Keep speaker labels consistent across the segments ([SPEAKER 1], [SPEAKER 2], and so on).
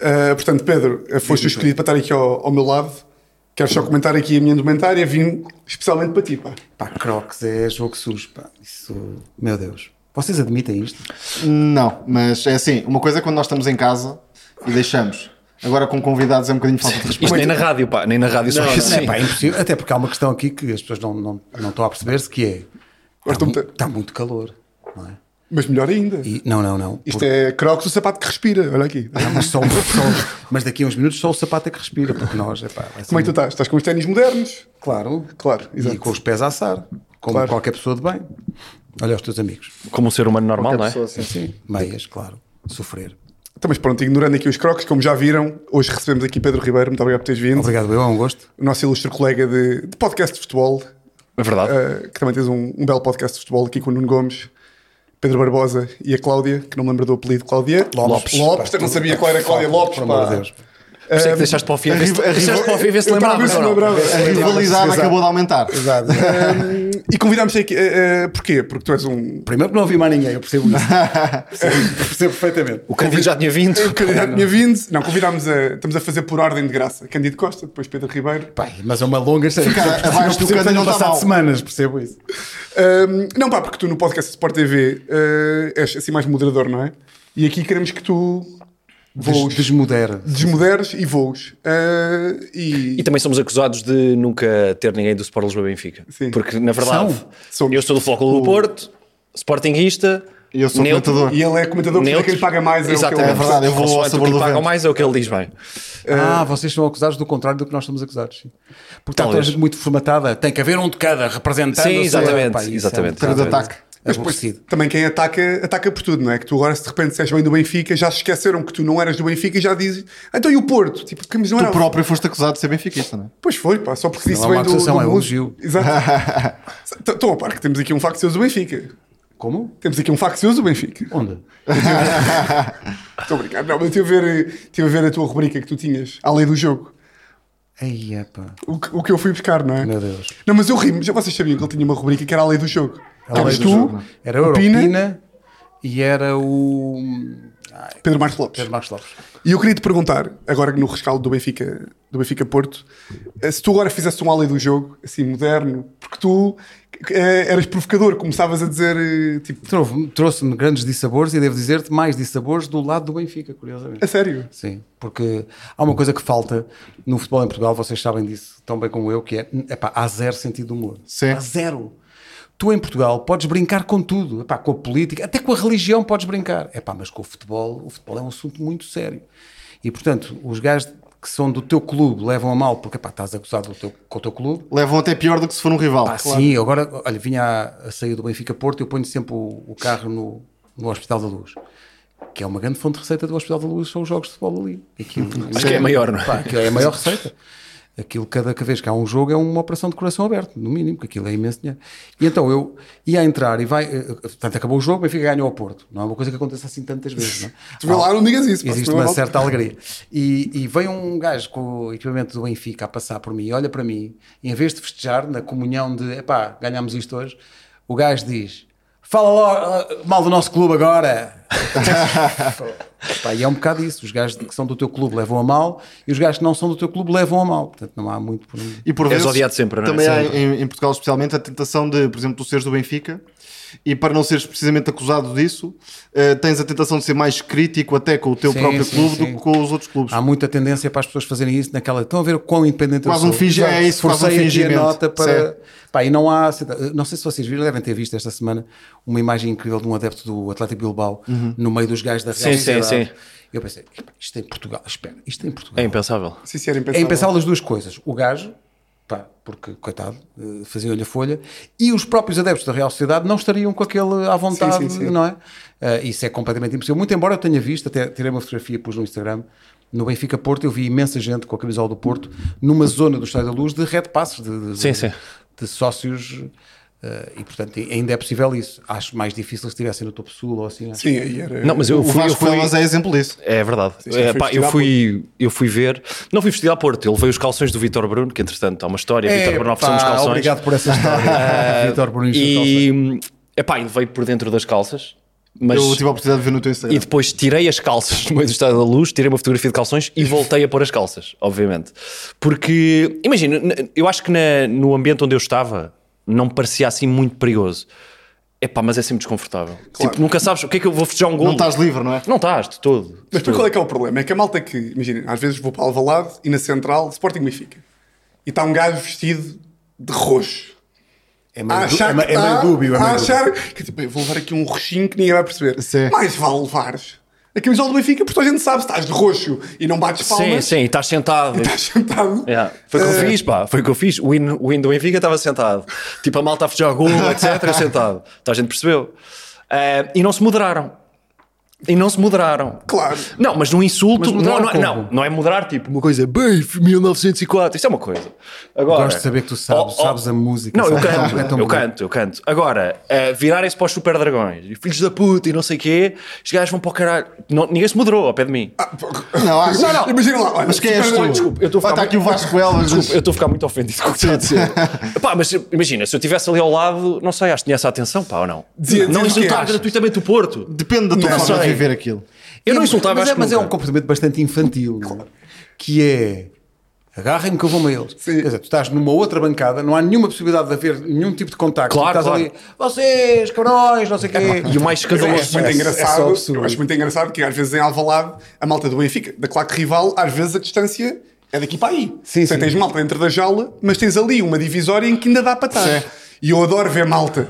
[SPEAKER 1] Uh, portanto, Pedro, uh, foste o escolhido para estar aqui ao, ao meu lado. Quero só comentar aqui a minha indumentária. Vim especialmente para ti, pá.
[SPEAKER 2] Pá, Crocs é jogo sujo, pá. Isso, meu Deus. Vocês admitem isto?
[SPEAKER 3] Não, mas é assim, uma coisa é quando nós estamos em casa e deixamos. Agora com convidados é um bocadinho falta de respeito.
[SPEAKER 4] Isto nem na rádio, pá, nem na rádio só
[SPEAKER 2] Não,
[SPEAKER 4] assim.
[SPEAKER 2] é, pá, é impossível. Até porque há uma questão aqui que as pessoas não, não, não estão a perceber-se que é. Está,
[SPEAKER 1] Gosto
[SPEAKER 2] mu-
[SPEAKER 1] muito-
[SPEAKER 2] está muito calor, não é?
[SPEAKER 1] Mas melhor ainda.
[SPEAKER 2] E, não, não, não.
[SPEAKER 1] Isto é Crocs, o sapato que respira. Olha aqui.
[SPEAKER 2] Não, mas, só, só- mas daqui a uns minutos só o sapato é que respira, porque nós, é pá, vai ser
[SPEAKER 1] Como é que tu estás? Estás com os ténis modernos?
[SPEAKER 2] Claro,
[SPEAKER 1] Claro,
[SPEAKER 2] E
[SPEAKER 1] exato.
[SPEAKER 2] com os pés a assar, como
[SPEAKER 1] Claro.
[SPEAKER 2] qualquer pessoa de bem. Olha os teus amigos.
[SPEAKER 4] Como um ser humano normal, não é?
[SPEAKER 3] Pessoa, assim.
[SPEAKER 2] Sim. Meias, claro. Sofrer.
[SPEAKER 1] Então, mas pronto, ignorando aqui os Crocs, como já viram, hoje recebemos aqui Pedro Ribeiro. Muito obrigado por teres vindo.
[SPEAKER 2] Obrigado, eu. É um gosto.
[SPEAKER 1] O nosso ilustre colega de, de podcast de futebol,
[SPEAKER 4] É verdade.
[SPEAKER 1] uh, que também tens um, um belo podcast de futebol aqui com o Nuno Gomes. Pedro Barbosa e a Cláudia, que não me lembro do apelido, Cláudia
[SPEAKER 2] Lopes.
[SPEAKER 1] Lopes, eu não sabia qual era a Cláudia Lopes.
[SPEAKER 2] Pelo amor
[SPEAKER 1] Pá. Eh,
[SPEAKER 2] de Deus.
[SPEAKER 4] Por isso é que deixaste para o fim, a ver se-
[SPEAKER 3] a rival-
[SPEAKER 4] deixaste para o fim a ver se
[SPEAKER 1] Eu estava a
[SPEAKER 4] lembrava.
[SPEAKER 1] ver se lembrava.
[SPEAKER 3] A rivalidade acabou de aumentar.
[SPEAKER 2] Exato.
[SPEAKER 1] Hum, e convidámos-te aqui. eh, eh, porquê? Porque tu és um
[SPEAKER 2] Primeiro que não ouvi mais ninguém, eu percebo isso. percebo, percebo perfeitamente.
[SPEAKER 4] O candidato já tinha vindo.
[SPEAKER 1] candidato tinha vindo. Não, convidámos a. Estamos a fazer por ordem de graça. Candido Costa, depois Pedro Ribeiro.
[SPEAKER 2] Pai, mas é uma longa história.
[SPEAKER 3] Ficar
[SPEAKER 2] Percebo-
[SPEAKER 3] abaixo
[SPEAKER 2] percebo
[SPEAKER 3] do
[SPEAKER 2] que
[SPEAKER 3] cano
[SPEAKER 2] tenham
[SPEAKER 3] não tá
[SPEAKER 2] passado
[SPEAKER 3] mal.
[SPEAKER 2] semanas, percebo isso.
[SPEAKER 1] Hum, não, pá, porque tu no podcast Sport TV eh, és assim mais moderador, não é? E aqui queremos que tu
[SPEAKER 2] Des,
[SPEAKER 1] voos,
[SPEAKER 2] desmodera.
[SPEAKER 1] desmoderes e voos. Eh, e,
[SPEAKER 4] E também somos acusados de nunca ter ninguém do Sport Lisboa Benfica.
[SPEAKER 1] Sim.
[SPEAKER 4] Porque, na verdade,
[SPEAKER 2] São.
[SPEAKER 1] Somos.
[SPEAKER 4] eu sou do Flóculo do Porto, Sportinguista.
[SPEAKER 3] E eu sou
[SPEAKER 4] neutro,
[SPEAKER 3] comentador.
[SPEAKER 1] e ele é comentador porque é
[SPEAKER 4] neutro.
[SPEAKER 1] quem paga mais. É o que ele-
[SPEAKER 4] Exatamente.
[SPEAKER 3] É verdade, eu vou ao
[SPEAKER 4] Consoante o
[SPEAKER 3] sabor
[SPEAKER 4] que
[SPEAKER 3] do
[SPEAKER 4] pagam
[SPEAKER 3] vento.
[SPEAKER 4] mais é o que ele diz bem.
[SPEAKER 2] Ah, vocês são acusados do contrário do que nós somos acusados. Sim. Porque está toda a
[SPEAKER 4] Talvez.
[SPEAKER 2] gente muito formatada. Tem que haver um de cada representando.
[SPEAKER 4] Então, Sim,
[SPEAKER 2] a sua-
[SPEAKER 4] exatamente,
[SPEAKER 2] Pá, isso é um
[SPEAKER 4] exatamente,
[SPEAKER 2] bocado
[SPEAKER 3] exatamente. Ataque.
[SPEAKER 1] Mas depois,
[SPEAKER 2] É aborrecido.
[SPEAKER 1] também quem ataca, ataca por tudo, não é? Que tu agora, se de repente disseres bem do Benfica, já se esqueceram que tu não eras do Benfica e já dizes, "Ah, então e o Porto? Tipo, que mas não
[SPEAKER 3] Tu
[SPEAKER 1] era.
[SPEAKER 3] próprio foste acusado de ser benfiquista, não é?
[SPEAKER 1] Pois foi, pá, só porque disse
[SPEAKER 2] é uma
[SPEAKER 1] bem do, do
[SPEAKER 2] acusação, é um
[SPEAKER 1] Mundo.
[SPEAKER 2] elogio.
[SPEAKER 1] Exato. Estão a par que temos aqui um faccioso do Benfica.
[SPEAKER 2] Como?
[SPEAKER 1] Temos aqui um faccioso do Benfica.
[SPEAKER 2] Onde?
[SPEAKER 1] Estou a brincar. Não, mas eu estive a, ver, estive a ver a tua rubrica que tu tinhas, à lei do jogo.
[SPEAKER 2] Aí, epá.
[SPEAKER 1] O que, o que eu fui buscar, não é?
[SPEAKER 2] Meu Deus.
[SPEAKER 1] Não, mas eu rimo. Já vocês sabiam que ele tinha uma rubrica que era a lei do jogo.
[SPEAKER 2] Era
[SPEAKER 1] Estavas
[SPEAKER 2] o
[SPEAKER 1] tu,
[SPEAKER 2] jogo, não é? era o
[SPEAKER 1] o Pina,
[SPEAKER 2] Europina e era o ai,
[SPEAKER 1] Pedro Marcos Lopes.
[SPEAKER 2] Pedro Marcos Lopes.
[SPEAKER 1] E eu queria te perguntar, agora no rescaldo do Benfica, do Benfica Porto, eh, se tu agora fizesse um ali do jogo, assim, moderno, porque tu eh, eras provocador, começavas a dizer, eh, tipo,
[SPEAKER 2] Trouxe- Trouxe-me grandes dissabores e devo dizer-te mais dissabores do lado do Benfica, curiosamente.
[SPEAKER 1] a sério.
[SPEAKER 2] Sim, porque há uma coisa que falta no futebol em Portugal, vocês sabem disso tão bem como eu, que é, epá, há zero sentido de humor.
[SPEAKER 3] Sim.
[SPEAKER 2] Há zero. Tu em Portugal podes brincar com tudo, epá, com a política, até com a religião podes brincar, epá, mas com o futebol, o futebol é um assunto muito sério. E portanto, os gajos que são do teu clube levam a mal porque epá, estás acusado do teu, com o teu clube,
[SPEAKER 3] Levam até pior do que se for um rival.
[SPEAKER 4] Ah,
[SPEAKER 2] Pá, Sim, agora, olha, vinha a, a sair do Benfica Porto, eu ponho sempre o, o carro no, no Hospital da Luz, que é uma grande fonte de receita do Hospital da Luz, são os jogos de futebol ali. Aquilo,
[SPEAKER 4] Acho que é a maior, não é?
[SPEAKER 2] Pá, aquilo é a maior receita. Aquilo, cada vez que há um jogo, é uma operação de coração aberto, no mínimo, porque aquilo é imenso dinheiro. E então eu ia entrar e vai. eh, Portanto, acabou o jogo, o Benfica ganhou ao Porto. Não é uma coisa que acontece assim tantas vezes, não é?
[SPEAKER 1] Tu vê lá, não digas isso, pá,
[SPEAKER 2] Existe
[SPEAKER 1] senão eu
[SPEAKER 2] uma
[SPEAKER 1] volto.
[SPEAKER 2] certa alegria. E, e veio um gajo com o equipamento do Benfica a passar por mim, e olha para mim, e em vez de festejar na comunhão de epá, ganhámos isto hoje, o gajo diz: Fala lá, ah, mal do nosso clube agora. Epá, e é um bocado isso. Os gajos que são do teu clube levam a mal e os gajos que não são do teu clube levam a mal. Portanto, não há muito por onde.
[SPEAKER 3] E por
[SPEAKER 4] És
[SPEAKER 3] vezes
[SPEAKER 4] odiado sempre, não é?
[SPEAKER 3] também há
[SPEAKER 4] Sempre.
[SPEAKER 3] em, em Portugal especialmente a tentação de, por exemplo, tu seres do Benfica e para não seres precisamente acusado disso, eh, tens a tentação de ser mais crítico até com o teu
[SPEAKER 2] Sim,
[SPEAKER 3] próprio
[SPEAKER 2] sim,
[SPEAKER 3] clube
[SPEAKER 2] sim.
[SPEAKER 3] do que com os outros clubes.
[SPEAKER 4] Ah,
[SPEAKER 2] Há muita tendência para as pessoas fazerem isso naquela. Estão a ver o quão independente
[SPEAKER 3] Quase
[SPEAKER 2] eu
[SPEAKER 3] um
[SPEAKER 2] sou.
[SPEAKER 3] fingi- é isso, quase um
[SPEAKER 2] Forcei aqui
[SPEAKER 3] fingimento.
[SPEAKER 2] a nota para.
[SPEAKER 3] Certo.
[SPEAKER 2] Pá, e não há. assim- Não sei se vocês viram, devem ter visto esta semana uma imagem incrível de um adepto do Atlético Bilbao
[SPEAKER 3] Uhum.
[SPEAKER 2] no meio dos gajos da Real
[SPEAKER 4] Sim, sim,
[SPEAKER 2] Sociedade.
[SPEAKER 4] sim.
[SPEAKER 2] Eu pensei, "Epá, isto é em Portugal, espera, isto é em Portugal.
[SPEAKER 4] É impensável.
[SPEAKER 1] Sim, sim, era
[SPEAKER 2] É
[SPEAKER 1] impensável.
[SPEAKER 2] impensável as duas coisas. O gajo, pá, porque, coitado, eh, faziam-lhe a folha, e os próprios adeptos da Real Sociedade não estariam com aquele à vontade,
[SPEAKER 1] Sim, sim, sim.
[SPEAKER 2] não é? Ah, isso é completamente impossível. Muito embora eu tenha visto, até tirei uma fotografia, pus no Instagram, no Benfica Porto, eu vi imensa gente com a camisola do Porto, numa zona do Estádio da Luz, de red passes, de, de-
[SPEAKER 4] Sim,
[SPEAKER 2] de-
[SPEAKER 4] sim.
[SPEAKER 2] de sócios. eh, e portanto ainda é possível isso. Acho mais difícil se estivessem no topo sul ou assim. não é?
[SPEAKER 1] Sim, aí era.
[SPEAKER 4] Não, mas eu
[SPEAKER 3] o
[SPEAKER 4] fui. Eu
[SPEAKER 3] Vasco
[SPEAKER 4] fui...
[SPEAKER 3] Elas é exemplo disso.
[SPEAKER 4] É verdade.
[SPEAKER 1] já
[SPEAKER 4] É,
[SPEAKER 1] foi
[SPEAKER 4] pá, eu,
[SPEAKER 1] vestido à
[SPEAKER 4] fui, eu fui ver. Não fui vestido a Porto, ele veio os calções do Vitor Bruno, que entretanto há uma história.
[SPEAKER 3] É,
[SPEAKER 4] Vítor Vitor Bruno
[SPEAKER 2] Epá,
[SPEAKER 4] ofereceu uns calções.
[SPEAKER 2] obrigado por essa história. Vitor Bruno e os seus calções.
[SPEAKER 4] E. Epá, ele veio por dentro das calças. Mas...
[SPEAKER 3] Eu tive a oportunidade de ver no teu Instagram.
[SPEAKER 4] E depois tirei as calças no meio do estado da luz, tirei uma fotografia de calções e voltei a pôr as calças, obviamente. Porque, imagina, n- eu acho que na- no ambiente onde eu estava não me parecia assim muito perigoso. Epá, mas é sempre desconfortável. Tipo, nunca sabes o que é que eu vou festejar um gol.
[SPEAKER 3] Não estás livre, não é?
[SPEAKER 4] Não estás, de todo.
[SPEAKER 1] Mas depois qual é que é o problema? É que a malta que, imagina, às vezes vou para Alvalade e na Central, Sporting Benfica. E está um gajo vestido de roxo.
[SPEAKER 2] É
[SPEAKER 1] A
[SPEAKER 2] meio, du-
[SPEAKER 1] achar
[SPEAKER 2] é meio-
[SPEAKER 1] que
[SPEAKER 2] é meio
[SPEAKER 1] tá-
[SPEAKER 2] dúbio. É
[SPEAKER 1] a
[SPEAKER 2] meio dúbio.
[SPEAKER 1] achar que, tipo, eu vou levar aqui um roxinho que ninguém vai perceber.
[SPEAKER 3] Sim.
[SPEAKER 1] Mais vale levares a camisola do Benfica porque toda a gente sabe se estás de roxo e não bates
[SPEAKER 4] Sim,
[SPEAKER 1] palmas.
[SPEAKER 4] sim, e estás sentado.
[SPEAKER 1] Estás sentado.
[SPEAKER 4] Yeah. Foi o que eu
[SPEAKER 1] Eh,
[SPEAKER 4] fiz, pá, foi o que eu fiz. O Win, o Win do Benfica estava sentado. Tipo, a malta a festejar o gol, etc. eu sentado. Então a gente percebeu. Eh, e não se moderaram. E não se moderaram.
[SPEAKER 1] Claro.
[SPEAKER 4] Não, mas num insulto.
[SPEAKER 2] Mas
[SPEAKER 4] não,
[SPEAKER 2] moderaram
[SPEAKER 4] não, é-
[SPEAKER 2] como?
[SPEAKER 4] não, não é moderar, tipo, uma coisa, BEIF 1904. Isso é uma coisa. Agora, oh,
[SPEAKER 2] Gosto de saber que tu sabes, sabes a música,
[SPEAKER 4] Não, eu
[SPEAKER 2] sabes-
[SPEAKER 4] canto,
[SPEAKER 2] é tão
[SPEAKER 4] eu
[SPEAKER 2] bonito.
[SPEAKER 4] canto, eu canto. Agora, eh, virarem-se para os Super Dragões, e filhos da puta e não sei o quê, os gajos vão para o caralho. Não- ninguém se moderou ao pé de mim.
[SPEAKER 3] Não, acho.
[SPEAKER 1] Não, Ah, não. Ah, Imagina lá. olha,
[SPEAKER 3] Mas quem és tu?
[SPEAKER 1] espera-
[SPEAKER 4] desculpa, eu estou a
[SPEAKER 3] Vai
[SPEAKER 4] ficar
[SPEAKER 3] estar aqui o Vasco Elvas.
[SPEAKER 4] Desculpa, eu estou a ficar muito ofendido com o que está a dizer. Pá, mas imagina, se eu estivesse ali ao lado, não sei, acho que tinha essa atenção, pá, ou não?
[SPEAKER 1] Dizia- dizia
[SPEAKER 4] não
[SPEAKER 1] o que
[SPEAKER 4] insultar
[SPEAKER 1] achas.
[SPEAKER 4] gratuitamente o Porto.
[SPEAKER 3] Depende da tua
[SPEAKER 1] Não
[SPEAKER 3] forma de
[SPEAKER 4] sei.
[SPEAKER 3] viver aquilo.
[SPEAKER 4] Eu não
[SPEAKER 2] É,
[SPEAKER 4] insultava,
[SPEAKER 2] mas,
[SPEAKER 4] acho
[SPEAKER 2] é,
[SPEAKER 4] que
[SPEAKER 2] mas é
[SPEAKER 4] nunca.
[SPEAKER 2] um comportamento bastante infantil, não é? que é agarrem-me que eu vou-me a eles.
[SPEAKER 1] Sim.
[SPEAKER 2] Quer dizer, tu estás numa outra bancada, não há nenhuma possibilidade de haver nenhum tipo de contacto.
[SPEAKER 4] Claro,
[SPEAKER 2] estás ali, vocês, cabrões, não sei o quê.
[SPEAKER 4] E o mais
[SPEAKER 1] Eu acho
[SPEAKER 4] escandaloso.
[SPEAKER 1] muito
[SPEAKER 2] é- é só
[SPEAKER 1] engraçado.
[SPEAKER 2] absurdo.
[SPEAKER 1] eu acho muito engraçado que às vezes em Alvalade a malta do Benfica, da claque rival, às vezes a distância é daqui para aí.
[SPEAKER 2] Sim,
[SPEAKER 1] Portanto,
[SPEAKER 2] sim.
[SPEAKER 1] tens malta dentro da jaula, mas tens ali uma divisória em que ainda dá para estar. E eu adoro ver malta,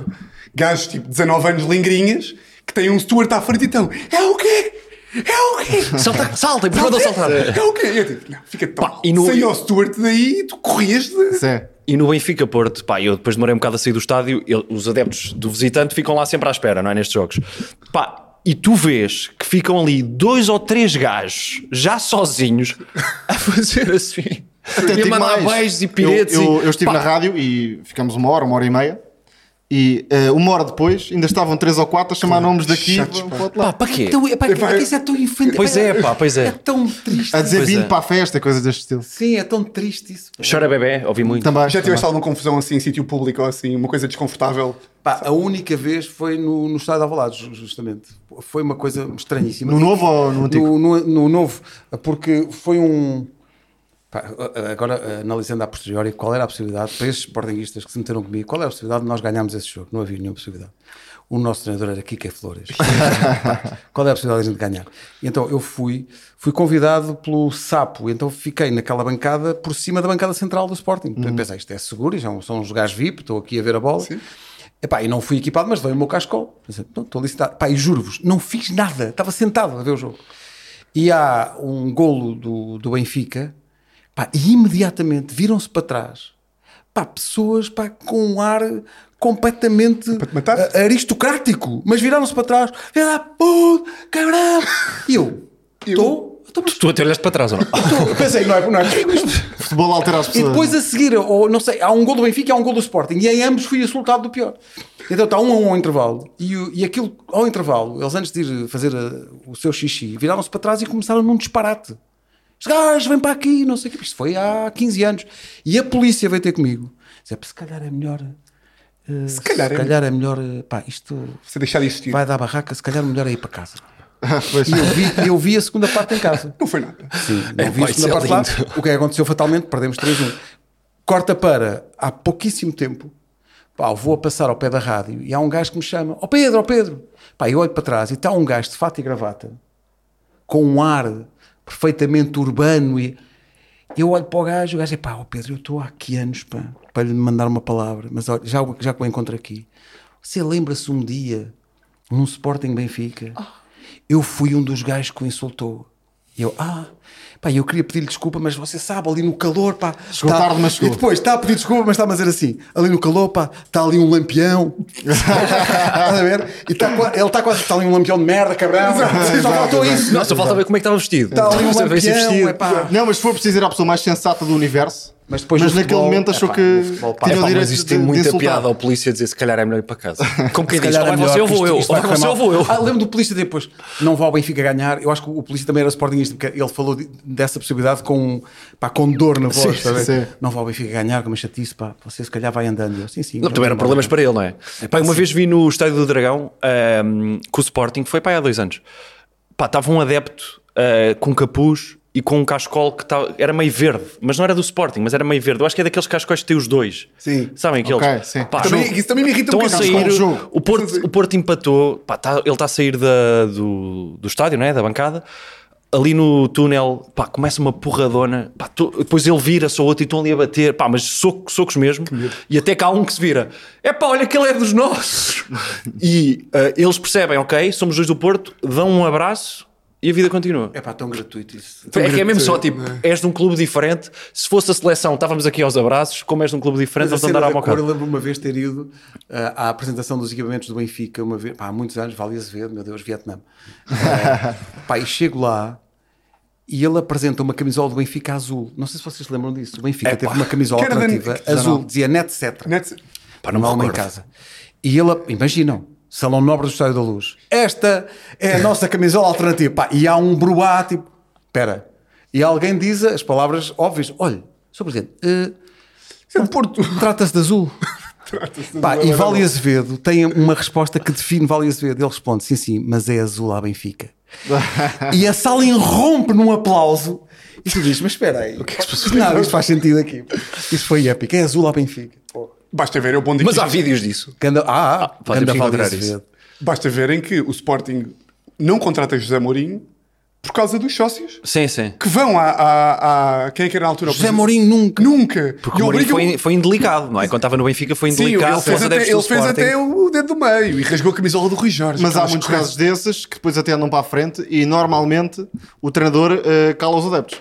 [SPEAKER 1] gajos tipo 19 anos lingrinhas, que tem um Stuart à frente e estão, é o quê? É o quê?
[SPEAKER 4] Salta, salta, e manda saltar.
[SPEAKER 1] É o quê? E Eu tipo, não, fica
[SPEAKER 4] Pá,
[SPEAKER 1] tão.
[SPEAKER 4] e
[SPEAKER 1] E
[SPEAKER 4] no-
[SPEAKER 1] no... Saiu o Stuart daí e tu corrias de.
[SPEAKER 3] Sim.
[SPEAKER 4] E no Benfica Porto, pá, eu depois demorei um bocado a sair do estádio, ele- os adeptos do visitante ficam lá sempre à espera, não é? Nestes jogos. Pá, e tu vês que ficam ali dois ou três gajos, já sozinhos, a fazer assim.
[SPEAKER 3] Até
[SPEAKER 4] e a
[SPEAKER 3] digo
[SPEAKER 4] mandar
[SPEAKER 3] mais.
[SPEAKER 4] beijos e piretes.
[SPEAKER 3] Eu,
[SPEAKER 4] e-
[SPEAKER 3] eu- eu estive
[SPEAKER 4] pá,
[SPEAKER 3] na rádio e ficamos uma hora, uma hora e meia. E eh, uma hora depois ainda estavam três ou quatro a chamar nomes daqui
[SPEAKER 1] chatos,
[SPEAKER 3] para
[SPEAKER 1] pá.
[SPEAKER 3] o outro
[SPEAKER 4] Pá,
[SPEAKER 3] lado.
[SPEAKER 4] para quê?
[SPEAKER 2] Então, epá,
[SPEAKER 1] Epá,
[SPEAKER 2] isso é tão infantil.
[SPEAKER 4] Pois é, pá, pois é.
[SPEAKER 2] É tão triste.
[SPEAKER 3] A dizer
[SPEAKER 4] Pois
[SPEAKER 3] vindo
[SPEAKER 4] é.
[SPEAKER 3] para a festa, coisas deste estilo.
[SPEAKER 2] Sim, é tão triste isso.
[SPEAKER 4] Chora bebê, ouvi muito.
[SPEAKER 3] Também.
[SPEAKER 1] Já
[SPEAKER 3] também.
[SPEAKER 1] tiveste alguma confusão assim em sítio público ou assim, uma coisa desconfortável?
[SPEAKER 2] Pá, a única vez foi no, no Estádio de Alvalade, ju- justamente. Foi uma coisa estranhíssima.
[SPEAKER 3] No novo ou no antigo?
[SPEAKER 2] No, no- no novo, porque foi um... Pá, a- a- agora, analisando a posteriori, qual era a possibilidade, para esses sportinguistas que se meteram comigo, qual era a possibilidade de nós ganharmos esse jogo? Não havia nenhuma possibilidade. O nosso treinador era Kike Flores. Pá, qual era a possibilidade de a gente ganhar? E então eu fui, fui convidado pelo Sapo, então fiquei naquela bancada por cima da bancada central do Sporting. Pensei, isto é seguro, já são uns gajos VIP, estou aqui a ver a bola. Epá, e não fui equipado, mas veio o meu cascol. Pensei, "Não, Estou ali sentado. Pá, e juro-vos, não fiz nada. Estava sentado a ver o jogo. E há um golo do, do Benfica. Pá, e imediatamente viram-se para trás. Pá, pessoas pá, com um ar completamente
[SPEAKER 1] te matar?
[SPEAKER 2] a- aristocrático. Mas viraram-se para trás. Filha da puta, cabrão. E eu, estou...
[SPEAKER 4] Tu até olhaste para trás ou não?
[SPEAKER 2] Eu pensei, não é, não é comigo isto.
[SPEAKER 3] Futebol altera as
[SPEAKER 2] E
[SPEAKER 3] pessoas.
[SPEAKER 2] depois a seguir, ou não sei, há um gol do Benfica e há um gol do Sporting. E em ambos fui insultado do pior. Então está um a um ao intervalo. E, o- e aquilo, ao intervalo, eles antes de ir fazer uh, o seu xixi, viraram-se para trás e começaram num disparate. Este gajo vem para aqui, não sei o que. Isto foi há 15 anos. E a polícia veio ter comigo. Dizer, se calhar é melhor. uh, se
[SPEAKER 1] calhar é-
[SPEAKER 2] calhar é melhor. uh, Pá, isto
[SPEAKER 1] Você deixar de existir?
[SPEAKER 2] vai dar barraca, se calhar é melhor é ir para casa.
[SPEAKER 3] Pois.
[SPEAKER 2] E eu vi, eu vi a segunda parte em casa.
[SPEAKER 1] Não foi nada.
[SPEAKER 2] Sim, não
[SPEAKER 4] É,
[SPEAKER 2] vi
[SPEAKER 4] pá,
[SPEAKER 2] a segunda
[SPEAKER 4] isso é
[SPEAKER 2] parte lá. O que aconteceu fatalmente, perdemos 3-1. Corta para, há pouquíssimo tempo, pá, eu vou a passar ao pé da rádio e há um gajo que me chama, ó Pedro, ó Pedro. Pá, eu olho para trás e está um gajo de fato e gravata, com um ar perfeitamente urbano e... Eu olho para o gajo, o gajo é pá, ó Pedro, eu estou há aqui anos pá, para lhe mandar uma palavra, mas olha, já, o- já que o encontro aqui. Você lembra-se um dia, num Sporting Benfica, eu fui um dos gajos que o insultou. E eu, ah, pá, eu queria pedir-lhe desculpa, mas você sabe, ali no calor, pá.
[SPEAKER 3] Chegou
[SPEAKER 2] tá-
[SPEAKER 3] tarde, mas chegou.
[SPEAKER 2] E depois está a pedir desculpa, mas está a dizer assim, ali no calor, pá, está ali um lampião. Estás a ver? E está qua- ele está quase, está ali um lampião de merda, cabrão. Só faltou isso.
[SPEAKER 4] Não, só falta ver como é que estava vestido.
[SPEAKER 2] Está ali um
[SPEAKER 4] Você vê se
[SPEAKER 2] lampião,
[SPEAKER 4] vestido.
[SPEAKER 2] é pá.
[SPEAKER 3] Não, mas se for preciso ir à pessoa mais sensata do universo,
[SPEAKER 2] Mas depois
[SPEAKER 3] Mas
[SPEAKER 2] no
[SPEAKER 3] naquele
[SPEAKER 2] futebol,
[SPEAKER 3] momento achou
[SPEAKER 2] epá,
[SPEAKER 3] que-
[SPEAKER 2] no futebol, pá,
[SPEAKER 3] Tinha
[SPEAKER 4] Epá,
[SPEAKER 3] o
[SPEAKER 4] mas
[SPEAKER 3] direito
[SPEAKER 4] isso
[SPEAKER 3] de-
[SPEAKER 4] tem
[SPEAKER 3] de
[SPEAKER 4] muita
[SPEAKER 3] insultar.
[SPEAKER 4] piada ao polícia dizer se calhar é melhor ir para casa. Como quem
[SPEAKER 2] se
[SPEAKER 4] diz,
[SPEAKER 2] calhar
[SPEAKER 4] é
[SPEAKER 2] é
[SPEAKER 4] ou vai
[SPEAKER 2] melhor
[SPEAKER 4] você ou
[SPEAKER 2] que
[SPEAKER 4] vou
[SPEAKER 2] isto-
[SPEAKER 4] eu, ou
[SPEAKER 2] isto vai
[SPEAKER 4] vai você
[SPEAKER 2] correr
[SPEAKER 4] ou vou eu.
[SPEAKER 2] mal. Ah, lembro do polícia dizer depois, não vá ao Benfica ganhar. Eu acho que o polícia também era sportingista, porque ele falou de- dessa possibilidade com, pá, com dor na voz.
[SPEAKER 3] Sim,
[SPEAKER 2] está a ver?
[SPEAKER 3] sim.
[SPEAKER 2] Não vá ao Benfica ganhar, como chatice, pá, você se calhar vai andando. Eu, sim, sim.
[SPEAKER 4] Não, também eram problemas para ele, não é? Pá, uma vez vi no Estádio do Dragão ahm, com o Sporting, foi para há dois anos. Pá, estava um adepto ah, com capuz e com um cascol que tava- era meio verde, mas não era do Sporting, mas era meio verde. Eu acho que é daqueles cascóis que têm os dois.
[SPEAKER 1] Sim.
[SPEAKER 4] Sabem aqueles?
[SPEAKER 3] Ok, sim.
[SPEAKER 4] Pá,
[SPEAKER 1] Também-
[SPEAKER 4] jogo-
[SPEAKER 1] isso também me irrita um
[SPEAKER 4] Estão a
[SPEAKER 1] bocadinho.
[SPEAKER 4] sair.
[SPEAKER 3] o jogo.
[SPEAKER 4] O Porto, o Porto empatou. Pá, tá- ele está a sair da- do, do estádio, não é? da bancada. Ali no túnel, pá, começa uma porradona. Pá, tu- depois ele vira-se ao outro e estão ali a bater. Pá, mas soco- socos mesmo. E até cá há um que se vira. É pá, olha que ele é dos nossos. e ah, eles percebem, ok, somos dois do Porto, dão um abraço e a vida continua.
[SPEAKER 2] É pá, tão gratuito isso.
[SPEAKER 4] É que é mesmo só
[SPEAKER 1] gratuito,
[SPEAKER 4] tipo, és de um clube diferente. Se fosse a seleção, estávamos aqui aos abraços. Como és de um clube diferente,
[SPEAKER 2] Mas a
[SPEAKER 4] vamos
[SPEAKER 2] cena
[SPEAKER 4] andar
[SPEAKER 2] da
[SPEAKER 4] à mão
[SPEAKER 2] cor, eu lembro uma vez ter ido ah, à apresentação dos equipamentos do Benfica, uma vez, pá, há muitos anos, Vale Azevedo, meu Deus, Vietnã. Ah, pá, e chego lá e ele apresenta uma camisola do Benfica azul. Não sei se vocês se lembram disso. O Benfica teve uma camisola
[SPEAKER 1] Que era da-
[SPEAKER 2] alternativa
[SPEAKER 1] que-
[SPEAKER 2] azul, dizia net Cetera.
[SPEAKER 1] Net-
[SPEAKER 4] Pá, não me
[SPEAKER 2] Uma alma Um em
[SPEAKER 4] recordo.
[SPEAKER 2] casa. E ele, imaginam, Salão Nobre do Estádio da Luz. Esta é a nossa camisola alternativa. Pá, e há um bruá, tipo, espera. E alguém diz as palavras óbvias. Olha, Sr. Presidente, eh,
[SPEAKER 1] Isso é de Porto.
[SPEAKER 2] Trata-se de azul.
[SPEAKER 1] Trata-se de
[SPEAKER 2] Pá,
[SPEAKER 1] Manuel
[SPEAKER 2] e
[SPEAKER 1] Amaral.
[SPEAKER 2] Vale Azevedo tem uma resposta que define Vale Azevedo. Ele responde: sim, sim, mas é azul à Benfica. e a sala irrompe num aplauso e tu dizes: mas espera aí, o que é que se passou? Não, isto faz sentido aqui. Isto foi épico. É azul à Benfica.
[SPEAKER 1] Basta ver, é o bom de
[SPEAKER 4] Mas há
[SPEAKER 1] equipa.
[SPEAKER 4] vídeos disso.
[SPEAKER 2] Ganda, ah, ah
[SPEAKER 4] pá, temos
[SPEAKER 2] ganda
[SPEAKER 4] que
[SPEAKER 2] Vale
[SPEAKER 4] encontrar
[SPEAKER 2] Azevedo.
[SPEAKER 1] Basta verem que o Sporting não contrata José Mourinho por causa dos sócios
[SPEAKER 4] Sim, sim.
[SPEAKER 1] que vão à. à- à- quem é que era na altura?
[SPEAKER 2] José Mourinho nunca.
[SPEAKER 1] Nunca.
[SPEAKER 4] Porque
[SPEAKER 1] E
[SPEAKER 4] o Mourinho
[SPEAKER 1] obrigam-
[SPEAKER 4] foi, foi indelicado, não é? Quando estava no Benfica foi
[SPEAKER 1] Sim,
[SPEAKER 4] indelicado.
[SPEAKER 1] ele fez,
[SPEAKER 4] fosse
[SPEAKER 1] até,
[SPEAKER 4] adeptos do
[SPEAKER 1] ele fez
[SPEAKER 4] Sporting.
[SPEAKER 1] até o dedo do meio e rasgou a camisola do Rui Jorge.
[SPEAKER 3] Mas há
[SPEAKER 1] Aquelas
[SPEAKER 3] muitos
[SPEAKER 1] coisas.
[SPEAKER 3] casos desses que depois até andam para a frente e normalmente o treinador eh, cala os adeptos.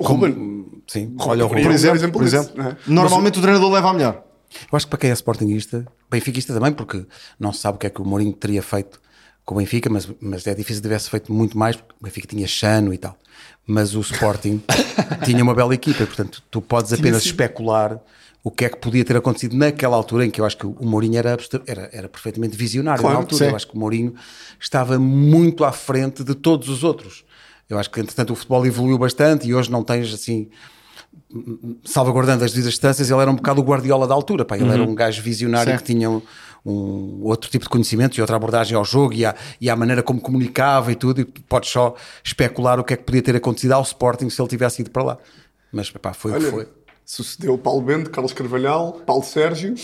[SPEAKER 1] O Ruben.
[SPEAKER 2] Sim,
[SPEAKER 1] Ruben
[SPEAKER 2] olha o
[SPEAKER 1] Amorim.
[SPEAKER 2] Rui.
[SPEAKER 3] Por
[SPEAKER 1] um
[SPEAKER 3] exemplo,
[SPEAKER 1] exemplo
[SPEAKER 3] por
[SPEAKER 1] disso,
[SPEAKER 3] exemplo. né?
[SPEAKER 1] não é?
[SPEAKER 3] Normalmente o treinador leva a melhor.
[SPEAKER 2] Eu acho que para quem é sportinguista, benfiquista também, porque não se sabe o que é que o Mourinho teria feito com o Benfica, mas, mas é difícil que tivesse feito muito mais, porque o Benfica tinha Chano e tal. Mas o Sporting tinha uma bela equipa, e, portanto, tu podes apenas especular o que é que podia ter acontecido naquela altura em que eu acho que o Mourinho era, abstra- era, era perfeitamente visionário
[SPEAKER 1] Claro,
[SPEAKER 2] na altura.
[SPEAKER 3] sim.
[SPEAKER 2] Eu acho que o Mourinho estava muito à frente de todos os outros. Eu acho que, entretanto, o futebol evoluiu bastante e hoje não tens assim salvaguardando as devidas distâncias, ele era um bocado o guardiola da altura. Pá. Ele era um gajo visionário
[SPEAKER 3] Uhum. Certo.
[SPEAKER 2] que tinha um, um outro tipo de conhecimento e outra abordagem ao jogo e à, e à maneira como comunicava e tudo. E podes só especular o que é que podia ter acontecido ao Sporting se ele tivesse ido para lá. Mas pá, foi o que
[SPEAKER 1] Olha,
[SPEAKER 2] foi.
[SPEAKER 1] sucedeu Paulo Bento, Carlos Carvalhal, Paulo Sérgio,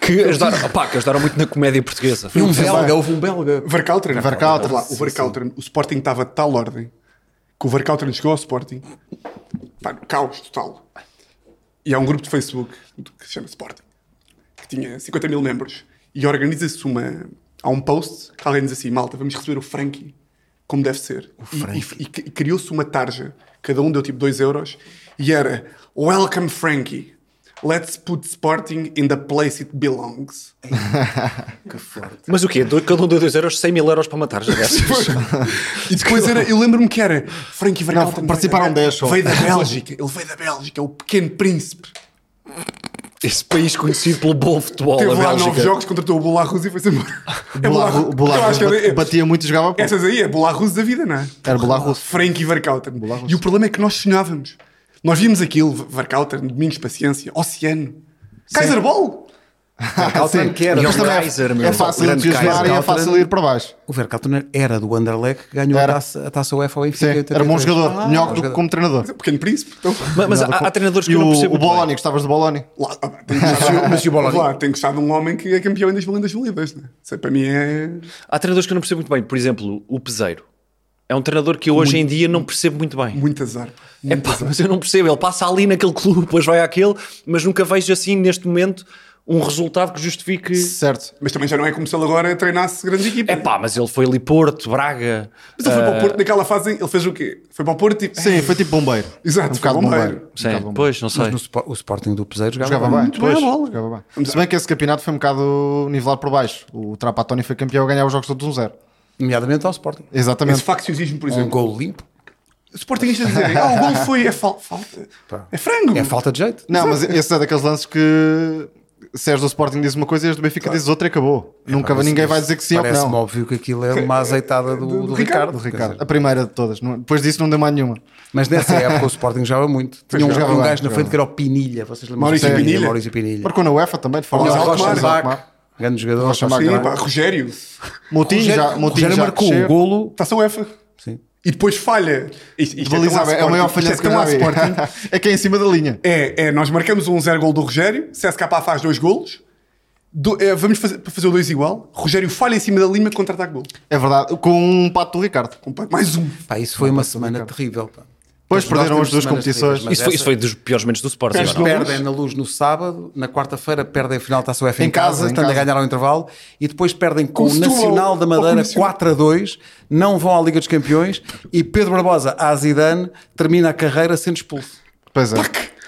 [SPEAKER 4] Que ajudaram, opá, que ajudaram muito na comédia portuguesa.
[SPEAKER 2] E um belga, houve um belga.
[SPEAKER 1] Varcautren.
[SPEAKER 3] Varcautren,
[SPEAKER 1] Vamos lá, O Varcautren, o Sporting estava de tal ordem que o Varcautren chegou ao Sporting. Pá, caos total. E há um grupo de Facebook que se chama Sporting, que tinha 50 mil membros. E organiza-se uma. Há um post que alguém diz assim: malta, vamos receber o Frankie como deve ser. E- E, e- e criou-se uma tarja, cada um deu tipo 2 euros, e era Welcome Frankie. Let's put Sporting in the place it belongs.
[SPEAKER 4] Mas o quê? Do- Cada um deu 2 euros, 100 mil euros para matar. já dessas.
[SPEAKER 1] E depois era, eu lembro-me que era Frankie Vercauten.
[SPEAKER 3] Não, participaram
[SPEAKER 1] veio da-
[SPEAKER 3] 10 só.
[SPEAKER 1] Veio da Bélgica, ele veio da Bélgica, é o pequeno príncipe.
[SPEAKER 4] Esse país conhecido pelo bom futebol
[SPEAKER 1] Teve
[SPEAKER 4] da
[SPEAKER 1] lá 9
[SPEAKER 4] Bélgica.
[SPEAKER 1] jogos, contratou o Bularus e foi-se embora. É
[SPEAKER 3] Bularru-
[SPEAKER 1] Eu acho
[SPEAKER 3] Bularru
[SPEAKER 1] que era-
[SPEAKER 3] bat- batia muito e jogava pouco.
[SPEAKER 1] Essas aí é Bularus da vida, não é?
[SPEAKER 3] Era Bularus.
[SPEAKER 1] Frankie Vercauten. E o problema é que nós sonhávamos. Nós víamos aquilo, Vercauten, Domingos Paciência, Oceano, Kaiser Ball.
[SPEAKER 2] Vercauteren, que era.
[SPEAKER 4] E
[SPEAKER 2] do-
[SPEAKER 4] ele-
[SPEAKER 3] Mas também é-
[SPEAKER 4] Kaiser, meu.
[SPEAKER 3] é fácil
[SPEAKER 4] Grande
[SPEAKER 3] entusiasmar e
[SPEAKER 2] Kaiser.
[SPEAKER 3] é fácil ir para baixo.
[SPEAKER 2] O Vercauteren era do Anderlecht que ganhou a
[SPEAKER 3] Era.
[SPEAKER 2] taça, a taça UEFA ao Benfica. em
[SPEAKER 3] Sim, era
[SPEAKER 2] 83.
[SPEAKER 3] um bom jogador,
[SPEAKER 2] Ah,
[SPEAKER 3] melhor
[SPEAKER 2] bom
[SPEAKER 3] do que
[SPEAKER 2] jogador.
[SPEAKER 3] como treinador.
[SPEAKER 1] Pequeno príncipe. Então,
[SPEAKER 4] Mas, mas há, há treinadores que
[SPEAKER 3] E
[SPEAKER 4] eu não
[SPEAKER 3] o,
[SPEAKER 4] percebo.
[SPEAKER 3] o Boloni, gostavas do Boloni?
[SPEAKER 1] lá, ah, tem que gostar-
[SPEAKER 2] Mas e o Boloni?
[SPEAKER 1] Lá, Tem que gostar de um homem que é campeão em 2000 e 2002, não é? Isso aí para mim é...
[SPEAKER 4] Há treinadores que eu não percebo muito bem. Por exemplo, o Peseiro. É um treinador que eu hoje em dia não percebo muito bem.
[SPEAKER 1] Muito azar. pá.
[SPEAKER 4] É pá, mas eu não percebo. Ele passa ali naquele clube, depois vai àquele, mas nunca vejo assim, neste momento, um resultado que justifique.
[SPEAKER 3] Certo.
[SPEAKER 1] Mas também já não é como se ele agora treinasse grande equipa.
[SPEAKER 4] É pá, mas ele foi ali Porto, Braga.
[SPEAKER 1] Mas ele foi para o Porto naquela fase em- ele fez o quê? Foi para o Porto e...
[SPEAKER 3] eh, Sim, foi tipo bombeiro.
[SPEAKER 1] Exato,
[SPEAKER 3] um bocado
[SPEAKER 1] foi bombeiro.
[SPEAKER 3] bombeiro.
[SPEAKER 4] Sim, pois, não sei.
[SPEAKER 2] Mas no Spo- o Sporting do Peseiro jogava,
[SPEAKER 3] Jogava
[SPEAKER 2] bem.
[SPEAKER 3] bem, pois,
[SPEAKER 1] bem a bola.
[SPEAKER 3] jogava bem. Se bem que esse campeonato foi um bocado nivelado por baixo. O Trapatoni foi campeão a ganhar os jogos todos 1-0.
[SPEAKER 2] Nomeadamente ao Sporting.
[SPEAKER 1] Esse
[SPEAKER 3] Exatamente.
[SPEAKER 1] facciosismo, por
[SPEAKER 2] Um
[SPEAKER 1] exemplo.
[SPEAKER 2] gol limpo.
[SPEAKER 1] Sportingistas dizerem, ah, o gol foi, é fal- falta. É frango.
[SPEAKER 3] Uhum.
[SPEAKER 2] É falta de jeito.
[SPEAKER 3] Não, mas esse é daqueles lances que se és do Sporting diz uma coisa e és do Benfica dizes outra e acabou. Nunca
[SPEAKER 2] É, Parece-
[SPEAKER 3] ninguém vai dizer que sim ou que
[SPEAKER 2] Parece-me
[SPEAKER 3] não.
[SPEAKER 2] óbvio que aquilo é uma azeitada do, do Ricardo.
[SPEAKER 3] Do
[SPEAKER 2] Quer dizer,
[SPEAKER 3] Ricardo. A primeira de todas. Não- é? Depois disso não deu mais nenhuma.
[SPEAKER 2] Mas nessa época o Sporting jogava muito. Tinha um,
[SPEAKER 3] jogava
[SPEAKER 2] um
[SPEAKER 3] bem,
[SPEAKER 2] gajo na
[SPEAKER 3] jogava
[SPEAKER 2] frente que era o Pinilha. Vocês lembram
[SPEAKER 1] Maurício
[SPEAKER 2] do
[SPEAKER 1] Pinilha?
[SPEAKER 2] Maurício Pinilha.
[SPEAKER 3] Marcou na UEFA também, de forma
[SPEAKER 2] E o
[SPEAKER 1] Alcmar,
[SPEAKER 2] Rocha
[SPEAKER 1] Alcmar.
[SPEAKER 2] Marco, grande jogador.
[SPEAKER 3] Rocha
[SPEAKER 2] Rocha
[SPEAKER 3] Marco.
[SPEAKER 1] Sim,
[SPEAKER 2] Marco.
[SPEAKER 1] pá, Rogério.
[SPEAKER 3] Moutinho
[SPEAKER 2] Rogério-
[SPEAKER 3] já, Moutinho
[SPEAKER 2] Rogério
[SPEAKER 3] já
[SPEAKER 2] marcou um
[SPEAKER 3] cresceu.
[SPEAKER 2] o golo.
[SPEAKER 1] Está-se UEFA.
[SPEAKER 2] Sim.
[SPEAKER 1] E depois falha. Isto, isto
[SPEAKER 3] De baliza
[SPEAKER 1] tão à
[SPEAKER 3] aberta. é o maior
[SPEAKER 1] Sporting.
[SPEAKER 3] falhança
[SPEAKER 1] Isto
[SPEAKER 3] que
[SPEAKER 1] é tão
[SPEAKER 3] eu já
[SPEAKER 1] à
[SPEAKER 3] vi.
[SPEAKER 1] Sporting.
[SPEAKER 3] É que é em cima da linha.
[SPEAKER 1] É, é, nós marcamos um zero gol do Rogério, CSK faz dois golos, do- é, vamos fazer, para fazer o dois igual, Rogério falha em cima da Lima, contra-ataque gol.
[SPEAKER 3] É verdade. Com um pato do Ricardo.
[SPEAKER 1] Com- Mais um.
[SPEAKER 2] Pá, isso foi uma semana terrível. pá.
[SPEAKER 3] Depois
[SPEAKER 2] Nós É
[SPEAKER 3] perderam
[SPEAKER 2] temos
[SPEAKER 3] as duas
[SPEAKER 2] semanas
[SPEAKER 3] competições.
[SPEAKER 2] terríveis, mas
[SPEAKER 4] Isso foi,
[SPEAKER 2] essa-
[SPEAKER 4] isso foi dos piores momentos do Sporting.
[SPEAKER 1] Perde
[SPEAKER 4] ou não?
[SPEAKER 1] na
[SPEAKER 2] Perdem na luz no sábado, na quarta-feira perdem a final da Taça UEFA em,
[SPEAKER 3] Em casa,
[SPEAKER 2] casa,
[SPEAKER 3] em
[SPEAKER 2] estando a
[SPEAKER 3] casa.
[SPEAKER 2] ganhar ao intervalo, e depois perdem com,
[SPEAKER 1] Com
[SPEAKER 2] o
[SPEAKER 1] Setúbal,
[SPEAKER 2] Nacional da
[SPEAKER 1] ou com o
[SPEAKER 2] Madeira
[SPEAKER 1] Nacional.
[SPEAKER 2] 4 a 2, não vão à Liga dos Campeões, e Pedro Barbosa, a Zidane, termina a carreira sendo expulso.
[SPEAKER 3] Pois é.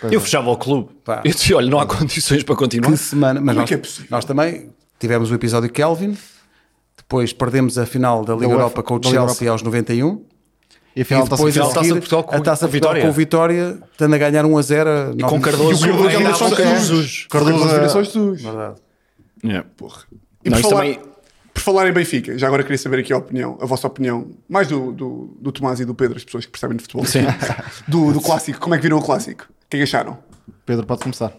[SPEAKER 3] Pois
[SPEAKER 4] Eu
[SPEAKER 3] é.
[SPEAKER 4] fechava o clube.
[SPEAKER 2] Pá.
[SPEAKER 4] Eu disse, olha, não há condições para continuar.
[SPEAKER 2] Que semana, mas
[SPEAKER 1] Como é
[SPEAKER 2] nós,
[SPEAKER 1] que é possível?
[SPEAKER 2] nós também tivemos o episódio Kelvin, depois perdemos a final da Liga
[SPEAKER 3] Da UEFA,
[SPEAKER 2] Europa com o
[SPEAKER 3] da Liga
[SPEAKER 2] Chelsea aos 91,
[SPEAKER 3] E
[SPEAKER 2] e
[SPEAKER 3] afinal está
[SPEAKER 2] depois é a
[SPEAKER 4] Taça
[SPEAKER 2] seguir
[SPEAKER 4] de Portugal com-
[SPEAKER 2] a Taça
[SPEAKER 4] com
[SPEAKER 2] de Portugal
[SPEAKER 4] Vitória.
[SPEAKER 2] com o Vitória, estando a ganhar 1 a 0 a
[SPEAKER 4] E com
[SPEAKER 2] nove-
[SPEAKER 4] Cardoso.
[SPEAKER 1] E o Cardoso
[SPEAKER 4] ainda
[SPEAKER 1] ainda
[SPEAKER 4] há
[SPEAKER 1] só
[SPEAKER 4] um
[SPEAKER 1] tem-
[SPEAKER 4] Jesus.
[SPEAKER 1] Cardoso
[SPEAKER 3] Cardoso é-
[SPEAKER 1] virações dos.
[SPEAKER 2] Verdade.
[SPEAKER 4] Yeah.
[SPEAKER 1] Porra. E
[SPEAKER 4] Não,
[SPEAKER 1] por,
[SPEAKER 4] isso
[SPEAKER 1] falar,
[SPEAKER 4] também-
[SPEAKER 1] por falar em Benfica, já agora queria saber aqui a opinião, a vossa opinião, mais do, do, do Tomás e do Pedro, as pessoas que percebem de futebol.
[SPEAKER 4] Sim.
[SPEAKER 1] Do, do clássico, como é que viram o clássico? O que é que acharam?
[SPEAKER 3] Pedro, pode começar.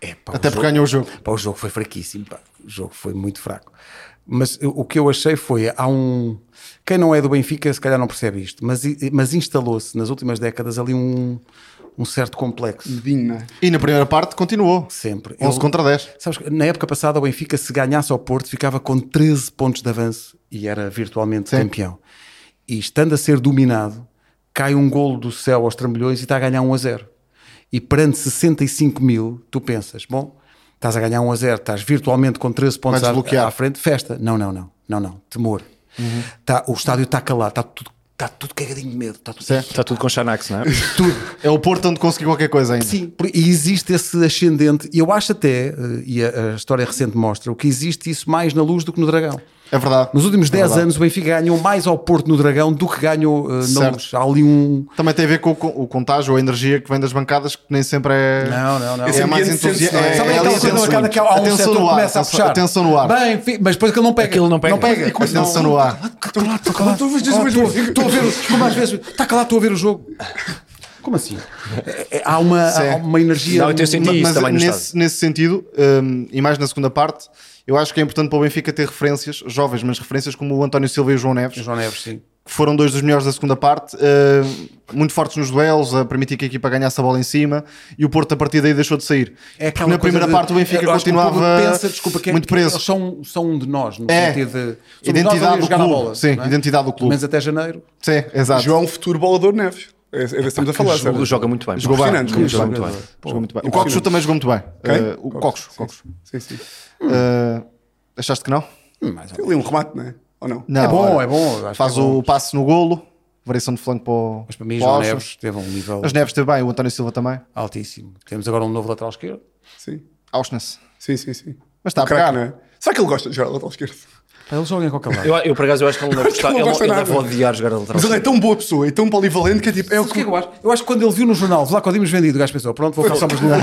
[SPEAKER 2] É, pá,
[SPEAKER 3] Até
[SPEAKER 2] o
[SPEAKER 3] porque ganhou o jogo.
[SPEAKER 2] Pá, o jogo foi fraquíssimo, pá. o jogo foi muito fraco. Mas eu- o que eu achei foi, há um... Quem não é do Benfica se calhar não percebe isto, mas, i- mas instalou-se nas últimas décadas ali um, um certo complexo,
[SPEAKER 1] Digna.
[SPEAKER 3] E na primeira parte continuou.
[SPEAKER 2] sempre.
[SPEAKER 3] 11
[SPEAKER 2] Eu-
[SPEAKER 3] contra 10.
[SPEAKER 2] Sabes, que na época passada o Benfica se ganhasse ao Porto ficava com 13 pontos de avanço e era virtualmente campeão. E estando a ser dominado, cai um golo do céu aos trambolhões e está a ganhar 1 a 0. E perante 65 mil, tu pensas, bom, estás a ganhar 1 a 0, estás virtualmente com 13 pontos
[SPEAKER 3] Vai desbloquear.
[SPEAKER 2] à, à frente, festa. Não, não, não, não, não, temor. Tá, o estádio está calado, está tudo, está tudo cagadinho de medo, está tudo,
[SPEAKER 4] Está tudo com Xanax, não é?
[SPEAKER 2] tudo.
[SPEAKER 3] É o Porto onde conseguiu qualquer coisa ainda.
[SPEAKER 2] Sim, por- e existe esse ascendente, e eu acho até, eh, e a, a história recente mostra, o que existe isso mais na luz do que no Dragão.
[SPEAKER 3] É verdade.
[SPEAKER 2] Nos últimos
[SPEAKER 3] É
[SPEAKER 2] 10
[SPEAKER 3] verdade.
[SPEAKER 2] anos o Benfica ganhou mais ao Porto no Dragão do que ganhou eh, na
[SPEAKER 3] Certo.
[SPEAKER 2] luz. Há ali um...
[SPEAKER 3] Também tem a ver com o, con- o contágio, a energia que vem das bancadas, que nem sempre é.
[SPEAKER 2] Não, não, não.
[SPEAKER 1] Esse
[SPEAKER 3] É mais
[SPEAKER 1] ambiente sente-se,
[SPEAKER 3] entusiasmo.
[SPEAKER 1] não é?
[SPEAKER 3] É,
[SPEAKER 1] Sabe
[SPEAKER 3] é
[SPEAKER 1] aquela
[SPEAKER 3] ali
[SPEAKER 1] coisa
[SPEAKER 3] atenção.
[SPEAKER 2] naquela que há um
[SPEAKER 3] Atenção
[SPEAKER 2] setor
[SPEAKER 3] no
[SPEAKER 2] que
[SPEAKER 3] ar,
[SPEAKER 2] começa a
[SPEAKER 3] atenção-
[SPEAKER 2] puxar.
[SPEAKER 3] Atenção no ar.
[SPEAKER 2] Bem, enfim, mas depois aquilo não pega.
[SPEAKER 4] Aquilo não pega.
[SPEAKER 2] pega.
[SPEAKER 3] Atenção no ar.
[SPEAKER 2] Estou calado, estou calado.
[SPEAKER 1] Estou a ver-
[SPEAKER 2] Estou a ver, estou a ver, como às vezes, está calado, estou a ver o jogo. Como assim? É- é- Há uma, há
[SPEAKER 3] Sim.
[SPEAKER 2] uma energia...
[SPEAKER 4] Não, eu tenho sentido
[SPEAKER 3] Ma-
[SPEAKER 4] isso
[SPEAKER 3] Mas
[SPEAKER 4] também no
[SPEAKER 3] nesse,
[SPEAKER 4] estádio.
[SPEAKER 3] nesse sentido, hum, e mais na segunda parte, eu acho que é importante para o Benfica ter referências, jovens, mas referências como o António Silva e o João Neves,
[SPEAKER 2] João Neves, sim.
[SPEAKER 3] que foram dois dos melhores da segunda parte, hum, muito fortes nos duelos, a permitir que a equipa ganhasse a bola em cima, e o Porto a partir daí deixou de sair.
[SPEAKER 2] É
[SPEAKER 3] Porque na primeira parte o Benfica continuava muito preso.
[SPEAKER 2] Eles são, são um de nós, no
[SPEAKER 3] É.
[SPEAKER 2] sentido de. somos
[SPEAKER 3] Identidade
[SPEAKER 2] nós ali a
[SPEAKER 3] do
[SPEAKER 2] jogar a
[SPEAKER 3] clube.
[SPEAKER 2] bola,
[SPEAKER 3] Sim,
[SPEAKER 2] não é?
[SPEAKER 3] identidade do clube.
[SPEAKER 2] Mas até janeiro.
[SPEAKER 3] Sim, é exato.
[SPEAKER 1] João, futuro bolador Neves. É, é desse que estamos a falar,
[SPEAKER 4] Joga,
[SPEAKER 1] certo?
[SPEAKER 4] joga muito bem.
[SPEAKER 3] Jogou bem.
[SPEAKER 1] Impressionante, como
[SPEAKER 4] Jogou
[SPEAKER 1] joga.
[SPEAKER 4] muito bem.
[SPEAKER 3] Jogou muito bem. O Coxo também jogou muito bem.
[SPEAKER 1] Quem?
[SPEAKER 3] Eh, o Coxo. Coxo.
[SPEAKER 1] Sim, sim.
[SPEAKER 3] Eh, achaste que não?
[SPEAKER 1] Tem ali um remate, não é? Ou não?
[SPEAKER 3] Não,
[SPEAKER 2] É bom,
[SPEAKER 3] Ah, olha,
[SPEAKER 2] é bom, acho que
[SPEAKER 3] Faz
[SPEAKER 2] é bom.
[SPEAKER 3] o passe no golo, variação de flanco para o.
[SPEAKER 2] Mas para mim,
[SPEAKER 3] para o
[SPEAKER 2] João
[SPEAKER 3] Austin.
[SPEAKER 2] Neves teve um nível
[SPEAKER 3] As Neves também, o António Silva também.
[SPEAKER 2] altíssimo. Temos agora um novo lateral esquerdo.
[SPEAKER 1] Sim,
[SPEAKER 3] Ausnes.
[SPEAKER 1] sim, sim. sim.
[SPEAKER 3] Mas está
[SPEAKER 1] O
[SPEAKER 3] a pegar.
[SPEAKER 1] craque, não é? Será que ele gosta de jogar lateral esquerdo?
[SPEAKER 2] Pá, Eles jogam Ah, em qualquer lado.
[SPEAKER 4] Eu, eu, por acaso, eu acho que ele não,
[SPEAKER 1] que
[SPEAKER 4] gosta,
[SPEAKER 1] não
[SPEAKER 4] ele,
[SPEAKER 1] gosta
[SPEAKER 4] ele
[SPEAKER 1] nada.
[SPEAKER 4] deve odiar jogar a lateral.
[SPEAKER 1] Mas ele é tão boa pessoa e tão polivalente que é tipo. É o
[SPEAKER 2] Sabes o que é
[SPEAKER 1] que...
[SPEAKER 2] que eu acho? Eu acho que quando ele viu no jornal Vlaco Dimos vendido, o gajo pensou: pronto, vou passar umas luvas.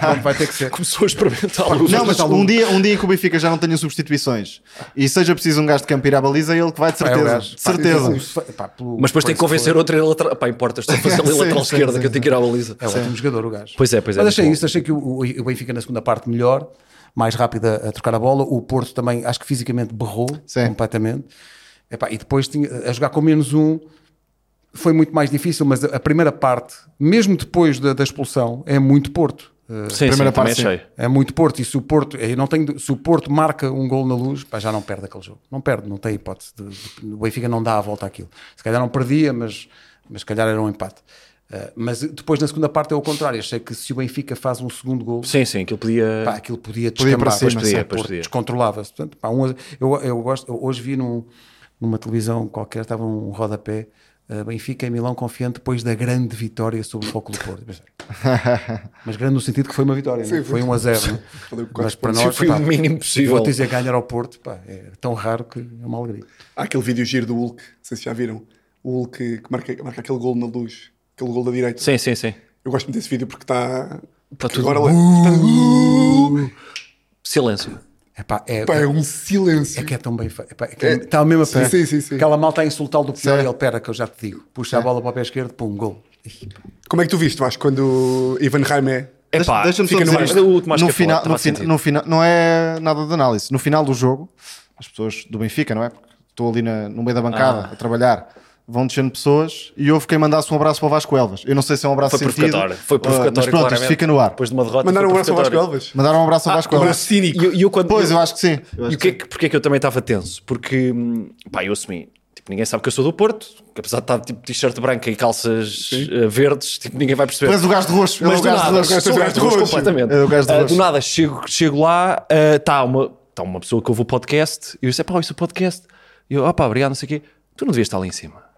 [SPEAKER 2] Pronto, vai ter que ser.
[SPEAKER 4] Começou a experimentar
[SPEAKER 3] Não, mas um dia, um dia em que o Benfica já não tenha substituições e seja preciso um gajo de campo ir à baliza, é ele que vai de
[SPEAKER 2] Pá, é o
[SPEAKER 3] certeza.
[SPEAKER 2] gajo.
[SPEAKER 3] de
[SPEAKER 2] Pá,
[SPEAKER 3] certeza.
[SPEAKER 2] isso- pá, pelo-
[SPEAKER 4] Mas depois tem que
[SPEAKER 2] por isso
[SPEAKER 4] convencer outro a ir a lateral. Pá, importas, estou a fazer ali a
[SPEAKER 3] Sim,
[SPEAKER 4] lateral
[SPEAKER 3] sim,
[SPEAKER 4] esquerda
[SPEAKER 3] sim,
[SPEAKER 4] que eu tenho que ir à baliza.
[SPEAKER 2] É ótimo jogador o gajo.
[SPEAKER 4] Pois é, pois é,
[SPEAKER 2] Mas
[SPEAKER 4] muito
[SPEAKER 2] achei
[SPEAKER 4] bom.
[SPEAKER 2] isso, achei que o, o- o Benfica na segunda parte melhor, mais rápido a, a trocar a bola. O Porto também, acho que fisicamente berrou
[SPEAKER 3] Sim.
[SPEAKER 2] completamente. Epá, e depois tinha, a jogar com menos um foi muito mais difícil, mas a, a primeira parte, mesmo depois da, da expulsão, é muito Porto. Eh,
[SPEAKER 4] Sim,
[SPEAKER 3] Primeira
[SPEAKER 4] sim, também
[SPEAKER 3] parte, sim.
[SPEAKER 4] achei.
[SPEAKER 2] É muito Porto. E se o Porto, eu não tenho, se o Porto marca um gol na luz, pá, já não perde aquele jogo. Não perde, não tem hipótese. de- de- o Benfica não dá a volta àquilo. Se calhar não perdia, mas, mas se calhar era um empate. Ah, mas depois na segunda parte é o contrário. Achei que se o Benfica faz um segundo gol,
[SPEAKER 4] Sim, sim, que ele podia.
[SPEAKER 2] pá, aquilo podia
[SPEAKER 3] Podia
[SPEAKER 2] descambar.
[SPEAKER 3] para cima,
[SPEAKER 2] Pois podia,
[SPEAKER 4] sim.
[SPEAKER 2] pois
[SPEAKER 4] podia.
[SPEAKER 2] Descontrolava-se. Portanto, pá, um a- eu, eu gosto, eu hoje vi num- numa televisão qualquer, estava um rodapé. ah, Benfica em Milão confiante depois da grande vitória sobre o Foco do Porto. Mas, mas grande no sentido que foi uma vitória, não é?
[SPEAKER 1] Sim,
[SPEAKER 2] foi 1 a 0.
[SPEAKER 1] Falei com
[SPEAKER 2] Mas
[SPEAKER 1] quatro
[SPEAKER 2] para
[SPEAKER 1] pontos.
[SPEAKER 2] nós,
[SPEAKER 4] Foi
[SPEAKER 2] pá,
[SPEAKER 4] o mínimo possível.
[SPEAKER 2] Vou dizer ganhar ao Porto, pá, é tão raro que é uma alegria.
[SPEAKER 1] Há aquele vídeo giro do Hulk, não sei se já viram, o Hulk que, que marca, marca aquele gol na luz, aquele gol da direita.
[SPEAKER 4] Sim, sim, sim.
[SPEAKER 1] Eu gosto muito desse vídeo porque está.
[SPEAKER 4] Está tudo.
[SPEAKER 1] Agora tá está-
[SPEAKER 4] Silêncio.
[SPEAKER 2] Epá, é,
[SPEAKER 1] Pá, é um silêncio.
[SPEAKER 2] é que é tão bem feito. Epá, é que Está mesmo a
[SPEAKER 1] Sim,
[SPEAKER 2] pé.
[SPEAKER 1] sim, sim, sim.
[SPEAKER 2] Aquela malta a insultá-lo do pior
[SPEAKER 3] Sim.
[SPEAKER 2] e ele, pera, que eu já te digo. Puxa a bola para o pé esquerdo, pum, gol.
[SPEAKER 1] Como é que tu viste, Vasco, quando Ivan é? Raimé.
[SPEAKER 4] Epá,
[SPEAKER 3] Deixa- Deixa-me só
[SPEAKER 4] fica
[SPEAKER 3] dizer
[SPEAKER 4] no
[SPEAKER 3] isto.
[SPEAKER 4] ar. É O Tomás
[SPEAKER 3] No
[SPEAKER 4] quer falar,
[SPEAKER 3] final,
[SPEAKER 4] estava
[SPEAKER 3] no
[SPEAKER 4] a
[SPEAKER 3] fina-
[SPEAKER 4] sentir.
[SPEAKER 3] no final- não é nada de análise. No final do jogo, as pessoas do Benfica, não é? Porque estou ali na- no meio da bancada
[SPEAKER 4] Ah.
[SPEAKER 3] a trabalhar. Vão descendo pessoas e houve quem mandasse um abraço para o Vasco Elvas. Eu não sei se é um abraço
[SPEAKER 4] Foi
[SPEAKER 3] sentido,
[SPEAKER 4] provocatório. Foi
[SPEAKER 3] ou-
[SPEAKER 4] provocatório.
[SPEAKER 3] Mas pronto, isto
[SPEAKER 4] claramente.
[SPEAKER 3] fica no ar.
[SPEAKER 4] Depois de uma derrota.
[SPEAKER 1] Mandaram um
[SPEAKER 4] foi
[SPEAKER 1] abraço ao Vasco
[SPEAKER 4] provocatório.
[SPEAKER 1] Elvas?
[SPEAKER 3] Mandaram um abraço ao Vasco
[SPEAKER 1] Um
[SPEAKER 3] Elvas.
[SPEAKER 1] abraço cínico.
[SPEAKER 4] E eu, e eu quando.
[SPEAKER 3] Pois,
[SPEAKER 4] eu-
[SPEAKER 3] eu acho que sim. Eu acho
[SPEAKER 4] E o que é que, porque é que eu também estava tenso? Porque, hum, pá, eu assumi. Tipo, ninguém sabe que eu sou do Porto, que apesar de estar tipo t-shirt branca e calças eh, verdes, tipo, ninguém vai perceber.
[SPEAKER 3] Tu és o gajo de roxo. Ele é
[SPEAKER 4] Mas
[SPEAKER 3] o
[SPEAKER 4] do
[SPEAKER 3] gajo de
[SPEAKER 4] nada,
[SPEAKER 3] roxo.
[SPEAKER 4] sou o gajo de roxo, completamente.
[SPEAKER 3] É o gajo de
[SPEAKER 4] Ah,
[SPEAKER 3] roxo.
[SPEAKER 4] do nada, chego, chego lá, está uma, tá uma pessoa que ouve o podcast, e eu disse, pá, isso é podcast. E eu, opá, obrigado, não sei o quê. Tu não devias estar lá em cima.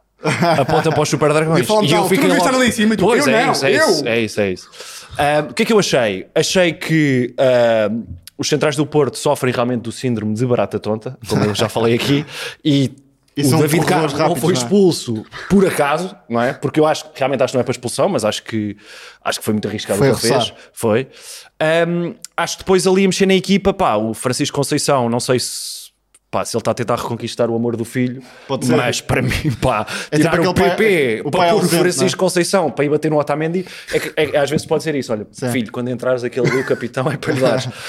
[SPEAKER 4] Aponta para os Super
[SPEAKER 1] E
[SPEAKER 4] Dragões.
[SPEAKER 1] falam-me tal, tu não devias estar ali em cima, e tu,
[SPEAKER 4] Pois,
[SPEAKER 1] eu
[SPEAKER 4] é
[SPEAKER 1] não,
[SPEAKER 4] isso, é
[SPEAKER 1] eu.
[SPEAKER 4] isso, é isso, é isso. Ah, o que é que eu achei? Achei que ah, os centrais do Porto sofrem realmente do síndrome de barata tonta, como eu já falei aqui, e,
[SPEAKER 3] E
[SPEAKER 4] o
[SPEAKER 3] são
[SPEAKER 4] David
[SPEAKER 3] corredores
[SPEAKER 4] Carlos não foi
[SPEAKER 3] rápidos, não é?
[SPEAKER 4] expulso por acaso, não é? Porque eu acho que realmente acho que não é para expulsão, mas acho que acho que foi muito arriscado
[SPEAKER 3] Foi
[SPEAKER 4] o que ele fez.
[SPEAKER 3] arroçar.
[SPEAKER 4] Foi. Ahm, acho que depois ali a mexer na equipa, pá, o Francisco Conceição, não sei se. Pá, se ele está a tentar reconquistar o amor do filho,
[SPEAKER 3] Pode ser.
[SPEAKER 4] mas para mim, pá,
[SPEAKER 3] É
[SPEAKER 4] tirar
[SPEAKER 3] tipo
[SPEAKER 4] o
[SPEAKER 3] aquele pai-
[SPEAKER 4] PP
[SPEAKER 3] o
[SPEAKER 4] para
[SPEAKER 3] pai
[SPEAKER 4] pôr o
[SPEAKER 3] ausente, não é?
[SPEAKER 4] Francisco Conceição para ir bater no Otamendi, é que, é que às vezes pode ser isso. Olha, filho, quando entrares aquele do capitão é para lhe dar.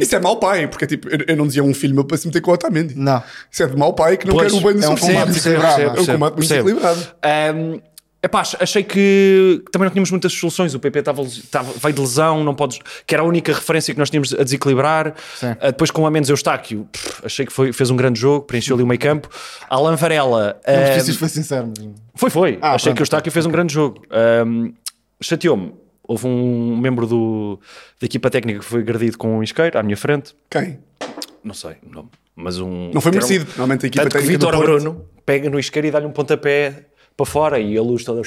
[SPEAKER 1] Isso é mau pai, porque é tipo, eu, eu não dizia a um filho meu para se meter com o Otamendi.
[SPEAKER 3] Não.
[SPEAKER 1] Isso é de mau pai que não quer o bem do
[SPEAKER 3] é
[SPEAKER 1] seu
[SPEAKER 3] um
[SPEAKER 1] filho.
[SPEAKER 3] combate
[SPEAKER 1] Percebo,
[SPEAKER 3] desequilibrado,
[SPEAKER 1] percebo, É um combate muito equilibrado.
[SPEAKER 4] Ahm, epá, ach- achei que que também não tínhamos muitas soluções. O PP estava, les- estava- veio de lesão, não podes, que era a única referência que nós tínhamos a desequilibrar.
[SPEAKER 3] Sim.
[SPEAKER 4] Ah, depois, com a menos Eustáquio, pff, achei que foi- fez um grande jogo, preencheu ali o meio campo. Alan Varela.
[SPEAKER 3] Não
[SPEAKER 4] ahm,
[SPEAKER 3] preciso foi sincero. mas-
[SPEAKER 4] foi, foi.
[SPEAKER 3] Ah,
[SPEAKER 4] Achei
[SPEAKER 3] pronto.
[SPEAKER 4] que o Eustáquio fez um grande jogo. Ahm, Chateou-me. Houve um membro do, da equipa técnica que foi agredido com um isqueiro à minha frente.
[SPEAKER 1] Quem?
[SPEAKER 4] Não sei o nome, mas um.
[SPEAKER 1] Não foi
[SPEAKER 4] termo-
[SPEAKER 1] merecido. Normalmente a equipa
[SPEAKER 4] Tanto que
[SPEAKER 1] técnica do
[SPEAKER 4] Vitor
[SPEAKER 1] Porto-
[SPEAKER 4] Bruno pega no isqueiro e dá-lhe um pontapé para fora e a luz toda.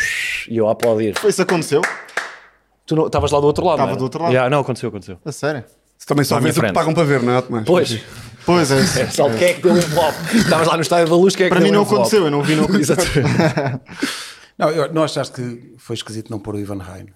[SPEAKER 4] E eu a aplaudir.
[SPEAKER 3] Foi isso que aconteceu?
[SPEAKER 4] Tu não- estavas lá do outro lado,
[SPEAKER 3] Estava
[SPEAKER 4] não era?
[SPEAKER 3] do outro lado.
[SPEAKER 4] Yeah, não, aconteceu, aconteceu.
[SPEAKER 3] A sério?
[SPEAKER 1] Se também só
[SPEAKER 4] À minha
[SPEAKER 1] vês o que
[SPEAKER 4] frente.
[SPEAKER 1] pagam para ver, não é, Tomás?
[SPEAKER 4] Pois,
[SPEAKER 3] Pois é. isso.
[SPEAKER 4] só quem é que deu um flop? Estavas lá no estádio da luz, quem é que
[SPEAKER 3] Para
[SPEAKER 4] deu
[SPEAKER 3] mim não
[SPEAKER 4] um flop?
[SPEAKER 3] aconteceu, eu não vi, não aconteceu.
[SPEAKER 4] Exatamente.
[SPEAKER 2] Não, eu, não achaste que foi esquisito não pôr o Ivan Reim?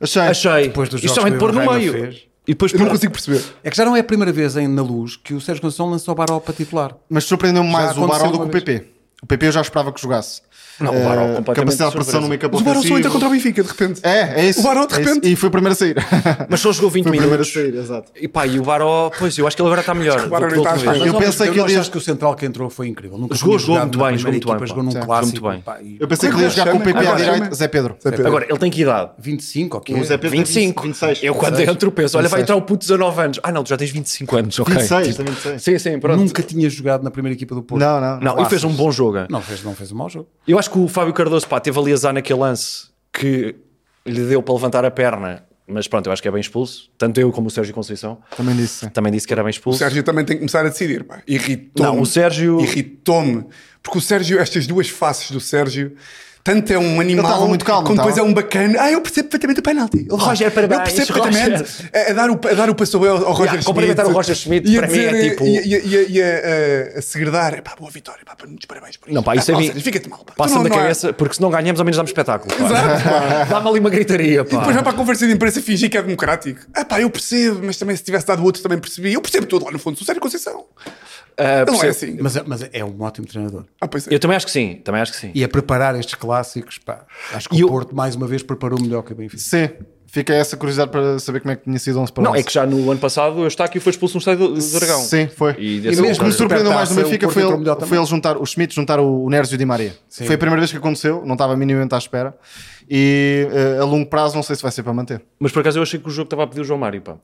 [SPEAKER 3] Achei.
[SPEAKER 4] Achei.
[SPEAKER 2] Depois dos
[SPEAKER 4] E
[SPEAKER 2] jogos
[SPEAKER 4] somente
[SPEAKER 2] que o
[SPEAKER 4] pôr no
[SPEAKER 2] Reina
[SPEAKER 4] meio.
[SPEAKER 2] fez.
[SPEAKER 4] E depois
[SPEAKER 1] Eu não
[SPEAKER 4] pôr.
[SPEAKER 1] consigo perceber.
[SPEAKER 2] É que já não é a primeira vez em, na luz que o Sérgio Conceição lançou Baró para titular.
[SPEAKER 3] Mas surpreendeu-me mais o
[SPEAKER 2] aconteceu
[SPEAKER 3] Barol do que
[SPEAKER 2] uma
[SPEAKER 3] o
[SPEAKER 2] vez.
[SPEAKER 3] PP. O PP eu já esperava que jogasse.
[SPEAKER 4] Não, o Barol
[SPEAKER 3] Eh,
[SPEAKER 4] completamente
[SPEAKER 3] Capacidade de pressão
[SPEAKER 4] surpresa.
[SPEAKER 3] no meio campo
[SPEAKER 1] Mas o Barão só
[SPEAKER 3] ofensivo.
[SPEAKER 1] entra contra o Benfica, de repente.
[SPEAKER 3] É, é isso.
[SPEAKER 1] O Barão, de
[SPEAKER 3] É isso.
[SPEAKER 1] repente.
[SPEAKER 3] E foi o primeiro a sair.
[SPEAKER 4] Mas só jogou 20
[SPEAKER 3] Foi o primeiro a
[SPEAKER 4] minutos.
[SPEAKER 3] sair, exato.
[SPEAKER 4] E pá, e o Baró, pois, eu acho que ele agora está melhor.
[SPEAKER 1] Baró
[SPEAKER 4] do que da
[SPEAKER 1] está
[SPEAKER 4] última
[SPEAKER 1] a
[SPEAKER 4] vez.
[SPEAKER 1] jogar.
[SPEAKER 3] Eu
[SPEAKER 2] Mas,
[SPEAKER 3] pensei
[SPEAKER 2] eu
[SPEAKER 3] que
[SPEAKER 2] não
[SPEAKER 3] ele ia-
[SPEAKER 2] achaste que o central que entrou foi incrível. Nunca tinha
[SPEAKER 4] Jogou, jogou
[SPEAKER 2] jogado
[SPEAKER 4] muito
[SPEAKER 2] na
[SPEAKER 4] bem, jogou
[SPEAKER 2] primeira
[SPEAKER 4] muito
[SPEAKER 2] equipa,
[SPEAKER 4] bem,
[SPEAKER 2] Jogou
[SPEAKER 4] pá.
[SPEAKER 2] num
[SPEAKER 4] Sim,
[SPEAKER 2] clássico.
[SPEAKER 4] jogou muito bem.
[SPEAKER 2] pá, e
[SPEAKER 3] Eu pensei
[SPEAKER 1] Como
[SPEAKER 3] que
[SPEAKER 1] é
[SPEAKER 3] ele ia
[SPEAKER 1] que
[SPEAKER 3] jogar com o
[SPEAKER 1] chama?
[SPEAKER 3] PP à
[SPEAKER 1] Agora chama-
[SPEAKER 3] direita. Zé Pedro.
[SPEAKER 1] Zé Pedro.
[SPEAKER 4] Agora, ele tem que idade.
[SPEAKER 2] 25, ok.
[SPEAKER 4] é
[SPEAKER 3] O Zé Pedro tem
[SPEAKER 4] 25.
[SPEAKER 3] 26.
[SPEAKER 4] Eu quando entro penso, olha, vai
[SPEAKER 3] 26.
[SPEAKER 4] entrar o puto de 19 anos. Ah não, tu já tens 25 anos, ok. Tipo,
[SPEAKER 3] 26, tem 26.
[SPEAKER 4] Sim, sim, pronto.
[SPEAKER 2] Nunca tinha jogado na primeira equipa do Porto.
[SPEAKER 3] Não, não.
[SPEAKER 4] Não, e fez um bom jogo. é.
[SPEAKER 2] Não fez, não fez um mau jogo.
[SPEAKER 4] Eu acho que o Fábio Cardoso, pá, teve ali azar naquele lance que lhe deu para levantar a perna. Mas pronto, eu acho que é bem expulso. Tanto eu como o Sérgio Conceição
[SPEAKER 3] Também disse. sim.
[SPEAKER 4] também disse que era
[SPEAKER 1] O
[SPEAKER 4] bem expulso.
[SPEAKER 1] Sérgio também tem que começar a decidir. pá. Irritou-me.
[SPEAKER 4] Não, o Sérgio-
[SPEAKER 1] Irritou-me. Porque o Sérgio, estas duas faces do Sérgio, tanto é um animal,
[SPEAKER 3] estava muito calmo,
[SPEAKER 1] como depois é
[SPEAKER 3] estava.
[SPEAKER 1] um bacana. Ah, eu percebo perfeitamente o penalti. Ele-
[SPEAKER 4] Roger, parabéns,
[SPEAKER 1] Eu percebo
[SPEAKER 4] Roger.
[SPEAKER 1] perfeitamente a, a dar o, a dar o passo ao, ao Roger Schmidt.
[SPEAKER 4] cumprimentar o Roger Schmidt,
[SPEAKER 1] E a
[SPEAKER 4] para mim, é tipo-
[SPEAKER 1] E, e- e- e a, a, a segredar. "É Pá, boa vitória, pá, muitos parabéns por isso.
[SPEAKER 4] Não, pá, isso
[SPEAKER 1] Ah,
[SPEAKER 4] a mim-
[SPEAKER 1] Sérgio, Fica-te mal. pá.
[SPEAKER 4] Passa-me
[SPEAKER 1] Tu
[SPEAKER 4] da
[SPEAKER 1] não- não é-
[SPEAKER 4] cabeça, porque se não ganhamos, ao menos dá-me espetáculo. pá.
[SPEAKER 1] Exato, pá.
[SPEAKER 4] Dá-me ali uma gritaria, pá.
[SPEAKER 1] E depois vai para a conversa de imprensa fingir que é democrático. Ah pá, eu percebo, mas também se tivesse dado outro também percebi. Eu percebo tudo lá no fundo, sou Sérgio Conceição.
[SPEAKER 4] Ah,
[SPEAKER 1] Ele não é
[SPEAKER 4] percebo.
[SPEAKER 1] assim.
[SPEAKER 2] Mas, é- mas é um ótimo treinador.
[SPEAKER 1] Ah, pois é.
[SPEAKER 4] Eu também acho que sim, também acho que sim.
[SPEAKER 2] E a preparar estes clássicos, pá, acho que
[SPEAKER 4] E
[SPEAKER 2] o
[SPEAKER 4] eu-
[SPEAKER 2] Porto mais uma vez preparou melhor que o Benfica.
[SPEAKER 3] Sim. Fica essa curiosidade para saber como é que tinha sido 11 para
[SPEAKER 4] Não,
[SPEAKER 3] 11.
[SPEAKER 4] é que já no ano passado eu está aqui foi expulso no estádio do do Dragão.
[SPEAKER 3] Sim, foi.
[SPEAKER 4] E
[SPEAKER 3] E,
[SPEAKER 4] desse
[SPEAKER 3] o que
[SPEAKER 4] contrário.
[SPEAKER 3] me surpreendeu mais no
[SPEAKER 2] Supertaça,
[SPEAKER 3] Benfica
[SPEAKER 2] o Porto
[SPEAKER 3] foi
[SPEAKER 2] entrou melhor
[SPEAKER 3] ele,
[SPEAKER 2] também.
[SPEAKER 3] foi ele juntar o Schmidt, juntar o Neres e o Di Maria. Foi a primeira vez que aconteceu, não estava minimamente à espera. E eh, a longo prazo não sei se vai ser para manter.
[SPEAKER 4] Mas por acaso eu achei que o jogo estava a pedir o João Mário, pá.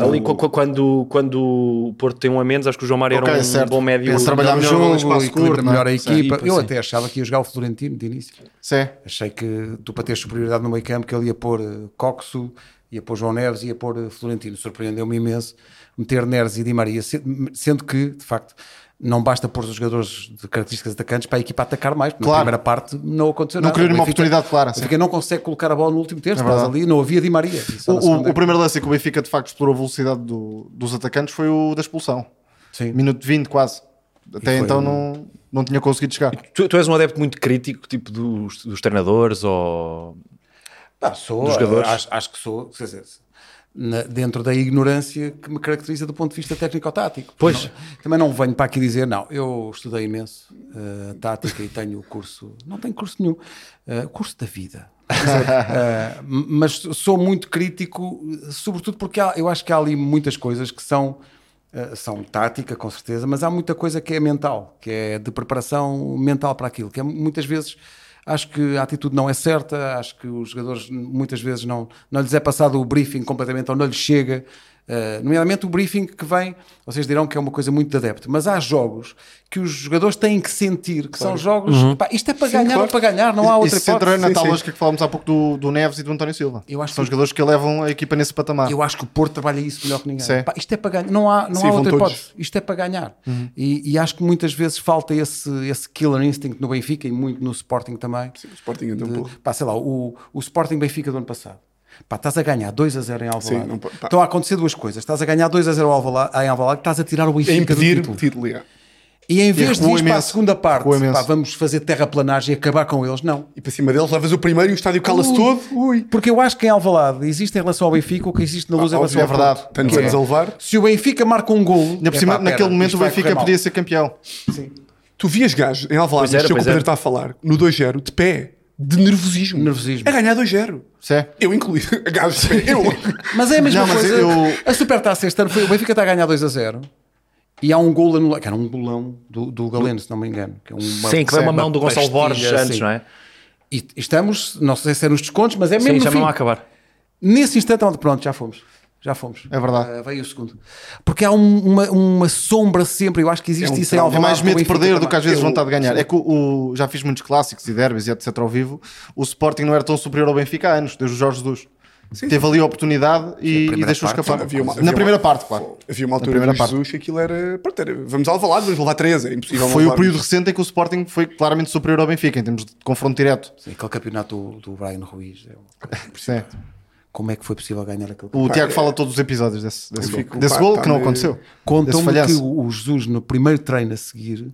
[SPEAKER 4] Ali
[SPEAKER 2] tá.
[SPEAKER 4] qu- qu- quando, quando o Porto tem um a menos, acho que o João Mário era
[SPEAKER 3] Ok,
[SPEAKER 4] um
[SPEAKER 3] certo.
[SPEAKER 4] bom médio.
[SPEAKER 3] Pensa- Trabalhar
[SPEAKER 2] Melhor
[SPEAKER 3] melhor o espaço
[SPEAKER 2] equilibra
[SPEAKER 3] curto, não é?
[SPEAKER 2] melhor a
[SPEAKER 3] Sim.
[SPEAKER 2] equipa.
[SPEAKER 4] Equipa,
[SPEAKER 2] Eu
[SPEAKER 4] sim.
[SPEAKER 2] até achava que ia jogar o Florentino de início.
[SPEAKER 3] Sim.
[SPEAKER 2] Achei que tu, para ter superioridade no meio campo, que ele ia pôr eh, Coxo, ia pôr João Neves, ia pôr eh, Florentino. Surpreendeu-me imenso meter Neres e Di Maria, se- sendo que, de facto, não basta pôr os jogadores de características atacantes para a equipa atacar mais, porque
[SPEAKER 3] Claro.
[SPEAKER 2] na primeira parte não aconteceu
[SPEAKER 3] Não
[SPEAKER 2] nada.
[SPEAKER 3] criou
[SPEAKER 2] O
[SPEAKER 3] nenhuma
[SPEAKER 2] Benfica-
[SPEAKER 3] oportunidade clara,
[SPEAKER 2] o
[SPEAKER 3] sim.
[SPEAKER 2] Benfica não consegue colocar a bola no último terço,
[SPEAKER 3] É
[SPEAKER 2] estás
[SPEAKER 3] verdade.
[SPEAKER 2] ali, não havia Di Maria. E só
[SPEAKER 3] O,
[SPEAKER 2] na
[SPEAKER 3] o-
[SPEAKER 2] segunda-
[SPEAKER 3] o primeiro lance em que o Benfica de facto explorou a velocidade do- dos atacantes foi o da expulsão.
[SPEAKER 2] Sim.
[SPEAKER 3] Minuto 20 quase. Até
[SPEAKER 2] E foi
[SPEAKER 3] então
[SPEAKER 2] um-
[SPEAKER 3] não, não tinha conseguido chegar.
[SPEAKER 4] Tu, tu és um adepto muito crítico, tipo dos, dos treinadores ou.
[SPEAKER 2] Pá, sou,
[SPEAKER 4] Dos jogadores?
[SPEAKER 2] Acho, acho que sou, quer dizer, na- dentro da ignorância que me caracteriza do ponto de vista técnico-tático.
[SPEAKER 4] Pois.
[SPEAKER 2] Não- também não venho para aqui dizer, não, eu estudei imenso eh, tática e tenho o curso, não tenho curso nenhum, eh, curso da vida. Eh, mas sou muito crítico, sobretudo porque há- eu acho que há ali muitas coisas que são. eh, são tática, com certeza, mas há muita coisa que é mental, que é de preparação mental para aquilo, que é muitas vezes acho que a atitude não é certa, acho que os jogadores muitas vezes não, não lhes é passado o briefing completamente ou não lhes chega. eh, nomeadamente o briefing que vem, vocês dirão que é uma coisa muito de adepto, mas há jogos que os jogadores têm que sentir que são jogos. pá, isto é para ganhar
[SPEAKER 1] claro.
[SPEAKER 2] ou para ganhar, não há
[SPEAKER 3] E-
[SPEAKER 2] outra
[SPEAKER 3] Isso entra
[SPEAKER 2] hipótese.
[SPEAKER 3] na
[SPEAKER 1] Uhum. Sim,
[SPEAKER 3] tal
[SPEAKER 1] sim.
[SPEAKER 3] lógica que falámos há pouco do, do Neves e do António Silva.
[SPEAKER 2] Eu acho
[SPEAKER 3] São
[SPEAKER 2] que-
[SPEAKER 3] os jogadores que levam a equipa nesse patamar.
[SPEAKER 2] Eu acho que o Porto trabalha isso melhor que ninguém.
[SPEAKER 3] Sim.
[SPEAKER 2] Pá, isto é para ganhar, não há, não
[SPEAKER 1] Ah. Sim,
[SPEAKER 2] há
[SPEAKER 1] vão
[SPEAKER 2] outra
[SPEAKER 1] todos. Uhum.
[SPEAKER 2] hipótese. Isto é para ganhar. E, e acho que muitas vezes falta esse, esse killer instinct no Benfica e muito no Sporting também.
[SPEAKER 1] O Sporting anda um
[SPEAKER 2] De-
[SPEAKER 1] pouco.
[SPEAKER 2] pá, sei lá, o, o Sporting Benfica do ano passado. Pá, estás a ganhar 2 a 0 em Alvalade.
[SPEAKER 1] Sim, não po- pá.
[SPEAKER 2] Estão a acontecer duas coisas. Estás a ganhar 2 a 0 Alvalade, em Alvalade, estás a tirar o
[SPEAKER 1] A
[SPEAKER 2] Benfica do
[SPEAKER 1] impedir
[SPEAKER 2] título.
[SPEAKER 1] o título, é.
[SPEAKER 2] E em vez de
[SPEAKER 3] recuou
[SPEAKER 2] ir para a
[SPEAKER 3] imenso.
[SPEAKER 2] segunda parte,
[SPEAKER 3] Recuou imenso.
[SPEAKER 2] pá, vamos fazer terraplanagem e acabar com eles, não.
[SPEAKER 1] E para cima deles levas o primeiro e o estádio cala-se
[SPEAKER 2] Ui.
[SPEAKER 1] todo. Ui.
[SPEAKER 2] Porque eu acho que em Alvalade existe em relação ao Benfica o que existe na Luz em
[SPEAKER 1] Ah,
[SPEAKER 2] relação
[SPEAKER 3] é
[SPEAKER 2] ao Porto.
[SPEAKER 3] verdade.
[SPEAKER 1] Tantos
[SPEAKER 2] Que
[SPEAKER 1] anos
[SPEAKER 2] é,
[SPEAKER 1] a levar.
[SPEAKER 2] Se o Benfica marca um gol,
[SPEAKER 3] Ainda por cima, naquele momento o Benfica podia ser campeão.
[SPEAKER 1] Tu vias gajos em
[SPEAKER 4] Pois
[SPEAKER 1] Alvalade,
[SPEAKER 4] era,
[SPEAKER 1] isto é o que o
[SPEAKER 4] pois
[SPEAKER 1] Pedro
[SPEAKER 4] era.
[SPEAKER 1] está a falar, no 2-0, de pé, de nervosismo.
[SPEAKER 2] Nervosismo.
[SPEAKER 1] A ganhar 2-0.
[SPEAKER 3] Isso é.
[SPEAKER 1] Eu incluído. Gajos de pé, eu.
[SPEAKER 2] Mas é a mesma
[SPEAKER 3] Não, mas
[SPEAKER 2] coisa.
[SPEAKER 3] eu-
[SPEAKER 2] A Supertaça este ano foi o Benfica está a ganhar 2 a 0 e há um gol anulado, que era um golão do, do Galeno, se não me engano. Que é uma,
[SPEAKER 4] Sim, que vem uma
[SPEAKER 2] uma
[SPEAKER 4] mão do Gonçalo
[SPEAKER 2] pastilha,
[SPEAKER 4] Borges antes,
[SPEAKER 2] sim.
[SPEAKER 4] não é?
[SPEAKER 2] E estamos, não sei se é nos descontos, mas é mesmo
[SPEAKER 4] Sim,
[SPEAKER 2] no
[SPEAKER 4] já
[SPEAKER 2] fim.
[SPEAKER 4] não há a acabar.
[SPEAKER 2] Nesse instante, onde, pronto, já fomos. Já fomos.
[SPEAKER 3] É verdade.
[SPEAKER 2] Ah, veio o segundo. Porque há um- uma, uma sombra sempre, eu acho que existe
[SPEAKER 1] É um
[SPEAKER 2] isso em
[SPEAKER 1] trauma.
[SPEAKER 2] Alvalade.
[SPEAKER 3] É mais medo de
[SPEAKER 2] com o Benfica
[SPEAKER 3] perder do
[SPEAKER 2] também.
[SPEAKER 3] que às vezes
[SPEAKER 2] Eu-
[SPEAKER 3] vontade de ganhar. É que o, o- já fiz muitos clássicos e derbys e etc. ao vivo. O Sporting não era tão superior ao Benfica há anos, desde o Jorge Jesus. Teve ali a oportunidade e, e
[SPEAKER 2] primeira
[SPEAKER 3] deixou
[SPEAKER 2] parte,
[SPEAKER 3] escapar.
[SPEAKER 1] Havia uma- havia
[SPEAKER 3] Na
[SPEAKER 1] uma-
[SPEAKER 3] primeira parte, claro.
[SPEAKER 1] Havia uma
[SPEAKER 3] Na
[SPEAKER 1] altura
[SPEAKER 3] primeira
[SPEAKER 1] do
[SPEAKER 3] parte.
[SPEAKER 1] Jesus que aquilo era. Pronto, era vamos a Alvalade, vamos levar 13. É impossível não
[SPEAKER 3] Foi o
[SPEAKER 1] levarmos.
[SPEAKER 3] período recente em que o Sporting foi claramente superior ao Benfica, em termos de confronto direto.
[SPEAKER 2] Sim, Aquele campeonato do, do Brian Ruiz. é uma coisa.
[SPEAKER 3] Sim.
[SPEAKER 2] Como é que foi possível ganhar aquele
[SPEAKER 3] O
[SPEAKER 2] campeonato?
[SPEAKER 3] Tiago fala todos os episódios desse, desse
[SPEAKER 1] é- Eu
[SPEAKER 3] gol,
[SPEAKER 1] fico,
[SPEAKER 3] Desse
[SPEAKER 1] pá,
[SPEAKER 3] gol
[SPEAKER 1] tá
[SPEAKER 3] que não
[SPEAKER 1] meio-
[SPEAKER 3] aconteceu. Desse
[SPEAKER 2] Contam-me que
[SPEAKER 3] falhanço.
[SPEAKER 2] o o Jesus, no primeiro treino a seguir,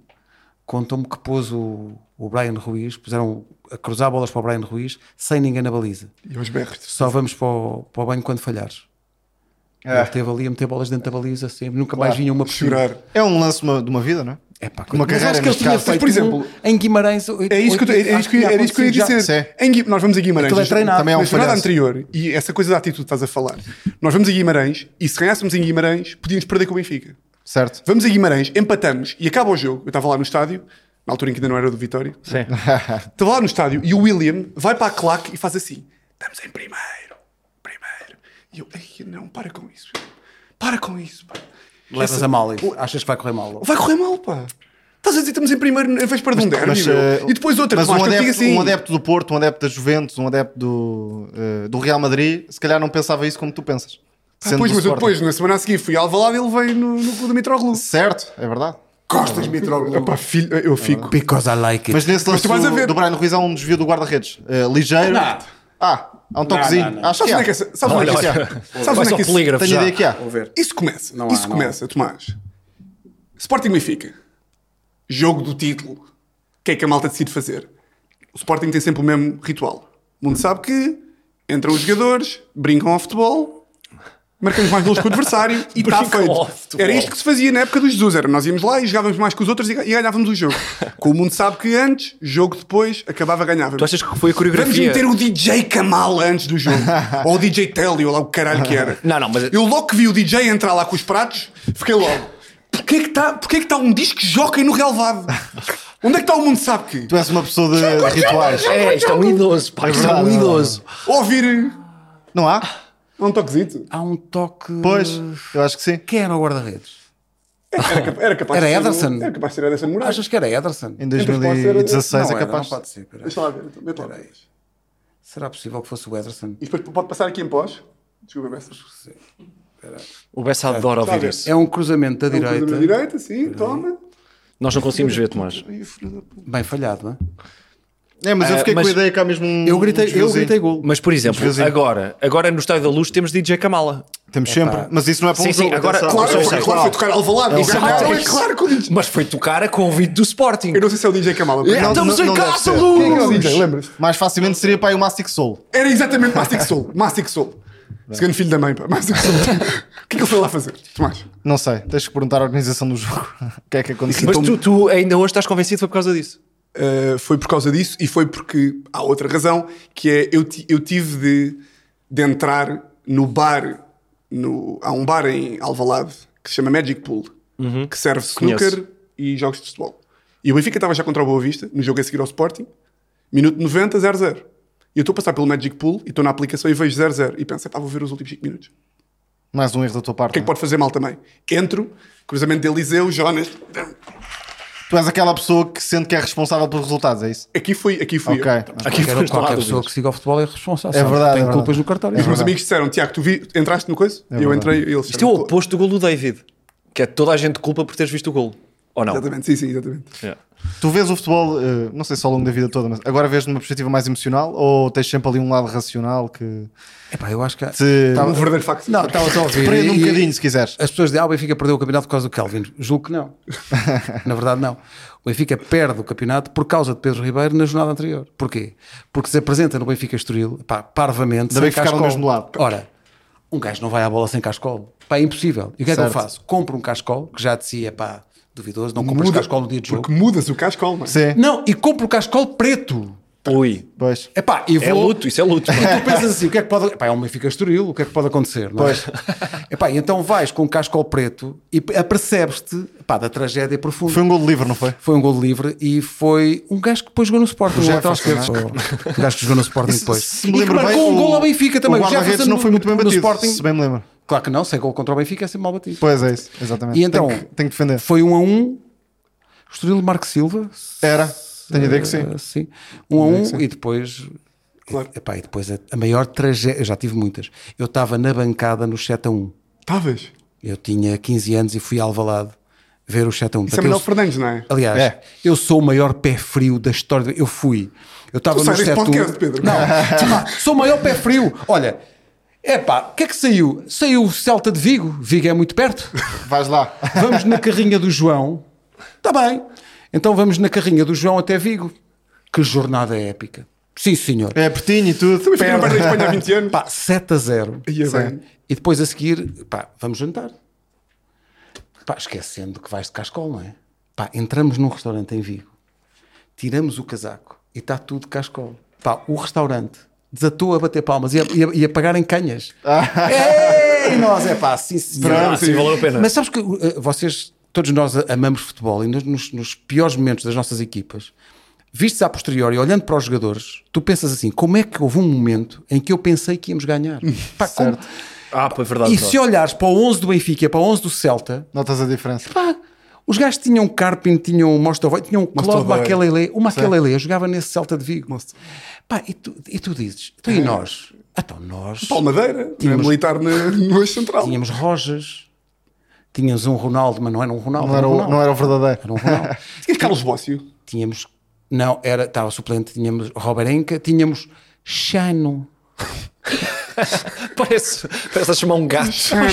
[SPEAKER 2] contam-me que pôs o, o Brian Ruiz, puseram a cruzar bolas para o Brian Ruiz, sem ninguém na baliza.
[SPEAKER 1] E aos berros.
[SPEAKER 2] Só vamos para o, para o banho quando falhares. Ele esteve ali a meter bolas dento da baliza sempre, nunca mais vinha uma por cima.
[SPEAKER 1] Ah. Chorar.
[SPEAKER 3] É um lance uma- de uma vida, não é?
[SPEAKER 2] É pá,
[SPEAKER 3] Uma
[SPEAKER 2] mas
[SPEAKER 3] carreira,
[SPEAKER 2] acho que ele
[SPEAKER 3] neste
[SPEAKER 2] tinha
[SPEAKER 3] caso.
[SPEAKER 2] feito,
[SPEAKER 1] Mas, por exemplo,
[SPEAKER 2] um em Guimarães.
[SPEAKER 1] É isso que eu, é isso que, eu- era isso que eu ia dizer.
[SPEAKER 3] Sim.
[SPEAKER 1] Em Gui- nós vamos a Guimarães.
[SPEAKER 2] Aquilo é treinado.
[SPEAKER 1] Também é um na
[SPEAKER 3] falhanço.
[SPEAKER 1] jornada anterior, e essa coisa da atitude que estás a falar, nós vamos a Guimarães e se ganhássemos em Guimarães, podíamos perder com o Benfica.
[SPEAKER 3] Certo.
[SPEAKER 1] Vamos a Guimarães, empatamos e acaba o jogo. Eu estava lá no estádio, na altura em que ainda não era do Vitória.
[SPEAKER 4] Sim.
[SPEAKER 1] Estava lá no estádio e o William vai para a claque e faz assim: estamos em primeiro, primeiro. E eu, ei, não, para com isso. Para com isso, pá.
[SPEAKER 2] Levas
[SPEAKER 1] Essa-
[SPEAKER 2] a mal isso. Achas que vai correr mal?
[SPEAKER 1] Vai correr mal, pá. Estás a dizer estamos em primeiro em vez de perder um derby,
[SPEAKER 3] Mas,
[SPEAKER 1] meu.
[SPEAKER 3] eh,
[SPEAKER 1] E depois outra,
[SPEAKER 3] mas
[SPEAKER 1] Tomás,
[SPEAKER 3] um,
[SPEAKER 1] que eu te
[SPEAKER 3] adepto,
[SPEAKER 1] diga assim,
[SPEAKER 3] um adepto do Porto, um adepto da Juventus, um adepto do, eh, do Real Madrid, se calhar não pensava isso como tu pensas.
[SPEAKER 1] Ah,
[SPEAKER 3] Sendo
[SPEAKER 1] pois,
[SPEAKER 3] do
[SPEAKER 1] mas eu
[SPEAKER 3] Sporting.
[SPEAKER 1] depois, na semana a seguir, fui ao Alvalade e ele veio no, no clube do Mitroglou.
[SPEAKER 3] Certo, é verdade.
[SPEAKER 1] Costas, Mitroglou. Epá, filho, eu fico.
[SPEAKER 3] Ah.
[SPEAKER 2] Because I like it.
[SPEAKER 3] Mas nesse
[SPEAKER 1] Mas
[SPEAKER 3] lance
[SPEAKER 1] tu vais a
[SPEAKER 3] do,
[SPEAKER 1] ver.
[SPEAKER 3] do Brian Ruiz há um desvio do guarda-redes. eh, ligeiro.
[SPEAKER 2] Nada.
[SPEAKER 3] Ah, há um toquezinho.
[SPEAKER 2] não, não.
[SPEAKER 3] Acho
[SPEAKER 1] Sabes
[SPEAKER 3] que
[SPEAKER 1] onde é que é?
[SPEAKER 3] há.
[SPEAKER 1] Sabes onde
[SPEAKER 4] Olha,
[SPEAKER 1] é que
[SPEAKER 4] olha.
[SPEAKER 1] é? Sabes
[SPEAKER 4] Vai
[SPEAKER 1] onde é
[SPEAKER 4] só
[SPEAKER 1] que
[SPEAKER 4] o
[SPEAKER 1] isso?
[SPEAKER 4] polígrafo
[SPEAKER 3] Tenho
[SPEAKER 4] já.
[SPEAKER 3] ideia que há.
[SPEAKER 2] Vou ver.
[SPEAKER 1] Isso começa,
[SPEAKER 2] Não há,
[SPEAKER 1] isso
[SPEAKER 2] não
[SPEAKER 1] começa, Tomás. Sporting Benfica. Jogo do título. O que é que a malta decide fazer? O Sporting tem sempre o mesmo ritual. O mundo sabe que entram os jogadores, brincam ao futebol, marcamos mais golos que o adversário e está
[SPEAKER 4] Brincam ao
[SPEAKER 1] feito.
[SPEAKER 4] futebol.
[SPEAKER 1] Era isto que se fazia na época do Jesus. Era, nós íamos lá e jogávamos mais que os outros e ga- e ganhávamos o jogo. Como o mundo sabe que antes, jogo depois, acabava ganhávamos.
[SPEAKER 4] Tu achas que foi a
[SPEAKER 1] Vamos
[SPEAKER 4] coreografia?
[SPEAKER 1] meter o DJ Kamal antes do jogo. Ou o DJ Telly, ou lá o caralho que era.
[SPEAKER 4] Não, não, mas-
[SPEAKER 1] Eu logo que vi o DJ entrar lá com os pratos, fiquei logo. Porquê que está é que tá um disco jockey no relevado? Onde é que está o mundo sabe que?
[SPEAKER 3] Tu és uma pessoa de rituais.
[SPEAKER 4] É, isto é um idoso, pá, isto é um
[SPEAKER 3] verdade, é verdade.
[SPEAKER 4] idoso.
[SPEAKER 1] Ouvir
[SPEAKER 3] Não há?
[SPEAKER 1] um toquezito.
[SPEAKER 2] Há um toque.
[SPEAKER 3] Pois, eu acho que sim.
[SPEAKER 2] Quem era o guarda-redes?
[SPEAKER 1] Era, cap- era capaz
[SPEAKER 2] Era
[SPEAKER 1] de ser
[SPEAKER 2] Ederson?
[SPEAKER 1] Um, era capaz de ser Ederson Moraes.
[SPEAKER 2] Achas que era Ederson?
[SPEAKER 3] Em
[SPEAKER 1] Entre os quais era-
[SPEAKER 3] 2016
[SPEAKER 2] Não
[SPEAKER 3] é
[SPEAKER 2] era,
[SPEAKER 3] capaz.
[SPEAKER 2] Não pode ser. peraí.
[SPEAKER 1] Deixa lá ver. então, mete lá.
[SPEAKER 2] Peraí. Será possível que fosse o Ederson?
[SPEAKER 1] E depois pode passar aqui em pós. Desculpa, é Bessa.
[SPEAKER 4] O Bessa adora
[SPEAKER 1] Está a
[SPEAKER 4] ouvir
[SPEAKER 1] ver.
[SPEAKER 4] isso.
[SPEAKER 2] É um cruzamento da
[SPEAKER 1] Direita.
[SPEAKER 2] direita.
[SPEAKER 1] direita, sim, toma.
[SPEAKER 4] Nós não conseguimos ver, Tomás.
[SPEAKER 1] Ai, filho da puta.
[SPEAKER 2] Bem falhado, não é?
[SPEAKER 3] É, mas eu
[SPEAKER 1] Eh,
[SPEAKER 4] Ah,
[SPEAKER 3] fiquei
[SPEAKER 4] mas-
[SPEAKER 3] com a ideia que há mesmo um.
[SPEAKER 2] Eu gritei, eu
[SPEAKER 3] desviozinho.
[SPEAKER 2] gritei gol.
[SPEAKER 4] Mas, por exemplo,
[SPEAKER 3] Desviozinho.
[SPEAKER 4] agora, agora no Estádio da Luz temos DJ Kamala.
[SPEAKER 3] Temos sempre. Mas isso não é um para
[SPEAKER 4] Sim,
[SPEAKER 3] um
[SPEAKER 4] sim,
[SPEAKER 3] jogo.
[SPEAKER 4] agora-
[SPEAKER 3] atenção.
[SPEAKER 1] Claro,
[SPEAKER 4] Não um sei,
[SPEAKER 1] foi,
[SPEAKER 4] sei.
[SPEAKER 1] claro, foi tocar Alvalade.
[SPEAKER 3] Ele
[SPEAKER 1] Claro,
[SPEAKER 3] sabe.
[SPEAKER 1] é claro que o DJ...
[SPEAKER 4] Mas foi tocar a convite do Sporting.
[SPEAKER 1] Eu não sei se é o DJ Kamala. mas-
[SPEAKER 4] É. Estamos em
[SPEAKER 3] deve
[SPEAKER 4] casa,
[SPEAKER 3] ser.
[SPEAKER 4] Luz!
[SPEAKER 3] Quem é que é o
[SPEAKER 1] DJ?
[SPEAKER 3] Lembras-te? Mais facilmente seria para aí o Mastic Soul.
[SPEAKER 1] Era exatamente Mastic Soul. Mastic Soul. Segundo filho da mãe, pá. Mastic Soul. O que é que ele foi lá fazer, Tomás?
[SPEAKER 3] Não sei, tens que perguntar à organização do jogo o que é que aconteceu.
[SPEAKER 4] Mas tu, tu ainda hoje estás convencido que foi por causa disso.
[SPEAKER 1] Uh, foi por causa disso e foi porque há outra razão que é eu, ti- eu tive de, de entrar no bar no, há um bar em Alvalade que se chama Magic Pool que serve
[SPEAKER 4] Conheço.
[SPEAKER 1] snooker e jogos de futebol e o Benfica estava já contra o Boa Vista no jogo a seguir ao Sporting minuto 90, 0-0 e eu estou a passar pelo Magic Pool e estou na aplicação e vejo 0-0 e penso, "Epá, vou ver os últimos 5 minutos o
[SPEAKER 3] Mais um erro da tua parte.
[SPEAKER 1] que é que
[SPEAKER 3] não é?
[SPEAKER 1] pode fazer mal também? Entro, cruzamento de Eliseu, Jonas
[SPEAKER 3] Tu és aquela pessoa que sente que é responsável pelos resultados, é isso?
[SPEAKER 1] aqui fui, aqui fui
[SPEAKER 3] Ok.
[SPEAKER 1] eu
[SPEAKER 4] Aqui
[SPEAKER 2] Qualquer,
[SPEAKER 4] foste lá
[SPEAKER 2] qualquer
[SPEAKER 4] do
[SPEAKER 2] pessoa
[SPEAKER 4] Luís.
[SPEAKER 2] que siga o futebol é responsável.
[SPEAKER 3] É verdade,
[SPEAKER 2] Tem
[SPEAKER 3] é
[SPEAKER 2] culpas
[SPEAKER 3] verdade.
[SPEAKER 2] no cartório.
[SPEAKER 1] E os meus
[SPEAKER 3] verdade.
[SPEAKER 1] amigos disseram, Tiago, tu vi- entraste no coisa? E eu
[SPEAKER 3] verdade.
[SPEAKER 1] entrei e eles
[SPEAKER 4] Isto é o
[SPEAKER 1] "Pô,
[SPEAKER 4] oposto do golo do David. Que é toda a gente culpa por teres visto o golo. Ou não?
[SPEAKER 1] Exatamente, sim, sim, exatamente.
[SPEAKER 4] Yeah.
[SPEAKER 3] Tu vês o futebol, eh, não sei se ao longo da vida toda, mas agora vês numa perspectiva mais emocional ou tens sempre ali um lado racional que
[SPEAKER 2] Epá, eu acho que... há-
[SPEAKER 3] te
[SPEAKER 1] Um verdadeiro facto.
[SPEAKER 2] Não, estava só a ouvir.
[SPEAKER 3] prende um
[SPEAKER 2] e-
[SPEAKER 3] bocadinho, se quiseres?
[SPEAKER 2] As pessoas dizem, ah, o Benfica perdeu o campeonato por causa do Kelvin. Julgo que não. na verdade, não. O Benfica perde o campeonato por causa de Pedro Ribeiro na jornada anterior. Porquê? Porque se apresenta no Benfica Estoril, pá, parvamente,
[SPEAKER 3] Ainda
[SPEAKER 2] sem
[SPEAKER 3] bem que ficaram do
[SPEAKER 2] cascol.
[SPEAKER 3] mesmo lado.
[SPEAKER 2] Ora, um gajo não vai à bola sem cascol. Pá, é impossível. E o que é que eu
[SPEAKER 3] Certo.
[SPEAKER 2] faço? Compro um cascol, que já de si é pá, duvidoso, não compras cascol no dia de jogo.
[SPEAKER 1] Porque mudas o cascol, mano.
[SPEAKER 3] Sim,
[SPEAKER 2] Não, e compro o cascol preto.
[SPEAKER 4] Ui.
[SPEAKER 3] é? pois.
[SPEAKER 2] É pá, e vou...
[SPEAKER 4] É luto, isso é luto.
[SPEAKER 2] E tu pensas assim, o que é que pode. Epá, é um Benfica Estoril, o que é que pode acontecer? Não é? Epá, e então vais com um casco ao preto e apercebes-te epá, da tragédia profunda.
[SPEAKER 3] Foi um gol de livre, não foi?
[SPEAKER 2] Foi um gol livre e foi um gajo que depois jogou no Sporting. Um lateral
[SPEAKER 3] Jefferson,
[SPEAKER 2] esquerdo. O é? Um gajo que jogou no Sporting depois.
[SPEAKER 3] Se me
[SPEAKER 2] e que
[SPEAKER 3] lembro bem,
[SPEAKER 2] marcou um gol ao Benfica também.
[SPEAKER 3] O
[SPEAKER 2] O
[SPEAKER 3] guarda-redes
[SPEAKER 2] Jefferson
[SPEAKER 3] não foi muito bem
[SPEAKER 2] no
[SPEAKER 3] batido,
[SPEAKER 2] Sporting.
[SPEAKER 3] se bem me lembro.
[SPEAKER 2] Claro que não, sem gol contra o Benfica é sempre mal batido.
[SPEAKER 3] Pois é isso, exatamente.
[SPEAKER 2] E então,
[SPEAKER 3] tenho, que, tenho que defender.
[SPEAKER 2] Foi um a um. Estoril de Marco Silva.
[SPEAKER 3] Era, tenho a ideia que sim.
[SPEAKER 2] Ah, sim. Um a um e depois.
[SPEAKER 1] Claro.
[SPEAKER 2] Epá, e depois a, a maior tragédia. Eu já tive muitas. Eu estava na bancada no 7 a 1.
[SPEAKER 1] Estavas. Isso é
[SPEAKER 2] Eu tinha 15 anos e fui a Alvalade ver o 7 a 1.
[SPEAKER 1] é
[SPEAKER 2] Portanto,
[SPEAKER 1] Manuel
[SPEAKER 2] eu-
[SPEAKER 1] Fernandes, não é?
[SPEAKER 2] Aliás,
[SPEAKER 3] É.
[SPEAKER 2] eu sou o maior pé frio da história. do- Eu fui. Eu estava
[SPEAKER 1] Tu
[SPEAKER 2] no
[SPEAKER 1] sais deste
[SPEAKER 2] 7 a 1.
[SPEAKER 1] podcast, Pedro.
[SPEAKER 2] Não, pá, sou o maior pé frio. Olha, epá, o que é que saiu? Saiu o Celta de Vigo. Vigo é muito perto
[SPEAKER 3] Vais lá.
[SPEAKER 2] vamos na carrinha do João. Está bem. Então vamos na carrinha do João até Vigo. Que jornada é épica. Sim, senhor.
[SPEAKER 3] É pertinho e tudo.
[SPEAKER 1] Também fiquei no Bayern da Espanha há 20 anos.
[SPEAKER 2] Pá, 7 a 0.
[SPEAKER 1] Ia
[SPEAKER 2] Sim.
[SPEAKER 1] bem.
[SPEAKER 2] E depois a seguir, pá, vamos jantar. Pá, esquecendo que vais de cascol, não é? Pá, entramos num restaurante em Vigo. Tiramos o casaco e está tudo de cascol. Pá, o restaurante desatou a bater palmas e a, e a- e a pagar em canhas. Ei, nós, é pá, sim, senhor.
[SPEAKER 4] Ah, sim, valeu a pena.
[SPEAKER 2] Mas sabes que uh, vocês, todos nós a- amamos futebol e nos, nos- nos piores momentos das nossas equipas, vistos a posteriori, olhando para os jogadores, tu pensas assim: como é que houve um momento em que eu pensei que íamos ganhar? Pá, como-
[SPEAKER 4] Ah, foi verdade.
[SPEAKER 2] E
[SPEAKER 4] só.
[SPEAKER 2] se olhares para o 11 do Benfica e para o 11 do Celta,
[SPEAKER 3] Notas a diferença.
[SPEAKER 2] pá, os gajos tinham Carpin, tinham Mostovoi, tinham Claude
[SPEAKER 3] é.
[SPEAKER 1] Mostovoi.
[SPEAKER 2] Makelele. O Makelele jogava nesse Celta de Vigo. Pá, e tu, e tu dizes: então e
[SPEAKER 3] É.
[SPEAKER 2] nós? Então nós.
[SPEAKER 1] Palmadeira. Não é militar na, no eixo central.
[SPEAKER 2] Tínhamos Rojas, tínhamos um Ronaldo, mas não era um Ronaldo.
[SPEAKER 3] Não era,
[SPEAKER 2] um
[SPEAKER 3] o,
[SPEAKER 2] Ronaldo.
[SPEAKER 3] não era o verdadeiro.
[SPEAKER 2] Era um Ronaldo.
[SPEAKER 1] Tinha Carlos Bócio.
[SPEAKER 2] tínhamos, não, era, estava suplente, tínhamos Roberenca, tínhamos Chano.
[SPEAKER 4] Parece, parece a chamar um gato.
[SPEAKER 2] Chano.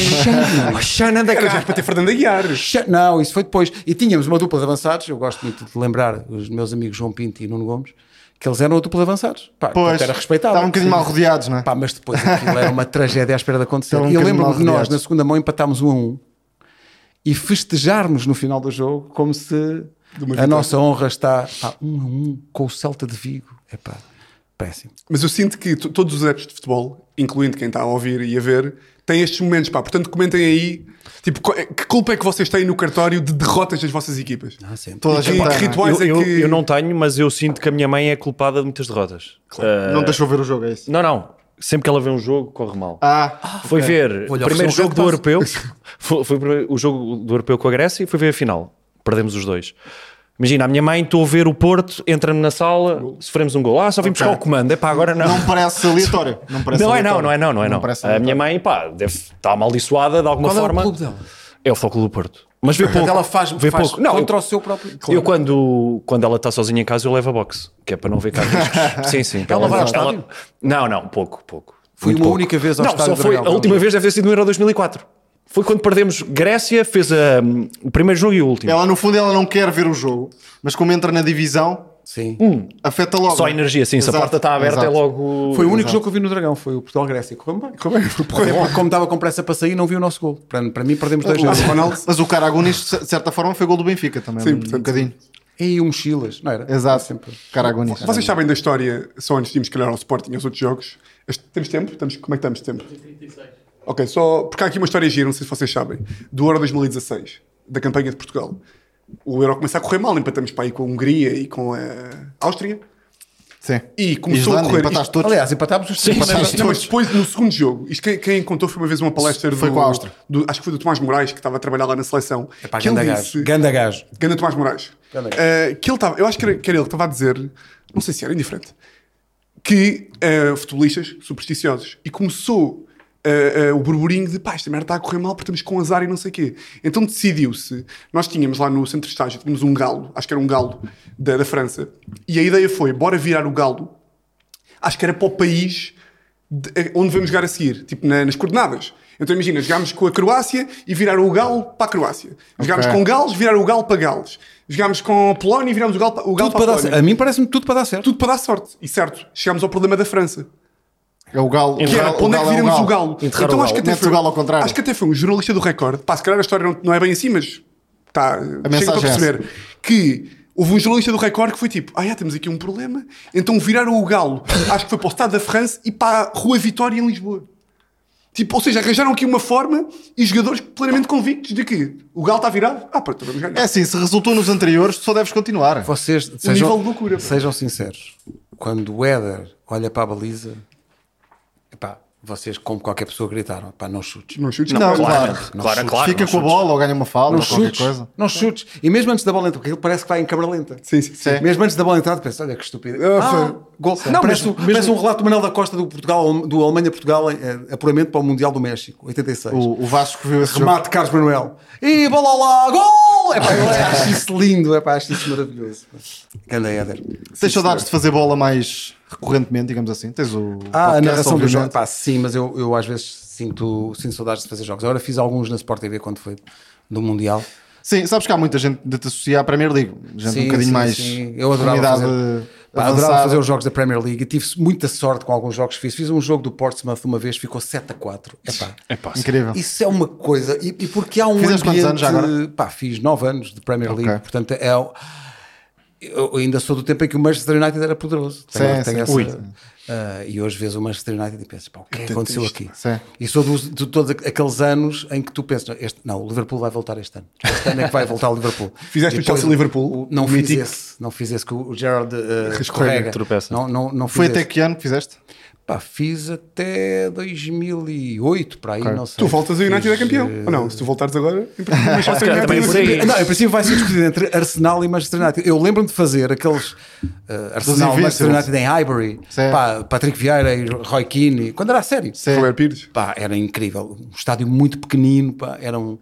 [SPEAKER 4] Xana
[SPEAKER 3] é
[SPEAKER 4] da
[SPEAKER 1] Era já para ter Fernando Aguiar.
[SPEAKER 2] Cha- Não, isso foi depois. E tínhamos uma dupla de avançados, eu gosto muito de lembrar os meus amigos João Pinto e Nuno Gomes, que eles eram a dupla de avançados. Pá,
[SPEAKER 3] Pois.
[SPEAKER 2] portanto, era respeitável.
[SPEAKER 3] Estavam um bocadinho mal rodeados, não é?
[SPEAKER 2] Pá, mas depois aquilo era uma tragédia à espera de acontecer.
[SPEAKER 3] Estavam um
[SPEAKER 2] E eu
[SPEAKER 3] bocadinho
[SPEAKER 2] lembro-me
[SPEAKER 3] mal
[SPEAKER 2] de nós,
[SPEAKER 3] rodeados.
[SPEAKER 2] na segunda mão, empatámos um a um e festejarmos no final do jogo como se
[SPEAKER 1] uma
[SPEAKER 2] a
[SPEAKER 1] vitória.
[SPEAKER 2] nossa honra está pá, um a um com o Celta de Vigo. É pá, péssimo.
[SPEAKER 1] Mas eu sinto que to- todos os adeptos de futebol, incluindo quem está a ouvir e a ver, têm estes momentos, pá. Portanto, comentem aí, tipo, co- que culpa é que vocês têm no cartório de derrotas das vossas equipas?
[SPEAKER 2] Ah, sempre.
[SPEAKER 3] Toda a
[SPEAKER 1] E que,
[SPEAKER 3] gente
[SPEAKER 1] que
[SPEAKER 3] tem, não é?
[SPEAKER 1] rituais
[SPEAKER 4] Eu, eu,
[SPEAKER 1] é que...
[SPEAKER 4] eu não tenho, mas eu sinto que a minha mãe é culpada de muitas derrotas. Ah,
[SPEAKER 3] Não deixou ver o jogo, é isso?
[SPEAKER 4] não, não. Sempre que ela vê um jogo, corre mal.
[SPEAKER 3] Ah,
[SPEAKER 4] Foi ver o
[SPEAKER 2] Olha, ofereceu
[SPEAKER 4] primeiro
[SPEAKER 2] um
[SPEAKER 4] jogo do
[SPEAKER 2] gato
[SPEAKER 4] europeu. foi, foi o primeiro- o jogo do europeu com a Grécia e foi ver a final. Perdemos os dois. Imagina, a minha mãe, estou a ver o Porto, entra-me na sala, sofremos um gol. Ah, só vim buscar o comando. É pá, agora não.
[SPEAKER 3] não parece aleatório. Não, parece
[SPEAKER 4] Não é
[SPEAKER 3] aleatório.
[SPEAKER 4] não, não é não, não é não.
[SPEAKER 3] parece
[SPEAKER 4] a minha
[SPEAKER 3] aleatório.
[SPEAKER 4] mãe, pá, deve estar tá amaldiçoada de alguma
[SPEAKER 2] Qual é o
[SPEAKER 4] forma.
[SPEAKER 2] clube dela?
[SPEAKER 4] É o Futebol Clube do Porto. Mas vê pouco.
[SPEAKER 2] Portanto, ela faz,
[SPEAKER 4] vê
[SPEAKER 2] faz
[SPEAKER 4] pouco. Não,
[SPEAKER 2] contra
[SPEAKER 4] eu-
[SPEAKER 2] o seu próprio.
[SPEAKER 4] Eu quando, quando ela está sozinha em casa eu levo a boxe, que é para não ver carros. sim, sim.
[SPEAKER 2] Ela vai ao estádio?
[SPEAKER 4] Não, não, pouco, pouco.
[SPEAKER 2] Fui
[SPEAKER 4] Muito
[SPEAKER 2] uma
[SPEAKER 4] pouco.
[SPEAKER 2] única vez ao
[SPEAKER 4] Não,
[SPEAKER 2] estádio
[SPEAKER 4] só foi,
[SPEAKER 2] do Dragão.
[SPEAKER 4] a última vez deve ter sido no Euro 2004. Foi quando perdemos Grécia, fez a, hum, o primeiro jogo e o último.
[SPEAKER 3] Ela, no fundo, ela não quer ver o jogo, mas como entra na divisão,
[SPEAKER 2] Sim.
[SPEAKER 4] Hum.
[SPEAKER 3] afeta logo. é?
[SPEAKER 4] Só a energia, sim, se a
[SPEAKER 3] Exato,
[SPEAKER 4] porta está aberta
[SPEAKER 3] exato.
[SPEAKER 4] é logo...
[SPEAKER 2] Foi o único jogo que eu vi no Dragão, foi o Portugal-Grécia. Correu bem.
[SPEAKER 1] Como é?
[SPEAKER 2] Até porque Como estava com pressa para sair, não vi o nosso gol. Para, para mim, perdemos dois um.
[SPEAKER 1] Ah,
[SPEAKER 2] gols.
[SPEAKER 1] o Ronaldo.
[SPEAKER 3] Mas o Caragunis, de certa forma, foi gol do Benfica também.
[SPEAKER 1] Sim,
[SPEAKER 3] um
[SPEAKER 1] portanto,
[SPEAKER 3] bocadinho.
[SPEAKER 2] E o Mochilas, não era?
[SPEAKER 3] Exato.
[SPEAKER 2] Sempre.
[SPEAKER 3] Caragunis.
[SPEAKER 1] Vocês sabem da história, só antes de irmos, se calhar, ao Sporting e aos outros jogos. Este- Temos tempo? Estamos, como é que estamos de tempo? Ok, só. Porque há aqui uma história gira, não sei se vocês sabem, do Euro 2016, da campanha de Portugal. O Euro começa a correr mal, empatamos para aí com a Hungria e com a Áustria.
[SPEAKER 3] Sim.
[SPEAKER 1] E começou
[SPEAKER 3] Islândia,
[SPEAKER 1] a correr.
[SPEAKER 3] empataste todos.
[SPEAKER 2] Aliás, empatámos os
[SPEAKER 4] Sim,
[SPEAKER 2] três.
[SPEAKER 1] Mas depois, depois, no segundo jogo, isto quem, quem contou foi uma vez uma palestra
[SPEAKER 3] Foi
[SPEAKER 1] do,
[SPEAKER 3] com a Áustria.
[SPEAKER 1] do- Acho que foi do Tomás Moraes, que estava a trabalhar lá na seleção.
[SPEAKER 2] Epá,
[SPEAKER 1] que
[SPEAKER 2] ganda gajo. Ganda gajo.
[SPEAKER 1] Ganda Tomás Moraes.
[SPEAKER 2] Ganda
[SPEAKER 1] Eh, que ele estava, eu acho que era, que era ele que estava a dizer, não sei se era indiferente, que eh, futebolistas supersticiosos. E começou eh, eh, o burburinho de pá, esta merda está a correr mal porque estamos com azar e não sei o quê. Então decidiu-se, nós tínhamos lá no centro de estágio, tínhamos um galo, acho que era um galo da, da França, e a ideia foi, bora virar o galo, acho que era para o país de- eh, onde vamos jogar a seguir, tipo na- nas coordenadas. Então imagina, jogámos com a Croácia e viraram o Galo para a Croácia. Jogámos
[SPEAKER 3] Ok.
[SPEAKER 1] com Gales, viraram o Galo para Gales. Jogámos com a Polónia e virámos o Galo para, o Galo para a
[SPEAKER 2] Tudo para dar,
[SPEAKER 1] Polónia.
[SPEAKER 2] certo. a mim parece-me tudo para dar certo.
[SPEAKER 1] Tudo para dar sorte. E certo, chegámos ao problema da França.
[SPEAKER 3] É o Galo.
[SPEAKER 1] Que era,
[SPEAKER 3] o
[SPEAKER 1] para onde é que
[SPEAKER 3] Galo
[SPEAKER 1] viramos o
[SPEAKER 3] o
[SPEAKER 1] Galo?
[SPEAKER 4] Enterrar
[SPEAKER 1] Então
[SPEAKER 4] o
[SPEAKER 1] acho
[SPEAKER 4] Galo.
[SPEAKER 1] que até
[SPEAKER 3] Mete
[SPEAKER 1] foi-
[SPEAKER 3] o Galo ao contrário.
[SPEAKER 1] Acho que até foi um jornalista do Record. Pá, se calhar a história não, não é bem assim, mas tá, chega para
[SPEAKER 3] mensagem é essa.
[SPEAKER 1] perceber que houve um jornalista do Record que foi tipo: Ah, já, temos aqui um problema. Então viraram o Galo, acho que foi para o Estado da França e para a Rua Vitória em Lisboa. Tipo, ou seja, arranjaram aqui uma forma e jogadores plenamente convictos de que o Galo está virado. Ah, pronto, vamos ganhar.
[SPEAKER 3] É assim, se resultou nos anteriores, tu só deves continuar.
[SPEAKER 2] Vocês
[SPEAKER 4] Um
[SPEAKER 2] sejam,
[SPEAKER 1] nível de loucura, pá.
[SPEAKER 2] sejam sinceros. Quando o Éder olha para a baliza, epá, vocês, como qualquer pessoa, gritaram: pá, não chutes.
[SPEAKER 1] Não chutes,
[SPEAKER 3] Não,
[SPEAKER 1] não.
[SPEAKER 3] claro.
[SPEAKER 4] Claramente, claro, claro.
[SPEAKER 3] Fica
[SPEAKER 4] não
[SPEAKER 3] com a
[SPEAKER 4] chutes.
[SPEAKER 3] bola ou ganha uma falta
[SPEAKER 2] Não
[SPEAKER 3] ou qualquer
[SPEAKER 2] chutes,
[SPEAKER 3] coisa.
[SPEAKER 2] não chutes. E mesmo antes da bola entrar, porque ele parece que vai em câmara lenta.
[SPEAKER 1] Sim, sim, sim.
[SPEAKER 3] Sim. É.
[SPEAKER 2] Mesmo antes da bola entrar, tu pensas, olha que estúpido. Ah, gol. Não, parece, um, parece um relato do Manuel da Costa do, Portugal, do Alemanha-Portugal, eh, apuramento para o Mundial do México, 86.
[SPEAKER 3] O, o Vasco viu esse jogo.
[SPEAKER 2] Remate de Carlos Manuel. E bola lá, gol! Epá, eu acho isso lindo, epá, acho isso maravilhoso. Ganda Éder.
[SPEAKER 3] Tens saudades de fazer bola mais recorrentemente, digamos assim. Tens o.
[SPEAKER 2] Ah, a
[SPEAKER 3] podcast,
[SPEAKER 2] narração do
[SPEAKER 3] obviamente.
[SPEAKER 2] jogo. Pá, sim, mas eu, eu às vezes sinto, sinto saudades de fazer jogos. Agora fiz alguns na Sport TV quando foi do Mundial.
[SPEAKER 3] Sim, sabes que há muita gente de te associar à Premier League. Gente
[SPEAKER 2] Sim,
[SPEAKER 3] um bocadinho
[SPEAKER 2] sim,
[SPEAKER 3] mais.
[SPEAKER 2] sim. Eu adorava
[SPEAKER 3] comunidade
[SPEAKER 2] fazer, pá,
[SPEAKER 3] avançada.
[SPEAKER 2] adorava fazer os jogos da Premier League e tive muita sorte com alguns jogos que fiz. Fiz um jogo do Portsmouth uma vez, ficou 7 a 4. Epá,
[SPEAKER 4] Epá, sim.
[SPEAKER 3] Incrível.
[SPEAKER 2] isso é uma coisa. E, e porque há um
[SPEAKER 3] Fizeste quantos
[SPEAKER 2] ambiente...
[SPEAKER 3] anos já agora?
[SPEAKER 2] Pá, fiz 9 anos de Premier League,
[SPEAKER 3] Ok.
[SPEAKER 2] portanto é... o- Eu ainda sou do tempo em que o Manchester United era poderoso. Tenho-
[SPEAKER 3] Sim,
[SPEAKER 2] tenho
[SPEAKER 3] sim.
[SPEAKER 2] essa-
[SPEAKER 3] Ui.
[SPEAKER 2] Ah, e hoje vês o Manchester United e pensas, pá, o que é que aconteceu aqui?
[SPEAKER 3] Sim.
[SPEAKER 2] E sou dos- de todos aqu- aqueles anos em que tu pensas, "Não, este, não, o Liverpool vai voltar este ano. Este ano é que vai voltar o Liverpool.
[SPEAKER 1] Fizeste o
[SPEAKER 2] Depois-
[SPEAKER 1] Chelsea-Liverpool,
[SPEAKER 2] Não
[SPEAKER 1] o
[SPEAKER 2] fiz
[SPEAKER 1] mítico.
[SPEAKER 2] esse, não fiz esse, que o Gerard uh, escorrega.
[SPEAKER 4] tropeça.
[SPEAKER 2] Não, não, não fiz
[SPEAKER 3] Foi
[SPEAKER 2] esse.
[SPEAKER 3] até que ano que fizeste?
[SPEAKER 2] Pá, fiz até 2008, para aí, não sei.
[SPEAKER 1] Tu voltas e o United
[SPEAKER 2] Fiz,
[SPEAKER 1] é campeão.
[SPEAKER 2] eh,
[SPEAKER 1] Ou não, se tu voltares agora, em princípio, deixa o
[SPEAKER 4] calhar
[SPEAKER 1] United
[SPEAKER 4] também
[SPEAKER 1] na
[SPEAKER 4] por
[SPEAKER 1] primeira.
[SPEAKER 4] aí.
[SPEAKER 2] Não, em princípio vai ser discutido entre Arsenal e Manchester United. Eu lembro-me de fazer aqueles eh, Arsenal
[SPEAKER 3] Dos
[SPEAKER 2] Manchester
[SPEAKER 3] Invincibles.
[SPEAKER 2] United em Highbury,
[SPEAKER 3] Sim.
[SPEAKER 2] pá, Patrick Vieira e Roy Keane, quando era a sério.
[SPEAKER 1] Roberto Pires.
[SPEAKER 2] Pá, era incrível. Um estádio muito pequenino, pá, era um-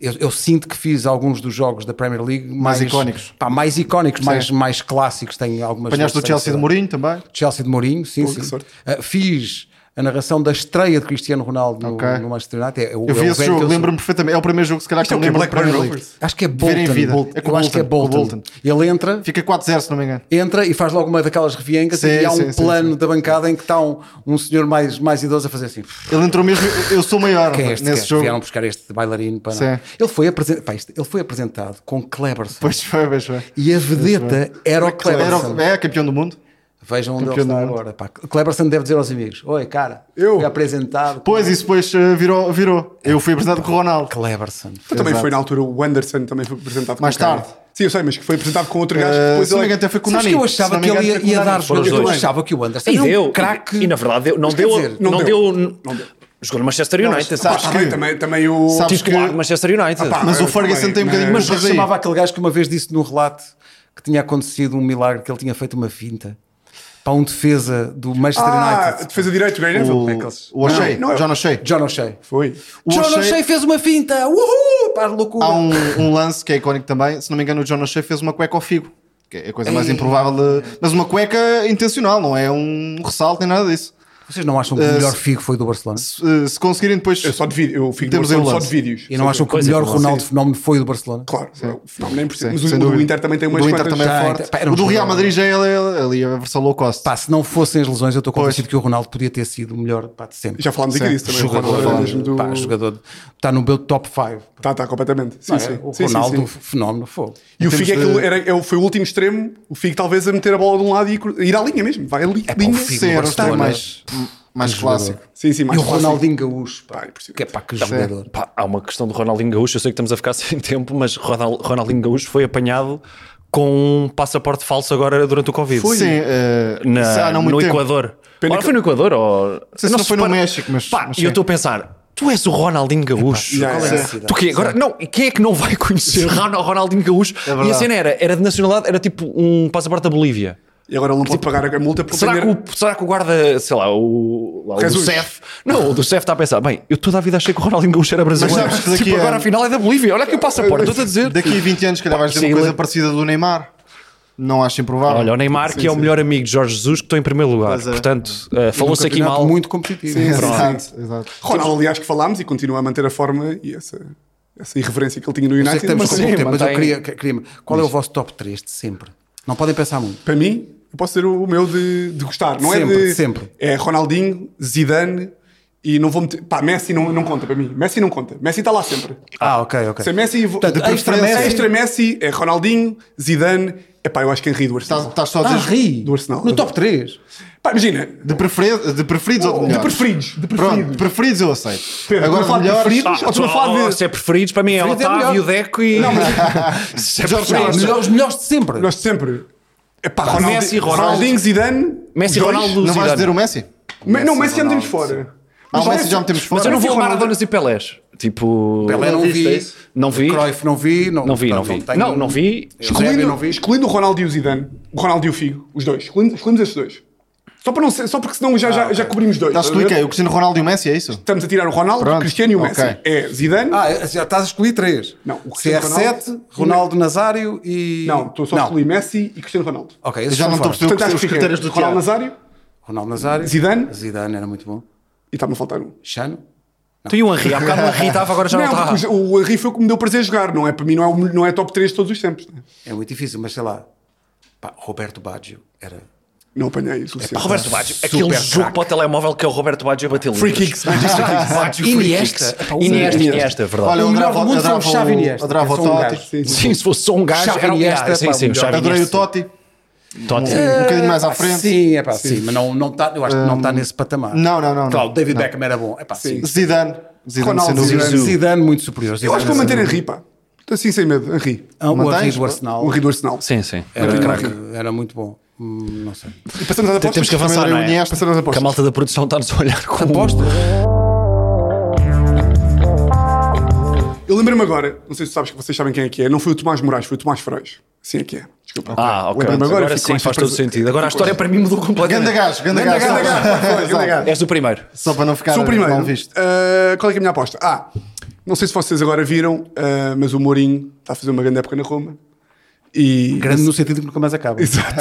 [SPEAKER 2] Eu, eu sinto que fiz alguns dos jogos da Premier League mais,
[SPEAKER 3] icónicos.
[SPEAKER 2] pá, mais icónicos, mais, mais clássicos. Tem algumas
[SPEAKER 3] Apanhaste o
[SPEAKER 2] vezes,
[SPEAKER 3] Chelsea de
[SPEAKER 2] sei lá.
[SPEAKER 3] Mourinho também?
[SPEAKER 2] Chelsea de Mourinho, sim,
[SPEAKER 1] Pô, que
[SPEAKER 2] sim.
[SPEAKER 1] sorte.
[SPEAKER 2] Ah, fiz a narração da estreia de Cristiano Ronaldo no,
[SPEAKER 3] Ok.
[SPEAKER 2] no Manchester United. É, o- é
[SPEAKER 3] Eu
[SPEAKER 2] o
[SPEAKER 3] vi esse
[SPEAKER 2] velho que
[SPEAKER 3] jogo,
[SPEAKER 2] eu sou.
[SPEAKER 3] lembro-me perfeitamente. É o primeiro jogo, se calhar, que
[SPEAKER 1] Isto é
[SPEAKER 3] eu
[SPEAKER 1] o que?
[SPEAKER 3] lembro da
[SPEAKER 1] Blackburn
[SPEAKER 3] Premier League.
[SPEAKER 1] Rovers?
[SPEAKER 2] Acho que é
[SPEAKER 3] Ver em
[SPEAKER 2] Bolton.
[SPEAKER 3] vida.
[SPEAKER 2] Bolton.
[SPEAKER 3] É com
[SPEAKER 2] eu acho que é
[SPEAKER 3] Bolton,
[SPEAKER 2] Bolton.
[SPEAKER 3] com
[SPEAKER 2] Ele entra,
[SPEAKER 3] Fica 4-0, se não me engano.
[SPEAKER 2] entra e faz logo uma daquelas reviengas
[SPEAKER 3] Sim,
[SPEAKER 2] e há um
[SPEAKER 3] sim, sim,
[SPEAKER 2] plano da bancada em que está um, um senhor mais, mais idoso a fazer assim.
[SPEAKER 3] Ele entrou mesmo. Eu sou maior
[SPEAKER 2] Quem é este?
[SPEAKER 3] Tá nesse
[SPEAKER 2] que
[SPEAKER 3] jogo.
[SPEAKER 2] Vieram buscar este bailarino para.
[SPEAKER 3] Sim.
[SPEAKER 2] Ele, foi apresen- pá, isto- ele foi apresentado com Cleberson.
[SPEAKER 3] Pois foi, pois foi.
[SPEAKER 2] E a vedeta era o Cleberson.
[SPEAKER 3] Era, é campeão do mundo.
[SPEAKER 2] Vejam onde ele
[SPEAKER 3] Campeão do
[SPEAKER 2] está
[SPEAKER 3] mundo.
[SPEAKER 2] agora. Pá. Cleberson deve dizer aos amigos: Oi, cara,
[SPEAKER 1] Eu?
[SPEAKER 2] fui apresentado.
[SPEAKER 3] Pois, isso depois eh, virou, virou. Eu fui apresentado com o Ronaldo.
[SPEAKER 2] Cleberson.
[SPEAKER 1] Então também
[SPEAKER 3] Exato.
[SPEAKER 1] foi na altura o Anderson também foi apresentado
[SPEAKER 3] Mais
[SPEAKER 1] com quem?
[SPEAKER 3] tarde.
[SPEAKER 1] Sim, eu sei, mas que foi apresentado com outro gajo. que
[SPEAKER 3] Eh,
[SPEAKER 1] depois
[SPEAKER 3] se não me
[SPEAKER 1] ele-
[SPEAKER 3] engano, até foi com o
[SPEAKER 2] Sabes
[SPEAKER 3] Nani.
[SPEAKER 2] que eu
[SPEAKER 3] Se não
[SPEAKER 2] achava
[SPEAKER 3] me
[SPEAKER 2] que
[SPEAKER 3] engano,
[SPEAKER 2] ele ia,
[SPEAKER 3] até foi com o
[SPEAKER 2] ia
[SPEAKER 3] Nani.
[SPEAKER 2] dar jogo.
[SPEAKER 4] os
[SPEAKER 2] Eu
[SPEAKER 4] dois.
[SPEAKER 2] achava que o Anderson
[SPEAKER 4] E
[SPEAKER 2] era um
[SPEAKER 4] deu.
[SPEAKER 2] craque.
[SPEAKER 4] E na verdade deu- não,
[SPEAKER 1] Mas quer
[SPEAKER 4] deu,
[SPEAKER 1] dizer,
[SPEAKER 4] não,
[SPEAKER 1] não
[SPEAKER 4] deu,
[SPEAKER 1] deu.
[SPEAKER 4] não deu. Jogou no Manchester United.
[SPEAKER 3] sabes
[SPEAKER 1] Ah,
[SPEAKER 4] pá,
[SPEAKER 1] bem,
[SPEAKER 3] que-
[SPEAKER 1] também, também o.
[SPEAKER 3] Sabes
[SPEAKER 4] Titular
[SPEAKER 3] que-
[SPEAKER 4] do Manchester United.
[SPEAKER 1] Ah, pá,
[SPEAKER 3] Mas
[SPEAKER 1] Eu
[SPEAKER 3] o Ferguson
[SPEAKER 1] também,
[SPEAKER 3] tem um bocadinho
[SPEAKER 1] mas-
[SPEAKER 3] mais
[SPEAKER 2] Mas
[SPEAKER 3] de
[SPEAKER 2] chamava aquele gajo que uma vez disse no relato que tinha acontecido um milagre, que ele tinha feito uma finta. para um defesa do Manchester
[SPEAKER 1] Ah,
[SPEAKER 2] United.
[SPEAKER 1] defesa direito, Gary Neville.
[SPEAKER 3] O,
[SPEAKER 1] É aqueles-
[SPEAKER 3] o O'Shea,
[SPEAKER 1] Não, não é-
[SPEAKER 3] John O'Shea.
[SPEAKER 2] John O'Shea.
[SPEAKER 1] Foi.
[SPEAKER 3] O
[SPEAKER 2] John
[SPEAKER 3] O'Shea-
[SPEAKER 2] O'Shea, fez uma finta! Uhul! Para a loucura!
[SPEAKER 3] Há um, um lance que é icónico também. Se não me engano, o John O'Shea fez uma cueca ao figo. Que é a coisa mais improvável. de- Mas uma cueca intencional, não é um ressalto nem nada disso.
[SPEAKER 2] Vocês não acham que
[SPEAKER 1] Uh,
[SPEAKER 2] o melhor Figo foi do Barcelona?
[SPEAKER 3] Se, se conseguirem depois.
[SPEAKER 1] Eu só de vídeo. Eu fico
[SPEAKER 3] Temos
[SPEAKER 1] Temos
[SPEAKER 3] aí um
[SPEAKER 1] só de
[SPEAKER 3] lance.
[SPEAKER 1] vídeos.
[SPEAKER 2] E não
[SPEAKER 1] Só
[SPEAKER 2] acham
[SPEAKER 1] de-
[SPEAKER 2] que o melhor Ronaldo
[SPEAKER 1] Sim.
[SPEAKER 2] Fenómeno foi do Barcelona?
[SPEAKER 1] Claro, o fenómeno é
[SPEAKER 3] Sim,
[SPEAKER 1] impossível. Mas o,
[SPEAKER 3] sem
[SPEAKER 1] o
[SPEAKER 3] dúvida.
[SPEAKER 1] do Inter também tem
[SPEAKER 3] O
[SPEAKER 1] umas
[SPEAKER 3] do Inter
[SPEAKER 1] quantas-
[SPEAKER 3] também
[SPEAKER 2] Já,
[SPEAKER 3] é forte.
[SPEAKER 2] então, pá, era um
[SPEAKER 3] o do Real
[SPEAKER 2] jogador-
[SPEAKER 3] Madrid já é ali- ali a versão low cost.
[SPEAKER 2] Pá, se não fossem as lesões, eu estou convencido
[SPEAKER 3] Pois.
[SPEAKER 2] que o Ronaldo podia ter sido o melhor pá, de sempre.
[SPEAKER 1] Já falámos aqui
[SPEAKER 3] Sim. eh,
[SPEAKER 1] disso também. o
[SPEAKER 2] jogador, eh,
[SPEAKER 1] Ronaldo era mesmo do-
[SPEAKER 2] pá, jogador de- está no meu top 5.
[SPEAKER 1] Tá, tá, completamente. Sim, sim.
[SPEAKER 2] O
[SPEAKER 1] Sim, sim,
[SPEAKER 2] Ronaldo,
[SPEAKER 1] sim.
[SPEAKER 2] fenómeno, fogo.
[SPEAKER 1] E o
[SPEAKER 3] Temos eh,
[SPEAKER 1] Figo é aquilo-
[SPEAKER 3] de-
[SPEAKER 1] era, é o- foi o último extremo, o Figo talvez a meter a bola de um lado e cru- ir à linha mesmo, vai ali,
[SPEAKER 2] É pá,
[SPEAKER 1] linha.
[SPEAKER 2] o Figo
[SPEAKER 3] Sim,
[SPEAKER 2] no
[SPEAKER 3] era um estilo
[SPEAKER 2] Barcelona.
[SPEAKER 3] mais, mais clássico.
[SPEAKER 1] Sim, sim,
[SPEAKER 2] E
[SPEAKER 1] mais
[SPEAKER 2] o
[SPEAKER 1] clássico.
[SPEAKER 2] Ronaldinho Gaúcho, pá,
[SPEAKER 1] Pá, impressionante.
[SPEAKER 2] que é pá, que jogador.
[SPEAKER 4] Pá, há uma questão do Ronaldinho Gaúcho. Eu sei que estamos a ficar sem tempo, mas Ronal- Ronaldinho Gaúcho foi apanhado com um passaporte falso agora durante o Covid.
[SPEAKER 3] Sim, eh,
[SPEAKER 4] Na-
[SPEAKER 3] isso há não muito
[SPEAKER 4] no
[SPEAKER 3] tempo.
[SPEAKER 4] Equador.
[SPEAKER 1] Pena
[SPEAKER 4] Ora,
[SPEAKER 1] que-
[SPEAKER 4] foi no Equador ou.
[SPEAKER 3] sei se não foi no México, mas-
[SPEAKER 4] Pá,
[SPEAKER 3] mas
[SPEAKER 4] e
[SPEAKER 3] sim.
[SPEAKER 4] eu estou a pensar. Tu és o Ronaldinho Gaúcho.
[SPEAKER 1] já,
[SPEAKER 4] Qual
[SPEAKER 1] já,
[SPEAKER 4] é a
[SPEAKER 1] já.
[SPEAKER 4] necessidade? Tu quê? Agora, não, e quem é que não vai conhecer Ronald- Ronaldinho Gaúcho? e a
[SPEAKER 3] verdade.
[SPEAKER 4] cena era, era de nacionalidade, era tipo um passaporte da Bolívia.
[SPEAKER 1] E agora ele não pode pagar a multa por
[SPEAKER 4] Será que,
[SPEAKER 1] vender-
[SPEAKER 4] o, será que o guarda, sei lá, o, lá, o do
[SPEAKER 1] Jesus.
[SPEAKER 4] CEF? Não, o do CEF está a pensar, bem, eu toda a vida achei que o Ronaldinho Gaúcho era brasileiro.
[SPEAKER 3] Mas sabes que daqui
[SPEAKER 4] tipo,
[SPEAKER 3] a-
[SPEAKER 4] agora afinal é da Bolívia. Olha aqui o passaporte, estou-te a dizer.
[SPEAKER 3] Daqui a 20 anos, se calhar vais
[SPEAKER 4] Sim,
[SPEAKER 3] dizer uma coisa
[SPEAKER 4] le-
[SPEAKER 3] parecida do Neymar. Não acho improvável.
[SPEAKER 4] Olha, o Neymar, que é o melhor amigo de Jorge Jesus, que estou em primeiro lugar.
[SPEAKER 3] Pois é.
[SPEAKER 4] Portanto, eh, falou-se aqui
[SPEAKER 2] Campeonato
[SPEAKER 4] mal.
[SPEAKER 2] Muito competitivo.
[SPEAKER 3] Sim,
[SPEAKER 2] Pronto.
[SPEAKER 3] Exato, exato.
[SPEAKER 1] Ronaldo, aliás, que falámos e continua a manter a forma e essa, essa irreverência que ele tinha no
[SPEAKER 2] Eu sei
[SPEAKER 1] United.
[SPEAKER 2] é que estamos com
[SPEAKER 1] mas
[SPEAKER 2] pouco
[SPEAKER 1] sim,
[SPEAKER 2] tempo, mas eu
[SPEAKER 4] mantém-
[SPEAKER 2] queria, queria- Qual é o vosso top 3 de sempre? Não podem pensar muito.
[SPEAKER 1] Para mim, eu posso ser o meu de, de gostar. Não
[SPEAKER 2] Sempre,
[SPEAKER 1] é de.
[SPEAKER 2] sempre.
[SPEAKER 1] É Ronaldinho, Zidane e não vou meter. Pá, Messi não, não conta para mim. Messi não conta. Messi está lá sempre.
[SPEAKER 2] Ah, ok, ok.
[SPEAKER 1] Se é Messi. vou-
[SPEAKER 2] Portanto,
[SPEAKER 1] Extra
[SPEAKER 2] extra
[SPEAKER 1] Messi-
[SPEAKER 2] Messi.
[SPEAKER 1] Extra Messi é Ronaldinho, Zidane. Epá, eu acho que Henry do
[SPEAKER 3] Estás,
[SPEAKER 1] Arsenal.
[SPEAKER 3] estás só a
[SPEAKER 2] Ah,
[SPEAKER 3] dizer.
[SPEAKER 2] ri.
[SPEAKER 1] do Arsenal.
[SPEAKER 2] No top 3.
[SPEAKER 1] Pá, imagina.
[SPEAKER 3] de, prefer... de preferidos ou de
[SPEAKER 1] de
[SPEAKER 3] melhores?
[SPEAKER 1] preferidos. De
[SPEAKER 3] Pronto,
[SPEAKER 1] preferidos.
[SPEAKER 3] de preferidos eu aceito.
[SPEAKER 1] Pedro,
[SPEAKER 3] Agora
[SPEAKER 1] vamos falar
[SPEAKER 3] de
[SPEAKER 1] de
[SPEAKER 3] melhores.
[SPEAKER 1] preferidos? Ou tu vais falar de-
[SPEAKER 4] Ah, se é preferidos, para mim é
[SPEAKER 2] Preferidos é
[SPEAKER 4] Otávio,
[SPEAKER 2] melhor.
[SPEAKER 4] Deco e. é Não, mas...
[SPEAKER 3] Jorge
[SPEAKER 2] Não, os
[SPEAKER 3] Sim.
[SPEAKER 2] melhores- os melhores de sempre.
[SPEAKER 1] Nós de sempre. Epá, Ronaldo,
[SPEAKER 4] Messi, Ronaldo.
[SPEAKER 1] Ronaldinho, Zidane.
[SPEAKER 4] Messi,
[SPEAKER 1] os dois.
[SPEAKER 4] Ronaldo,
[SPEAKER 3] Não vais
[SPEAKER 4] Zidane.
[SPEAKER 3] dizer o Messi?
[SPEAKER 1] Me- não, Messi já metemos
[SPEAKER 3] Ronaldo,
[SPEAKER 1] fora.
[SPEAKER 3] Ah,
[SPEAKER 1] Mas
[SPEAKER 3] o Messi já metemos fora.
[SPEAKER 4] Mas eu não vou a
[SPEAKER 1] Messi, Ronaldo.
[SPEAKER 4] Maradonas e Pelés. Tipo.
[SPEAKER 2] Pelé não vi.
[SPEAKER 4] Não vi.
[SPEAKER 2] Cruyff não vi. Não,
[SPEAKER 4] Não vi, não vi. Não, não vi.
[SPEAKER 2] Eusébio
[SPEAKER 1] Excluindo,
[SPEAKER 2] não vi.
[SPEAKER 1] excluindo o Ronaldo e o Zidane, o Ronaldo e o Figo, os dois. Excluindo, excluímos esses dois. Só, para não ser, só porque senão já,
[SPEAKER 3] Ah,
[SPEAKER 1] já, já cobrimos dois.
[SPEAKER 3] Estás
[SPEAKER 1] estás a
[SPEAKER 3] tu e
[SPEAKER 1] ver?
[SPEAKER 3] quem? O Cristiano Ronaldo e o Messi, é isso?
[SPEAKER 1] Estamos a tirar o Ronaldo,
[SPEAKER 3] Pronto,
[SPEAKER 1] o Cristiano e o
[SPEAKER 3] ok.
[SPEAKER 1] Messi. É Zidane.
[SPEAKER 2] Ah, já estás a escolher 3.
[SPEAKER 1] Não, o Cristiano
[SPEAKER 2] CR7,
[SPEAKER 1] Ronaldo-
[SPEAKER 2] Ronaldo Nazário e.
[SPEAKER 1] não, estou só a excluir Messi e Cristiano Ronaldo.
[SPEAKER 2] Ok, esses
[SPEAKER 3] Já
[SPEAKER 2] já não
[SPEAKER 3] não estou a perceber.
[SPEAKER 1] Portanto, acho
[SPEAKER 3] os
[SPEAKER 1] que fica
[SPEAKER 3] critérios do
[SPEAKER 1] Ronaldo
[SPEAKER 3] Tiago.
[SPEAKER 1] Nazário
[SPEAKER 2] Ronaldo Nazário.
[SPEAKER 1] Zidane?
[SPEAKER 2] Zidane era muito bom.
[SPEAKER 1] e está-me a faltar um.
[SPEAKER 2] Chano.
[SPEAKER 4] Tu e o Henri. Há bocado o Henri estava, agora já não
[SPEAKER 1] não,
[SPEAKER 4] está.
[SPEAKER 1] porque o o Henry foi o que me deu prazer jogar, não é? Para mim não é, o melhor- não é top 3 de todos os tempos. né?
[SPEAKER 2] É muito difícil, mas sei lá. Pá, Roberto Baggio era.
[SPEAKER 1] Não apanhei isso.
[SPEAKER 4] É, Pá, Roberto Baggio, aquele
[SPEAKER 2] Super
[SPEAKER 4] jogo
[SPEAKER 2] craque.
[SPEAKER 4] para o telemóvel que é o Roberto Baggio a bater
[SPEAKER 1] Free
[SPEAKER 4] livros. é
[SPEAKER 1] kicks, Magic free kicks.
[SPEAKER 4] Baggio, free
[SPEAKER 2] Iniesta.
[SPEAKER 4] kicks.
[SPEAKER 2] Epá, o
[SPEAKER 4] Iniesta,
[SPEAKER 1] Iniesta.
[SPEAKER 4] Iniesta, é verdade.
[SPEAKER 3] Olha,
[SPEAKER 2] O
[SPEAKER 3] eu
[SPEAKER 2] melhor
[SPEAKER 3] adorava
[SPEAKER 2] do mundo
[SPEAKER 3] adorava
[SPEAKER 2] foi o Xavi
[SPEAKER 3] o-
[SPEAKER 2] Iniesta,
[SPEAKER 3] adorava
[SPEAKER 2] que é
[SPEAKER 3] o
[SPEAKER 2] só um
[SPEAKER 3] Totti.
[SPEAKER 2] gajo.
[SPEAKER 1] Sim, sim.
[SPEAKER 4] Sim, se fosse só um gajo,
[SPEAKER 2] Xavi
[SPEAKER 4] era um
[SPEAKER 2] Iniesta,
[SPEAKER 4] gajo. Sim,
[SPEAKER 2] pá,
[SPEAKER 4] sim, o
[SPEAKER 2] melhor.
[SPEAKER 4] Xavi
[SPEAKER 3] Adorei o
[SPEAKER 4] Iniesta.
[SPEAKER 3] Totti.
[SPEAKER 4] Totti.
[SPEAKER 3] Um bocadinho mais à frente.
[SPEAKER 2] Sim, é pá, sim, mas não, não tá, eu acho que não está nesse patamar.
[SPEAKER 3] Não, não, não, não.
[SPEAKER 2] Claro, David
[SPEAKER 3] Não.
[SPEAKER 2] Beckham era bom. É pá, sim.
[SPEAKER 3] Zidane. Zidane,
[SPEAKER 1] Ronaldo,
[SPEAKER 3] sem dúvida.
[SPEAKER 2] Zidane, Zidane muito superior.
[SPEAKER 1] Eu acho que
[SPEAKER 2] Zidane
[SPEAKER 1] vou manter
[SPEAKER 2] era-
[SPEAKER 1] Henry, pá. Estou assim sem medo, Henry.
[SPEAKER 2] Ah, O
[SPEAKER 3] Mantens?
[SPEAKER 2] Henry do Arsenal.
[SPEAKER 1] O Henry do Arsenal.
[SPEAKER 4] É um Sim, sim.
[SPEAKER 1] um
[SPEAKER 4] É,
[SPEAKER 2] Era,
[SPEAKER 4] Era craque.
[SPEAKER 2] muito, era muito bom. Hum, Não sei.
[SPEAKER 1] E passamos às apostas.
[SPEAKER 4] Temos que avançar,
[SPEAKER 3] Também
[SPEAKER 4] não
[SPEAKER 3] era o
[SPEAKER 4] é?
[SPEAKER 3] Iniesta.
[SPEAKER 1] Passamos às
[SPEAKER 4] Que a
[SPEAKER 1] apostas.
[SPEAKER 4] malta da produção está-nos a olhar com
[SPEAKER 2] Aposto?
[SPEAKER 1] um- Eu lembrei-me agora, não sei se sabes que vocês sabem quem é que é, não foi o Tomás Moraes, foi o Tomás Freios. Sim é que é. Desculpa.
[SPEAKER 4] Ah, ok.
[SPEAKER 1] Lembrei-me
[SPEAKER 4] Agora,
[SPEAKER 1] agora, fico com
[SPEAKER 4] sim,
[SPEAKER 1] esta
[SPEAKER 4] faz todo
[SPEAKER 1] presa-
[SPEAKER 4] sentido. Agora a história para mim mudou
[SPEAKER 3] Ganda
[SPEAKER 4] completamente.
[SPEAKER 3] gajo, ganda
[SPEAKER 1] Ganda
[SPEAKER 3] gajo.
[SPEAKER 1] gajo, ganda gajo,
[SPEAKER 3] Exato.
[SPEAKER 1] ganda gajo.
[SPEAKER 4] És do primeiro.
[SPEAKER 3] Só para não ficar
[SPEAKER 1] Sou o primeiro.
[SPEAKER 3] mal visto.
[SPEAKER 1] Ah, qual é, que é a minha aposta? Ah, não sei se vocês agora viram, ah, mas o Mourinho está a fazer uma grande época na Roma. E.
[SPEAKER 2] Grande no sentido que nunca mais acaba.
[SPEAKER 1] Exato.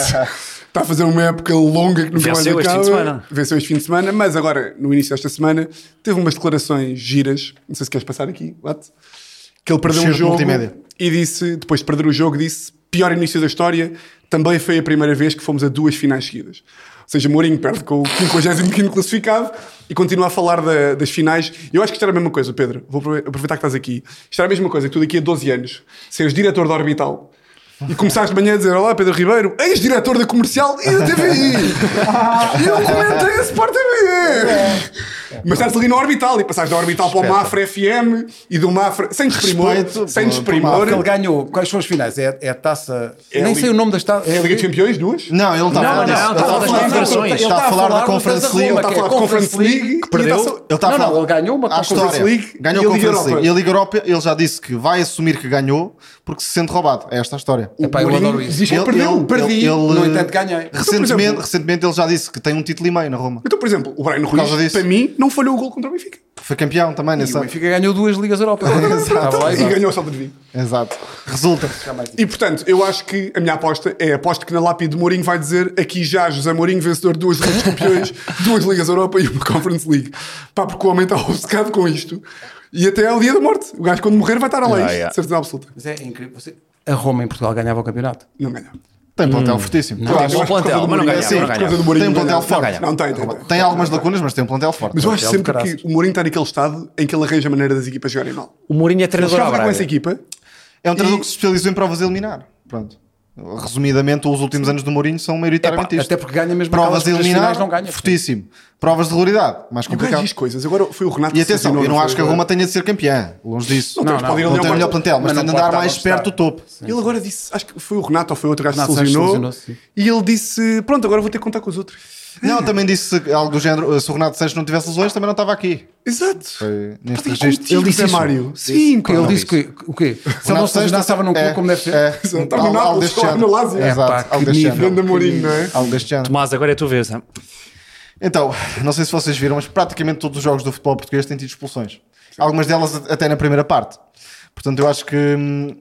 [SPEAKER 1] Está a fazer uma época longa que nunca
[SPEAKER 4] Venceu
[SPEAKER 1] mais
[SPEAKER 4] este
[SPEAKER 1] acaba.
[SPEAKER 4] fim de semana.
[SPEAKER 1] Venceu este fim de semana, mas agora, no início desta semana, teve umas declarações giras. Não sei se queres passar aqui, Lato. Que ele perdeu
[SPEAKER 3] Cheiro
[SPEAKER 1] um
[SPEAKER 3] de
[SPEAKER 1] jogo
[SPEAKER 3] multimédia.
[SPEAKER 1] e disse, depois de perder o jogo, disse: pior início da história, também foi a primeira vez que fomos a duas finais seguidas. Ou seja, Mourinho perde com o 55 classificado e continua a falar da- das finais. Eu acho que isto era a mesma coisa, Pedro. Vou aprove- aproveitar que estás aqui. Isto era a mesma coisa que tu daqui a 12 anos seres diretor da Orbital e começares de manhã a dizer: Olá, Pedro Ribeiro, ex-diretor da comercial e da TVI. eu comentei a Sport
[SPEAKER 3] É.
[SPEAKER 1] TV. Mas estás ali na Orbital e passaste da Orbital para o Mafra FM e do Mafra, sem desprimor, sem
[SPEAKER 3] Respeito pelo- pelo
[SPEAKER 1] desprimor.
[SPEAKER 2] Porque ele ganhou. Quais são as finais? É, é a taça.
[SPEAKER 1] É
[SPEAKER 2] Nem
[SPEAKER 1] a
[SPEAKER 2] sei
[SPEAKER 1] Liga-
[SPEAKER 2] o nome das taças.
[SPEAKER 1] É a Liga de Campeões, duas?
[SPEAKER 3] Não, ele não está a
[SPEAKER 4] Não,
[SPEAKER 3] falar
[SPEAKER 4] não,
[SPEAKER 3] disso.
[SPEAKER 4] não,
[SPEAKER 2] tá
[SPEAKER 3] Ele está a falar
[SPEAKER 4] das
[SPEAKER 3] das confederações.
[SPEAKER 4] confederações.
[SPEAKER 3] Está a falar da Conference
[SPEAKER 1] Ele
[SPEAKER 3] League.
[SPEAKER 1] está a falar da Conference League, que
[SPEAKER 4] perdeu.
[SPEAKER 3] Ele está a
[SPEAKER 2] não,
[SPEAKER 3] falar-
[SPEAKER 2] não, ele ganhou uma
[SPEAKER 3] à
[SPEAKER 2] Conference
[SPEAKER 3] história.
[SPEAKER 1] League
[SPEAKER 3] ganhou
[SPEAKER 1] e a
[SPEAKER 3] a Conference
[SPEAKER 1] Liga
[SPEAKER 3] League. E a Liga Europa, ele já disse que vai assumir que ganhou porque se sente roubado. É esta a história. vitória.
[SPEAKER 2] Epá, eu
[SPEAKER 1] Mourinho
[SPEAKER 2] adoro isso.
[SPEAKER 1] Diz que
[SPEAKER 3] Ele-
[SPEAKER 1] perdeu,
[SPEAKER 3] ele-
[SPEAKER 1] perdi.
[SPEAKER 3] ele-
[SPEAKER 2] no entanto, ganhei.
[SPEAKER 1] por
[SPEAKER 3] Recentemente,
[SPEAKER 1] exemplo-
[SPEAKER 3] recentemente ele já disse que tem um título e meio na Roma.
[SPEAKER 1] Então, por exemplo, o Brian
[SPEAKER 3] causa
[SPEAKER 1] Ruiz,
[SPEAKER 3] disso.
[SPEAKER 1] para mim, não falhou o gol contra o Benfica.
[SPEAKER 3] Foi campeão também
[SPEAKER 2] E o
[SPEAKER 3] nessa.
[SPEAKER 2] Benfica ganhou duas Ligas Europa. Estava lá e
[SPEAKER 1] e
[SPEAKER 2] pronto.
[SPEAKER 1] ganhou a salva de vinho.
[SPEAKER 3] Exato. Resulta.
[SPEAKER 1] E portanto, eu acho que a minha aposta é aposto que na lápide de Mourinho vai dizer aqui já José Mourinho, vencedor de duas Ligas de Campeões, duas Ligas Europa e uma Conference League. Pá, porque o homem está obcecado com isto. E até ao dia da morte. O gajo, quando morrer, vai estar a leis,
[SPEAKER 4] Ah, yeah.
[SPEAKER 1] de certeza absoluta.
[SPEAKER 2] Mas é incrível. Você- A Roma em Portugal ganhava o campeonato.
[SPEAKER 1] Não ganha.
[SPEAKER 3] Tem plantel fortíssimo.
[SPEAKER 1] Eu
[SPEAKER 3] Eu
[SPEAKER 1] acho
[SPEAKER 3] acho.
[SPEAKER 4] bom
[SPEAKER 1] que por causa do
[SPEAKER 4] plantel, mas Hum. não
[SPEAKER 1] Mourinho,
[SPEAKER 4] ganhava,
[SPEAKER 1] sim,
[SPEAKER 4] não
[SPEAKER 1] por causa
[SPEAKER 4] ganhava.
[SPEAKER 1] do Mourinho,
[SPEAKER 3] Tem um
[SPEAKER 1] não
[SPEAKER 3] plantel
[SPEAKER 1] ganhava.
[SPEAKER 3] forte.
[SPEAKER 1] Não, tem, tem, tem.
[SPEAKER 3] Tem algumas lacunas, mas tem um plantel forte.
[SPEAKER 1] Mas eu acho
[SPEAKER 2] Plantel de
[SPEAKER 1] sempre que
[SPEAKER 2] é caraças.
[SPEAKER 1] o Mourinho está naquele estado em que ele arranja a maneira das equipas jogarem mal.
[SPEAKER 4] O Mourinho é
[SPEAKER 1] Ele
[SPEAKER 4] treinador à
[SPEAKER 1] chegava com essa
[SPEAKER 4] Braga.
[SPEAKER 1] equipa,
[SPEAKER 3] É um treinador
[SPEAKER 1] E-
[SPEAKER 3] que se especializou em provas a eliminar. Pronto. Resumidamente, os últimos anos do Mourinho são maioritariamente
[SPEAKER 2] Epá,
[SPEAKER 3] isto.
[SPEAKER 2] até porque ganha mesmo aquelas
[SPEAKER 3] provas a
[SPEAKER 2] coisas
[SPEAKER 3] eliminar,
[SPEAKER 2] finais, não ganha.
[SPEAKER 3] fortíssimo. Provas de regularidade,
[SPEAKER 1] e
[SPEAKER 3] mais
[SPEAKER 1] o gajo
[SPEAKER 3] complicado.
[SPEAKER 1] diz coisas. Agora foi o Renato
[SPEAKER 3] E
[SPEAKER 1] que se
[SPEAKER 3] atenção,
[SPEAKER 1] lesionou,
[SPEAKER 3] eu não
[SPEAKER 1] foi?
[SPEAKER 3] acho que a Roma tenha de ser campeã. Longe disso.
[SPEAKER 1] Não,
[SPEAKER 3] Não,
[SPEAKER 1] temos para ir ao
[SPEAKER 2] não,
[SPEAKER 3] tem o
[SPEAKER 1] Leopoldo.
[SPEAKER 3] melhor plantel, mas
[SPEAKER 2] Mas
[SPEAKER 3] tem de
[SPEAKER 2] não pode
[SPEAKER 3] andar
[SPEAKER 2] estar
[SPEAKER 3] mais
[SPEAKER 2] onde
[SPEAKER 3] perto do
[SPEAKER 2] está.
[SPEAKER 3] topo.
[SPEAKER 1] Ele agora disse, acho que foi o Renato ou foi outro gajo que
[SPEAKER 2] Renato
[SPEAKER 1] se
[SPEAKER 2] Sanches
[SPEAKER 1] lesionou,
[SPEAKER 2] lesionou-se, sim.
[SPEAKER 1] e ele disse: Pronto, agora vou ter que contar com os outros.
[SPEAKER 3] Não, também disse algo do género: se o Renato Sanches não tivesse lesões, também não estava aqui.
[SPEAKER 1] Exato.
[SPEAKER 3] Foi neste
[SPEAKER 1] Ele
[SPEAKER 3] registro.
[SPEAKER 1] disse José Mário. Sim, claro.
[SPEAKER 2] Ele disse que o quê? Se ele não se lesionasse, estava num clube como deve ser.
[SPEAKER 3] É,
[SPEAKER 1] Estava no
[SPEAKER 3] algo- algo
[SPEAKER 1] Nápoles,
[SPEAKER 3] deste
[SPEAKER 1] estava
[SPEAKER 3] género.
[SPEAKER 1] no Lazio.
[SPEAKER 3] É,
[SPEAKER 2] Epá,
[SPEAKER 3] Exato,
[SPEAKER 2] que
[SPEAKER 3] algo deste
[SPEAKER 2] nível.
[SPEAKER 3] género.
[SPEAKER 1] Grande Mourinho, não é?
[SPEAKER 3] Algo deste género.
[SPEAKER 4] Tomás, agora é tu vez. hã?
[SPEAKER 3] Então, não sei se vocês viram, mas praticamente todos os jogos do futebol português têm tido expulsões. Algumas delas a- até na primeira parte. Portanto, eu acho que hum,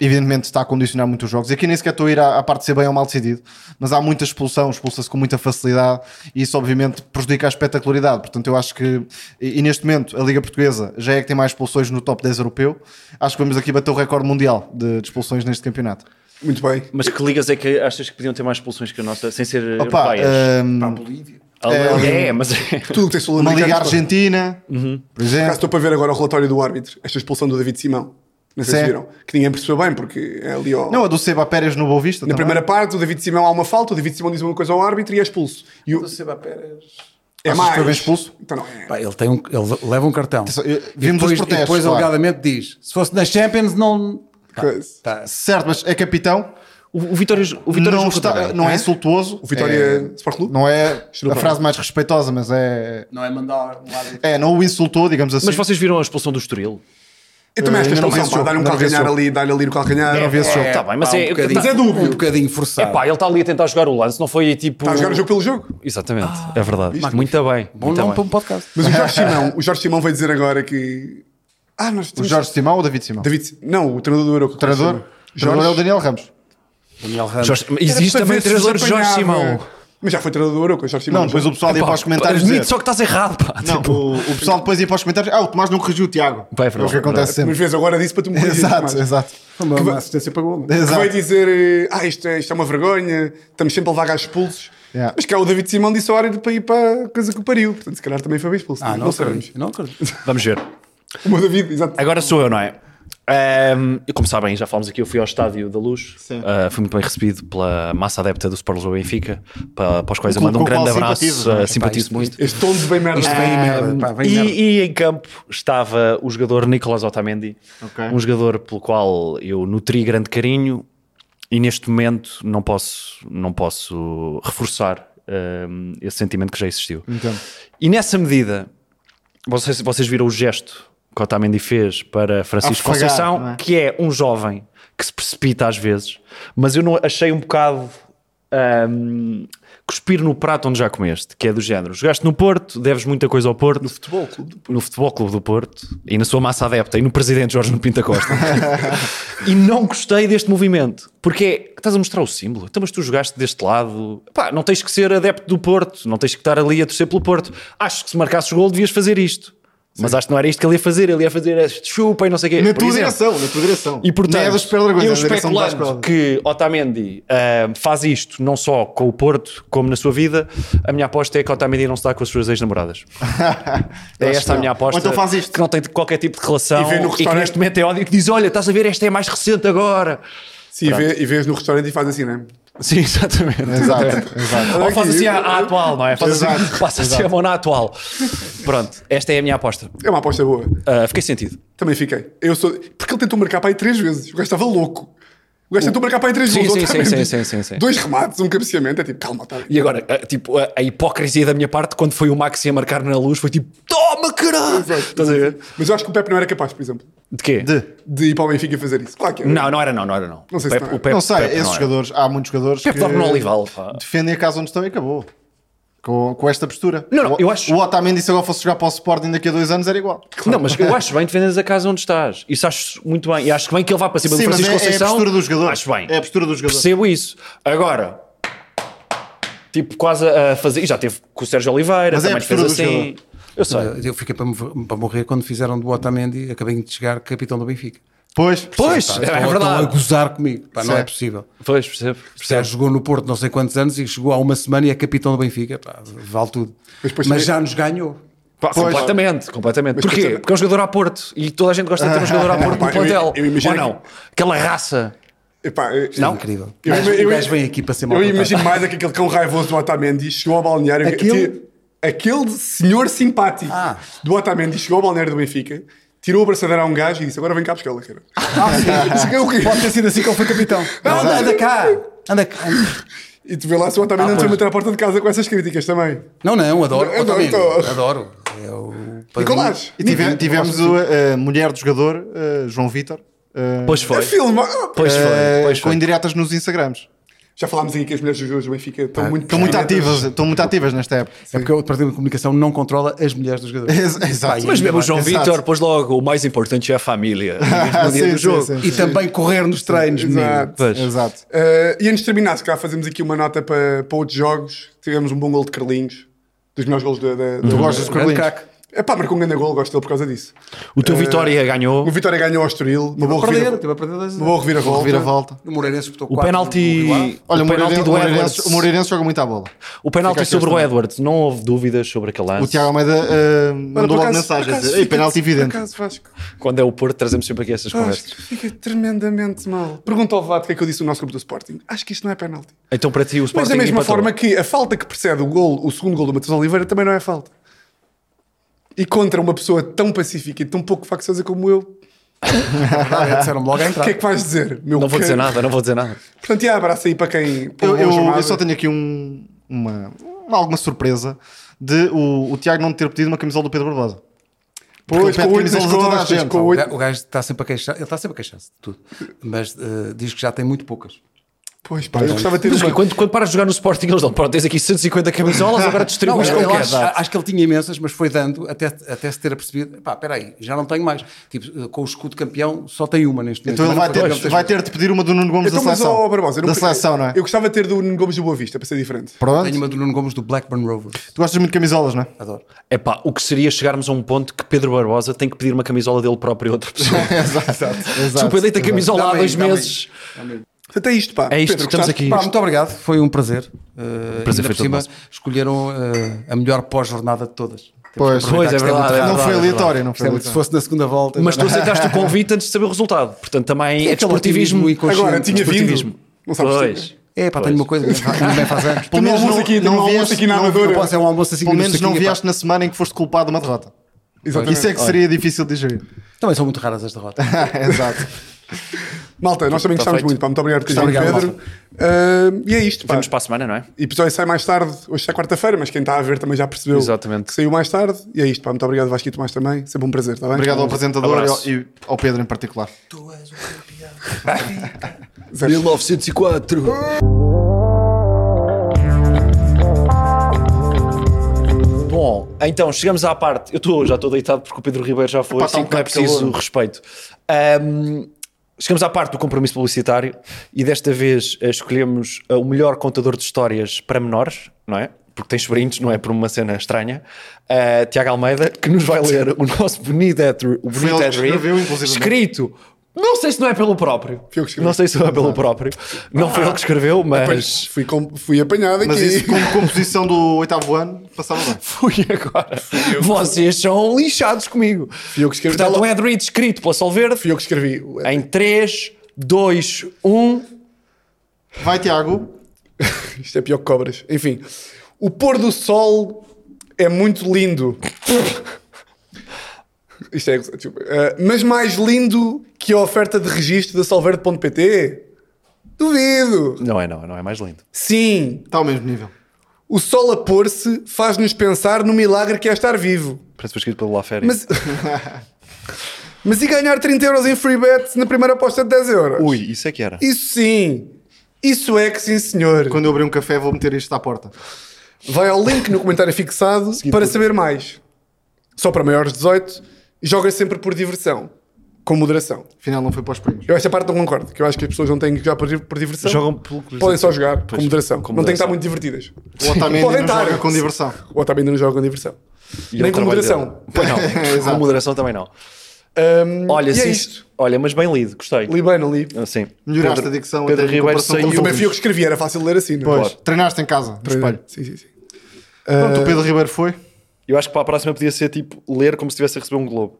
[SPEAKER 3] evidentemente está a condicionar muito os jogos. E aqui nem sequer estou a ir à, à parte de ser bem ou mal decidido, mas há muita expulsão, expulsa-se com muita facilidade e isso obviamente prejudica a espetacularidade. Portanto, eu acho que, e, e neste momento, a Liga Portuguesa já é que tem mais expulsões no top 10 europeu. Acho que vamos aqui bater o recorde mundial de, de expulsões neste campeonato.
[SPEAKER 1] Muito bem.
[SPEAKER 4] Mas que ligas é que achas que podiam ter mais expulsões que a nossa, sem ser
[SPEAKER 3] Opa,
[SPEAKER 4] europeias?
[SPEAKER 3] hum,
[SPEAKER 2] Para a Bolívia.
[SPEAKER 4] É, mas
[SPEAKER 1] Tudo o que tens falado
[SPEAKER 3] uma Liga Argentina, por exemplo.
[SPEAKER 1] Caso estou para ver agora o relatório do árbitro, esta expulsão do David Simão. Não sei se
[SPEAKER 3] Sim.
[SPEAKER 1] viram. Que ninguém percebeu bem, porque é ali ao...
[SPEAKER 3] Não, tá a do Seba Pérez no Boavista.
[SPEAKER 1] Na
[SPEAKER 3] também.
[SPEAKER 1] primeira parte, o David Simão há uma falta, o David Simão diz uma coisa ao árbitro e é expulso. E o...
[SPEAKER 2] O Seba Pérez.
[SPEAKER 1] É
[SPEAKER 3] Achas que
[SPEAKER 1] mais.
[SPEAKER 3] foi bem expulso?
[SPEAKER 1] Então não é.
[SPEAKER 2] Pá, ele, tem um, ele leva um cartão.
[SPEAKER 3] eu-
[SPEAKER 2] E
[SPEAKER 3] vimos
[SPEAKER 2] depois,
[SPEAKER 3] os protestos,
[SPEAKER 2] E depois,
[SPEAKER 3] claro.
[SPEAKER 2] alegadamente, diz: se fosse na Champions, não.
[SPEAKER 1] Coisa.
[SPEAKER 2] Tá.
[SPEAKER 3] Certo, mas é capitão.
[SPEAKER 4] o, o Vitória, o Vitória
[SPEAKER 3] não,
[SPEAKER 4] jogou
[SPEAKER 3] está-
[SPEAKER 4] contra quem?
[SPEAKER 3] não é insultuoso.
[SPEAKER 1] O Vitória
[SPEAKER 3] É-
[SPEAKER 1] Sport Clube?
[SPEAKER 3] não é a
[SPEAKER 1] Estrela.
[SPEAKER 3] frase mais respeitosa, mas é.
[SPEAKER 2] Não é mandar um lado.
[SPEAKER 3] É, não o insultou, digamos assim.
[SPEAKER 4] Mas vocês viram a expulsão do Estoril?
[SPEAKER 1] Eu também acho que a
[SPEAKER 3] Ainda não vi
[SPEAKER 1] expulsão,
[SPEAKER 3] esse
[SPEAKER 1] pá,
[SPEAKER 3] jogo,
[SPEAKER 1] dar-lhe um
[SPEAKER 3] ainda não vi esse
[SPEAKER 1] calcanhar
[SPEAKER 3] jogo.
[SPEAKER 1] ali, dar-lhe ali no
[SPEAKER 2] É.
[SPEAKER 1] calcanhar.
[SPEAKER 3] Não vi esse jogo.
[SPEAKER 4] tá bem, mas
[SPEAKER 2] pá,
[SPEAKER 4] é-
[SPEAKER 2] bocadinho-
[SPEAKER 1] mas é dúbio.
[SPEAKER 2] Um bocadinho forçado.
[SPEAKER 4] É pá, ele está ali a tentar jogar o lance, não foi tipo.
[SPEAKER 1] Está Tá a jogar o jogo pelo jogo.
[SPEAKER 4] Exatamente, é verdade. muito bem.
[SPEAKER 2] Bom
[SPEAKER 4] muito
[SPEAKER 2] nome
[SPEAKER 4] bem.
[SPEAKER 2] para um podcast.
[SPEAKER 1] Mas o Jorge Simão, o Jorge Simão vai dizer agora que. Ah, nós
[SPEAKER 3] O
[SPEAKER 1] temos.
[SPEAKER 3] Jorge Simão ou o David Simão?
[SPEAKER 1] David... Não, o treinador do Euro.
[SPEAKER 3] O treinador? O treinador é o Daniel Ramos.
[SPEAKER 2] Daniel Ramos.
[SPEAKER 4] Jorge-
[SPEAKER 1] Era
[SPEAKER 4] existe
[SPEAKER 1] para ver
[SPEAKER 4] também o
[SPEAKER 1] se
[SPEAKER 4] treinador
[SPEAKER 1] vos
[SPEAKER 4] Jorge
[SPEAKER 1] apanhava.
[SPEAKER 4] Simão.
[SPEAKER 1] Mas já foi treinador do Euro com o Jorge Simão.
[SPEAKER 3] Não, depois o pessoal ia
[SPEAKER 4] Pá,
[SPEAKER 3] para os comentários.
[SPEAKER 4] admite
[SPEAKER 3] dizer-
[SPEAKER 4] só que estás errado, pá.
[SPEAKER 3] Não,
[SPEAKER 4] Tipo,
[SPEAKER 3] o, o pessoal depois ia para os comentários. Ah, o Tomás não corrigiu o Tiago.
[SPEAKER 4] Vai,
[SPEAKER 3] é o que
[SPEAKER 4] Fernando.
[SPEAKER 3] acontece
[SPEAKER 1] Mas
[SPEAKER 3] sempre.
[SPEAKER 1] vês agora disse para tu me corrigir, Tomás.
[SPEAKER 3] Exato, exato.
[SPEAKER 2] Foi uma,
[SPEAKER 1] que
[SPEAKER 2] uma
[SPEAKER 1] vai-
[SPEAKER 2] assistência para gol.
[SPEAKER 1] Que
[SPEAKER 3] Exato.
[SPEAKER 1] vai dizer, eh, ah, isto é, isto é uma vergonha, estamos sempre a levar gajos expulsos.
[SPEAKER 3] Yeah.
[SPEAKER 1] Mas cá o David Simão disse ao área para ir para a coisa que o pariu. Portanto, se calhar também foi bem expulso.
[SPEAKER 2] Ah,
[SPEAKER 1] não,
[SPEAKER 2] não,
[SPEAKER 1] sabemos.
[SPEAKER 2] acredito. Não acredito.
[SPEAKER 4] Tipo, Vamos ver.
[SPEAKER 1] O meu David, exato.
[SPEAKER 4] Agora sou eu, não é? Ahm, e como sabem, já falámos aqui, eu fui ao Estádio da Luz. Ah, fui muito bem recebido pela massa adepta do Sport Lisboa e Benfica, para, para os quais eu
[SPEAKER 3] Com-
[SPEAKER 4] mando um
[SPEAKER 3] com o qual
[SPEAKER 4] grande abraço.
[SPEAKER 3] simpatizas, não é?
[SPEAKER 4] ah, simpatizo
[SPEAKER 2] Epá,
[SPEAKER 4] muito.
[SPEAKER 2] isto-
[SPEAKER 1] Este tom de bem merda.
[SPEAKER 2] Isto vem merda. Pá, vem
[SPEAKER 4] e,
[SPEAKER 2] merda.
[SPEAKER 4] e em campo estava o jogador Nicolas Otamendi,
[SPEAKER 3] Ok.
[SPEAKER 4] um jogador pelo qual eu nutri grande carinho e neste momento não posso, não posso reforçar hum, esse sentimento que já existiu.
[SPEAKER 3] Entendo.
[SPEAKER 4] E nessa medida, vocês, vocês viram o gesto que Otamendi fez para Francisco
[SPEAKER 3] Afogar,
[SPEAKER 4] Conceição,
[SPEAKER 3] não é?
[SPEAKER 4] que é um jovem que se precipita às vezes, mas eu não achei um bocado hum, cuspir no prato onde já comeste, que é do género. Jogaste no Porto, deves muita coisa ao Porto. No Futebol Clube do Porto. No Futebol Clube do Porto e na sua massa adepta e no presidente Jorge Nuno Pinta Costa. e não gostei deste movimento, porque é, estás a mostrar o símbolo. Então, mas tu jogaste deste lado. Pá, não tens que ser adepto do Porto, não tens que estar ali a torcer pelo Porto. Acho que se marcasses gol devias fazer isto. Mas acho que não era isto que ele ia fazer, ele ia fazer este chupa e não sei o quê.
[SPEAKER 3] Na
[SPEAKER 4] por
[SPEAKER 3] tua
[SPEAKER 4] exemplo.
[SPEAKER 3] direção, na tua direção.
[SPEAKER 4] E portanto,
[SPEAKER 3] Nem é dos Pedra
[SPEAKER 4] eu
[SPEAKER 3] é da direção do Vasco
[SPEAKER 4] especulando
[SPEAKER 3] Alves.
[SPEAKER 4] que Otamendi ah, faz isto não só com o Porto, como na sua vida, a minha aposta é que Otamendi não se dá com as suas ex-namoradas.
[SPEAKER 3] Eu
[SPEAKER 4] É
[SPEAKER 3] acho que
[SPEAKER 4] esta a
[SPEAKER 3] não.
[SPEAKER 4] minha aposta.
[SPEAKER 3] Ou então faz isto.
[SPEAKER 4] Que não tem qualquer tipo de relação
[SPEAKER 1] E vê no
[SPEAKER 4] e, que
[SPEAKER 1] restaurante.
[SPEAKER 4] neste momento é ódio e que diz: Olha, estás a ver, esta é mais recente agora.
[SPEAKER 1] Sim, e, vê, e vês no restaurante e faz assim, não é?
[SPEAKER 4] Sim, exatamente.
[SPEAKER 3] Exato, exato.
[SPEAKER 4] Ou faz assim à, à atual, não é? Faz assim,
[SPEAKER 3] Exato,
[SPEAKER 4] passa assim a mão na atual. Pronto, esta é a minha aposta.
[SPEAKER 1] É uma aposta boa.
[SPEAKER 4] Ah, fiquei sentido.
[SPEAKER 1] Também fiquei. Eu sou... Porque ele tentou marcar para aí três vezes. O gajo estava louco. O gajo tentou marcar para aí três
[SPEAKER 4] Sim,
[SPEAKER 1] gols.
[SPEAKER 4] sim,
[SPEAKER 1] outro
[SPEAKER 4] sim,
[SPEAKER 1] também.
[SPEAKER 4] sim, sim, sim, sim.
[SPEAKER 1] Dois remates, um cabeceamento. É tipo, calma, tá.
[SPEAKER 4] E agora, a- tipo, a, a hipocrisia da minha parte, quando foi o Maxi a marcar na luz, foi tipo: Toma, caralho! Estás a ver?
[SPEAKER 1] Mas eu acho que o Pepe não era capaz, por exemplo,
[SPEAKER 4] De quê?
[SPEAKER 3] De-
[SPEAKER 1] de ir para o Benfica e fazer isso. Claro que é. era.
[SPEAKER 4] Não, não era, não, não era, não.
[SPEAKER 1] Não sei se não é. era.
[SPEAKER 4] o Pepe,
[SPEAKER 3] não sei,
[SPEAKER 4] Pepe
[SPEAKER 3] esses
[SPEAKER 4] É não era.
[SPEAKER 3] jogadores, há muitos jogadores
[SPEAKER 4] Pepe dorme no Olival, pá.
[SPEAKER 3] defendem a casa onde estão e acabou. Com, com esta postura.
[SPEAKER 4] Não, não,
[SPEAKER 3] o,
[SPEAKER 4] eu acho-
[SPEAKER 3] O Otamendi, se agora fosse jogar para o Sporting daqui a dois anos, era igual.
[SPEAKER 4] Não, mas eu acho bem defenderes a casa onde estás. Isso acho muito bem. E acho bem que ele vá para cima
[SPEAKER 3] Sim,
[SPEAKER 4] do
[SPEAKER 3] mas é,
[SPEAKER 4] Francisco
[SPEAKER 3] é a
[SPEAKER 4] Conceição.
[SPEAKER 3] postura do jogador.
[SPEAKER 4] Acho bem.
[SPEAKER 3] É a postura do jogador.
[SPEAKER 4] Percebo isso. Agora, tipo, quase a fazer. e Já teve com o Sérgio Oliveira,
[SPEAKER 3] Mas é a
[SPEAKER 4] também fez
[SPEAKER 3] postura do
[SPEAKER 4] assim. Eu sei.
[SPEAKER 2] Eu fiquei para, mo- para morrer quando fizeram do Otamendi, acabei de chegar capitão do Benfica.
[SPEAKER 3] Pois,
[SPEAKER 4] Pois,
[SPEAKER 2] Pá, estão,
[SPEAKER 4] é
[SPEAKER 2] estão a
[SPEAKER 4] verdade.
[SPEAKER 2] gozar comigo. Pá, não
[SPEAKER 3] Sim.
[SPEAKER 2] é possível.
[SPEAKER 4] Pois, percebo.
[SPEAKER 2] Já jogou no Porto não sei quantos anos e chegou há uma semana e é capitão do Benfica. Pá, vale tudo.
[SPEAKER 1] Mas depois também-
[SPEAKER 2] Mas, já nos ganhou.
[SPEAKER 4] Pá, completamente, completamente.
[SPEAKER 1] Mas
[SPEAKER 4] Porquê?
[SPEAKER 1] depois-
[SPEAKER 4] Porque é um jogador a Porto e toda a gente gosta de ter um jogador a Porto
[SPEAKER 1] Pá,
[SPEAKER 4] no
[SPEAKER 1] eu-
[SPEAKER 4] plantel.
[SPEAKER 1] eu imagino
[SPEAKER 4] Ou não? Aquela raça.
[SPEAKER 1] Epá, eu-
[SPEAKER 4] Não?
[SPEAKER 2] Incrível.
[SPEAKER 1] Eu,
[SPEAKER 2] O gajo-
[SPEAKER 1] eu-
[SPEAKER 2] o gajo vem aqui para ser
[SPEAKER 1] Eu
[SPEAKER 2] maltratado.
[SPEAKER 1] imagino mais é que aquele cão raivoso do Otamendi chegou ao balneário.
[SPEAKER 2] Aquele-
[SPEAKER 1] ti- aquele senhor simpático
[SPEAKER 2] Ah.
[SPEAKER 1] do Otamendi chegou ao balneário do Benfica, tirou a braçadeira a um gajo e disse: Agora vem cá buscar cara.
[SPEAKER 2] Ah,
[SPEAKER 1] é
[SPEAKER 2] Pode ter sido assim que ele foi capitão. Não, anda, anda cá. Anda cá.
[SPEAKER 1] E tu vê lá se o
[SPEAKER 2] Ah,
[SPEAKER 1] Otamendi não te vai meter à porta de casa com essas críticas também.
[SPEAKER 2] Não, não, adoro.
[SPEAKER 1] Eu adoro.
[SPEAKER 2] Otamendi, Adoro. É o...
[SPEAKER 1] Nicolás,
[SPEAKER 3] E tive- tivemos o, a mulher do jogador, eh, João Vitor, eh,
[SPEAKER 4] Pois foi.
[SPEAKER 1] é filme.
[SPEAKER 4] Pois foi.
[SPEAKER 3] eh,
[SPEAKER 4] Pois
[SPEAKER 3] com
[SPEAKER 4] foi.
[SPEAKER 3] indiretas nos Instagrams.
[SPEAKER 1] Já falámos aqui que as mulheres dos jogadores do Benfica
[SPEAKER 2] Ah,
[SPEAKER 1] estão muito,
[SPEAKER 3] Estão muito ativas, estão muito ativas nesta época.
[SPEAKER 2] É porque o Departamento de Comunicação não controla as mulheres dos jogadores.
[SPEAKER 3] Ex- exato.
[SPEAKER 2] e
[SPEAKER 4] Mas mesmo o João
[SPEAKER 3] Exato. Ah,
[SPEAKER 4] Vitor pôs logo: o mais importante é a família. No dia
[SPEAKER 3] Sim, sim,
[SPEAKER 4] do jogo.
[SPEAKER 3] sim.
[SPEAKER 2] E também correr nos treinos, menino.
[SPEAKER 1] Exato.
[SPEAKER 4] Pois.
[SPEAKER 3] Exato.
[SPEAKER 1] Eh, e antes de terminar, se calhar fazemos aqui uma nota para, para outros jogos. Tivemos um bom gol de Carlinhos, dos melhores golos da. da
[SPEAKER 3] Tu gostas de
[SPEAKER 2] Grande
[SPEAKER 3] Carlinhos?
[SPEAKER 2] craque.
[SPEAKER 1] É pá, marcou um grande gol, gosto dele por causa disso.
[SPEAKER 4] O
[SPEAKER 1] Eh,
[SPEAKER 4] teu Vitória ganhou.
[SPEAKER 1] O Vitória ganhou ao Estoril, uma boa
[SPEAKER 2] Perder,
[SPEAKER 1] revira,
[SPEAKER 2] teve a perder dois
[SPEAKER 1] uma
[SPEAKER 2] a zero.
[SPEAKER 1] boa reviravolta.
[SPEAKER 3] Revira a volta.
[SPEAKER 2] O Moreirense botou
[SPEAKER 4] O
[SPEAKER 2] quatro no Rio
[SPEAKER 4] penalti.
[SPEAKER 2] Ave.
[SPEAKER 3] Olha,
[SPEAKER 4] o
[SPEAKER 3] o
[SPEAKER 4] penalti
[SPEAKER 3] Moreirense,
[SPEAKER 4] do
[SPEAKER 3] o Moreirense-
[SPEAKER 4] Edwards.
[SPEAKER 3] o Moreirense joga muito à bola.
[SPEAKER 4] O penalti
[SPEAKER 3] Fica
[SPEAKER 4] sobre o
[SPEAKER 3] esta-
[SPEAKER 4] Edwards. Não houve dúvidas sobre aquele lance.
[SPEAKER 3] O Tiago Almeida eh,
[SPEAKER 1] Olha,
[SPEAKER 3] mandou
[SPEAKER 1] por
[SPEAKER 3] logo
[SPEAKER 1] acaso-
[SPEAKER 3] mensagem
[SPEAKER 1] por
[SPEAKER 3] a dizer:
[SPEAKER 1] acaso
[SPEAKER 3] Ei,
[SPEAKER 1] fica-
[SPEAKER 3] penalti evidente.
[SPEAKER 1] Por acaso, Vasco,
[SPEAKER 4] Quando é o Porto, trazemos sempre aqui essas conversas.
[SPEAKER 1] Vasco, fica tremendamente mal. Pergunta ao Vato o que é que eu disse no nosso grupo do Sporting. Acho que isto não é penalti.
[SPEAKER 4] Então, para ti, o Sporting
[SPEAKER 1] Mas da mesma
[SPEAKER 4] empatou.
[SPEAKER 1] forma que a falta que precede o gol, o segundo gol do Matheus Oliveira também não é falta. E contra uma pessoa tão pacífica e tão pouco facciosa como eu,
[SPEAKER 2] Verdade, Disseram-me Ah, logo
[SPEAKER 1] o que
[SPEAKER 2] à entrada.
[SPEAKER 1] é que vais dizer? meu
[SPEAKER 4] Não vou
[SPEAKER 1] caro?
[SPEAKER 4] dizer nada, não vou dizer nada.
[SPEAKER 1] Portanto, e há abraço aí para quem. para
[SPEAKER 3] Eu,
[SPEAKER 1] uma boa
[SPEAKER 3] eu-
[SPEAKER 1] jornada.
[SPEAKER 3] eu só tenho aqui um- uma, uma- alguma surpresa de o, o Tiago não ter pedido uma camisola do Pedro Barbosa.
[SPEAKER 1] Pois,
[SPEAKER 3] Porque
[SPEAKER 1] com
[SPEAKER 3] ele
[SPEAKER 1] oito
[SPEAKER 3] pede
[SPEAKER 1] nas
[SPEAKER 3] camisolas a toda a
[SPEAKER 1] costas,
[SPEAKER 3] gente, É.
[SPEAKER 1] com
[SPEAKER 3] sabe?
[SPEAKER 2] O
[SPEAKER 1] oito.
[SPEAKER 2] ga- O gajo está sempre a queixar, ele está sempre a queixar-se de tudo, mas eh, diz que já tem muito poucas.
[SPEAKER 1] Pois pá, eu gostava de ter
[SPEAKER 4] Mas
[SPEAKER 1] uma.
[SPEAKER 4] quando, quando paras de jogar no Sporting, eles dão. Pronto, tens aqui 150 camisolas, agora
[SPEAKER 2] Não,
[SPEAKER 4] distribuis
[SPEAKER 2] ele-
[SPEAKER 4] com
[SPEAKER 2] ele
[SPEAKER 4] queres.
[SPEAKER 2] acha- acho que ele tinha imensas, mas foi dando até, até se ter apercebido. Pá, espera aí, já não tenho mais. Tipo, eh, com o escudo campeão só tem uma neste momento.
[SPEAKER 3] Então ele vai
[SPEAKER 2] Também não
[SPEAKER 3] ter,
[SPEAKER 2] foi-
[SPEAKER 3] vai ter de pedir uma do Nuno Gomes
[SPEAKER 1] Então,
[SPEAKER 3] da
[SPEAKER 1] mas ó,
[SPEAKER 3] seleção.
[SPEAKER 1] Barbosa, eu não
[SPEAKER 3] da
[SPEAKER 1] queria-
[SPEAKER 3] seleção, não é?
[SPEAKER 1] Eu gostava de ter do Nuno Gomes do Boa Vista, para ser diferente.
[SPEAKER 3] Pronto.
[SPEAKER 2] Tenho uma do Nuno Gomes do Blackburn Rovers.
[SPEAKER 3] Tu gostas muito de camisolas, não é?
[SPEAKER 2] Adoro.
[SPEAKER 4] É pá, o que seria chegarmos a um ponto que Pedro Barbosa tem que pedir uma camisola dele próprio a outra pessoa.
[SPEAKER 3] exato, exato.
[SPEAKER 4] Desculpa, eu dei-te a
[SPEAKER 3] exato.
[SPEAKER 4] camisola há
[SPEAKER 2] Dá-me
[SPEAKER 4] dois
[SPEAKER 2] aí, dá-me aí.
[SPEAKER 4] meses.
[SPEAKER 1] Até isto, pá.
[SPEAKER 4] É isto,
[SPEAKER 1] Pedro,
[SPEAKER 4] estamos
[SPEAKER 1] gostaste?
[SPEAKER 4] aqui.
[SPEAKER 2] Pá, Ah, muito obrigado, foi um prazer. Eh, ainda
[SPEAKER 4] prazer foi
[SPEAKER 2] por
[SPEAKER 4] todo
[SPEAKER 2] cima,
[SPEAKER 4] nosso.
[SPEAKER 2] escolheram eh, a melhor pós-jornada de todas.
[SPEAKER 3] Pois,
[SPEAKER 4] Pois, é verdade.
[SPEAKER 3] não foi
[SPEAKER 4] aleatório.
[SPEAKER 3] aleatório, não foi
[SPEAKER 2] Isto é, se
[SPEAKER 3] aleatório.
[SPEAKER 2] fosse na segunda volta.
[SPEAKER 4] Mas tu aceitaste o convite antes de saber o resultado. Portanto, também é
[SPEAKER 2] aquele
[SPEAKER 4] desportivismo.
[SPEAKER 2] otimismo inconsciente.
[SPEAKER 1] Agora, tinha vindo.
[SPEAKER 4] Desportivismo.
[SPEAKER 1] Não sabes
[SPEAKER 4] Pois.
[SPEAKER 2] É, pá,
[SPEAKER 4] Pois.
[SPEAKER 2] tenho uma coisa, bem faz anos.
[SPEAKER 1] Tenho um
[SPEAKER 3] menos
[SPEAKER 1] almoço
[SPEAKER 3] não-
[SPEAKER 1] aqui, tenho
[SPEAKER 3] não
[SPEAKER 1] um almoço
[SPEAKER 3] vieste-
[SPEAKER 1] aqui na
[SPEAKER 3] não-
[SPEAKER 1] Amadora.
[SPEAKER 2] Não posso, é um almoço assim.
[SPEAKER 3] Pelo menos não vieste na semana em que foste culpado de uma derrota.
[SPEAKER 1] Exatamente.
[SPEAKER 3] Isso é que seria difícil de gerir.
[SPEAKER 2] Também são muito raras as derrotas.
[SPEAKER 3] Exato.
[SPEAKER 1] Malta, nós também
[SPEAKER 4] Tá
[SPEAKER 1] gostámos
[SPEAKER 4] feito.
[SPEAKER 1] muito, pá. Muito obrigado por teres vindo,
[SPEAKER 2] Obrigado,
[SPEAKER 1] Pedro. Ah, e é isto, pá.
[SPEAKER 4] Vamos para a semana, não é?
[SPEAKER 1] Episódio sai mais tarde, hoje sai quarta-feira, mas quem está a ver também já percebeu
[SPEAKER 4] Exatamente.
[SPEAKER 1] que saiu mais tarde. E é isto, pá. Muito obrigado, Vasquito, mais também. Sempre um prazer, está bem?
[SPEAKER 3] Obrigado ao apresentador e ao,
[SPEAKER 4] Abraço.
[SPEAKER 3] e ao Pedro em particular.
[SPEAKER 4] 1904. Bom, então chegamos à parte. Eu estou- já estou deitado porque o Pedro Ribeiro já foi,
[SPEAKER 3] Epá, tá
[SPEAKER 4] assim
[SPEAKER 3] um
[SPEAKER 4] que não é
[SPEAKER 3] bocado de
[SPEAKER 4] preciso
[SPEAKER 3] calor.
[SPEAKER 4] respeito. Ahm, chegamos à parte do compromisso publicitário e desta vez eh, escolhemos eh, o melhor contador de histórias para menores, não é? Porque tem sobrinhos, não é por uma cena estranha. Ah, Tiago Almeida, que nos vai ler o nosso bonito Ed o
[SPEAKER 3] Foi
[SPEAKER 4] bonito
[SPEAKER 3] ele que
[SPEAKER 4] Ed Reed,
[SPEAKER 3] escreveu, inclusivamente.
[SPEAKER 4] escrito. Não sei se não é pelo próprio.
[SPEAKER 1] Fui eu que escrevi. Ah.
[SPEAKER 4] Não sei se não é pelo próprio. Não foi ele que escreveu,
[SPEAKER 1] Pois,
[SPEAKER 4] mas
[SPEAKER 1] fui, com- fui apanhado aqui.
[SPEAKER 3] Mas isso, como composição do oitavo ano, passava bem.
[SPEAKER 4] fui agora. Vocês são lixados comigo.
[SPEAKER 1] eu que escrevi.
[SPEAKER 4] Portanto,
[SPEAKER 1] Tá lá-
[SPEAKER 4] um Ed Reed escrito pela Solverde
[SPEAKER 1] Fui eu que escrevi.
[SPEAKER 4] em um. 3, 2, 1.
[SPEAKER 3] Vai, Tiago.
[SPEAKER 1] Isto é pior que cobras. Enfim, o pôr do sol é muito lindo. Isto é. Tipo, eh, mas mais lindo que a oferta de registro da Solverde.pt. Duvido!
[SPEAKER 4] Não é, não, não é mais lindo.
[SPEAKER 1] Sim,
[SPEAKER 3] Está ao mesmo nível.
[SPEAKER 1] o sol a pôr-se faz-nos pensar no milagre que é estar vivo.
[SPEAKER 4] Parece que foi escrito pelo Laferi.
[SPEAKER 1] Mas... Mas e ganhar 30 euros em free bet na primeira aposta de 10 euros?
[SPEAKER 4] Ui, isso é que era.
[SPEAKER 1] Isso sim! Isso é que sim, senhor.
[SPEAKER 3] Quando eu abrir um café, vou meter isto à porta.
[SPEAKER 1] Vai ao link no comentário fixado para saber mais. Só para maiores de 18, joga sempre por diversão, com moderação.
[SPEAKER 3] Afinal, não foi para os primos.
[SPEAKER 1] Eu esta parte não concordo, que eu acho que as pessoas não têm que jogar por, di- por diversão.
[SPEAKER 4] Jogam pelo curiosidade.
[SPEAKER 1] Podem só jogar
[SPEAKER 4] Pois,
[SPEAKER 1] com, moderação.
[SPEAKER 4] com
[SPEAKER 1] Não têm que estar
[SPEAKER 4] moderação.
[SPEAKER 1] muito divertidas.
[SPEAKER 3] O Otamendi
[SPEAKER 1] Podem
[SPEAKER 3] não
[SPEAKER 1] estar.
[SPEAKER 3] joga com diversão.
[SPEAKER 1] Ou também ainda não joga com diversão.
[SPEAKER 4] E é
[SPEAKER 1] Nem
[SPEAKER 4] o
[SPEAKER 1] com
[SPEAKER 4] trabalho
[SPEAKER 1] moderação.
[SPEAKER 4] dele. Pois não,
[SPEAKER 3] Exato.
[SPEAKER 4] com moderação também não.
[SPEAKER 1] Ahm,
[SPEAKER 4] Olha,
[SPEAKER 1] e é
[SPEAKER 4] se
[SPEAKER 1] isto.
[SPEAKER 4] isto. Olha, mas bem lido, gostei.
[SPEAKER 1] Li bem, não li.
[SPEAKER 4] Ah, Sim.
[SPEAKER 3] Melhoraste
[SPEAKER 4] Pedro-
[SPEAKER 3] a dicção
[SPEAKER 4] Pedro
[SPEAKER 3] até em
[SPEAKER 4] Ribeiro
[SPEAKER 3] comparação
[SPEAKER 4] saiu.
[SPEAKER 3] com o
[SPEAKER 1] Também fui eu que escrevi, era fácil ler assim, não é?
[SPEAKER 3] Pois. Treinaste em casa, no espelho.
[SPEAKER 1] Sim, sim, sim.
[SPEAKER 3] Pronto, o Pedro Ribeiro foi.
[SPEAKER 4] Eu acho que para a próxima podia ser tipo ler como se estivesse a receber um globo.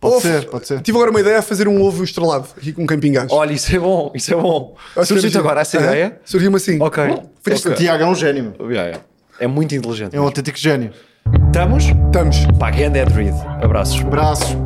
[SPEAKER 3] Pode
[SPEAKER 1] Ovo.
[SPEAKER 3] ser, pode ser.
[SPEAKER 1] Tive agora uma ideia a fazer um ovo estrelado aqui com um camping gás.
[SPEAKER 4] Olha, isso é bom, isso é bom.
[SPEAKER 1] Acho que
[SPEAKER 4] Substitui
[SPEAKER 1] era
[SPEAKER 4] agora essa
[SPEAKER 1] giro. Aham.
[SPEAKER 4] ideia.
[SPEAKER 1] Surgiu-me assim.
[SPEAKER 4] Ok.
[SPEAKER 1] Fez-
[SPEAKER 4] Ok.
[SPEAKER 3] Tiago é um gênio. meu.
[SPEAKER 4] Yeah, yeah. É muito inteligente.
[SPEAKER 3] É um autêntico gênio.
[SPEAKER 4] Estamos?
[SPEAKER 1] Estamos.
[SPEAKER 4] Pá, grande Ed Reed. Abraços.
[SPEAKER 3] Abraços.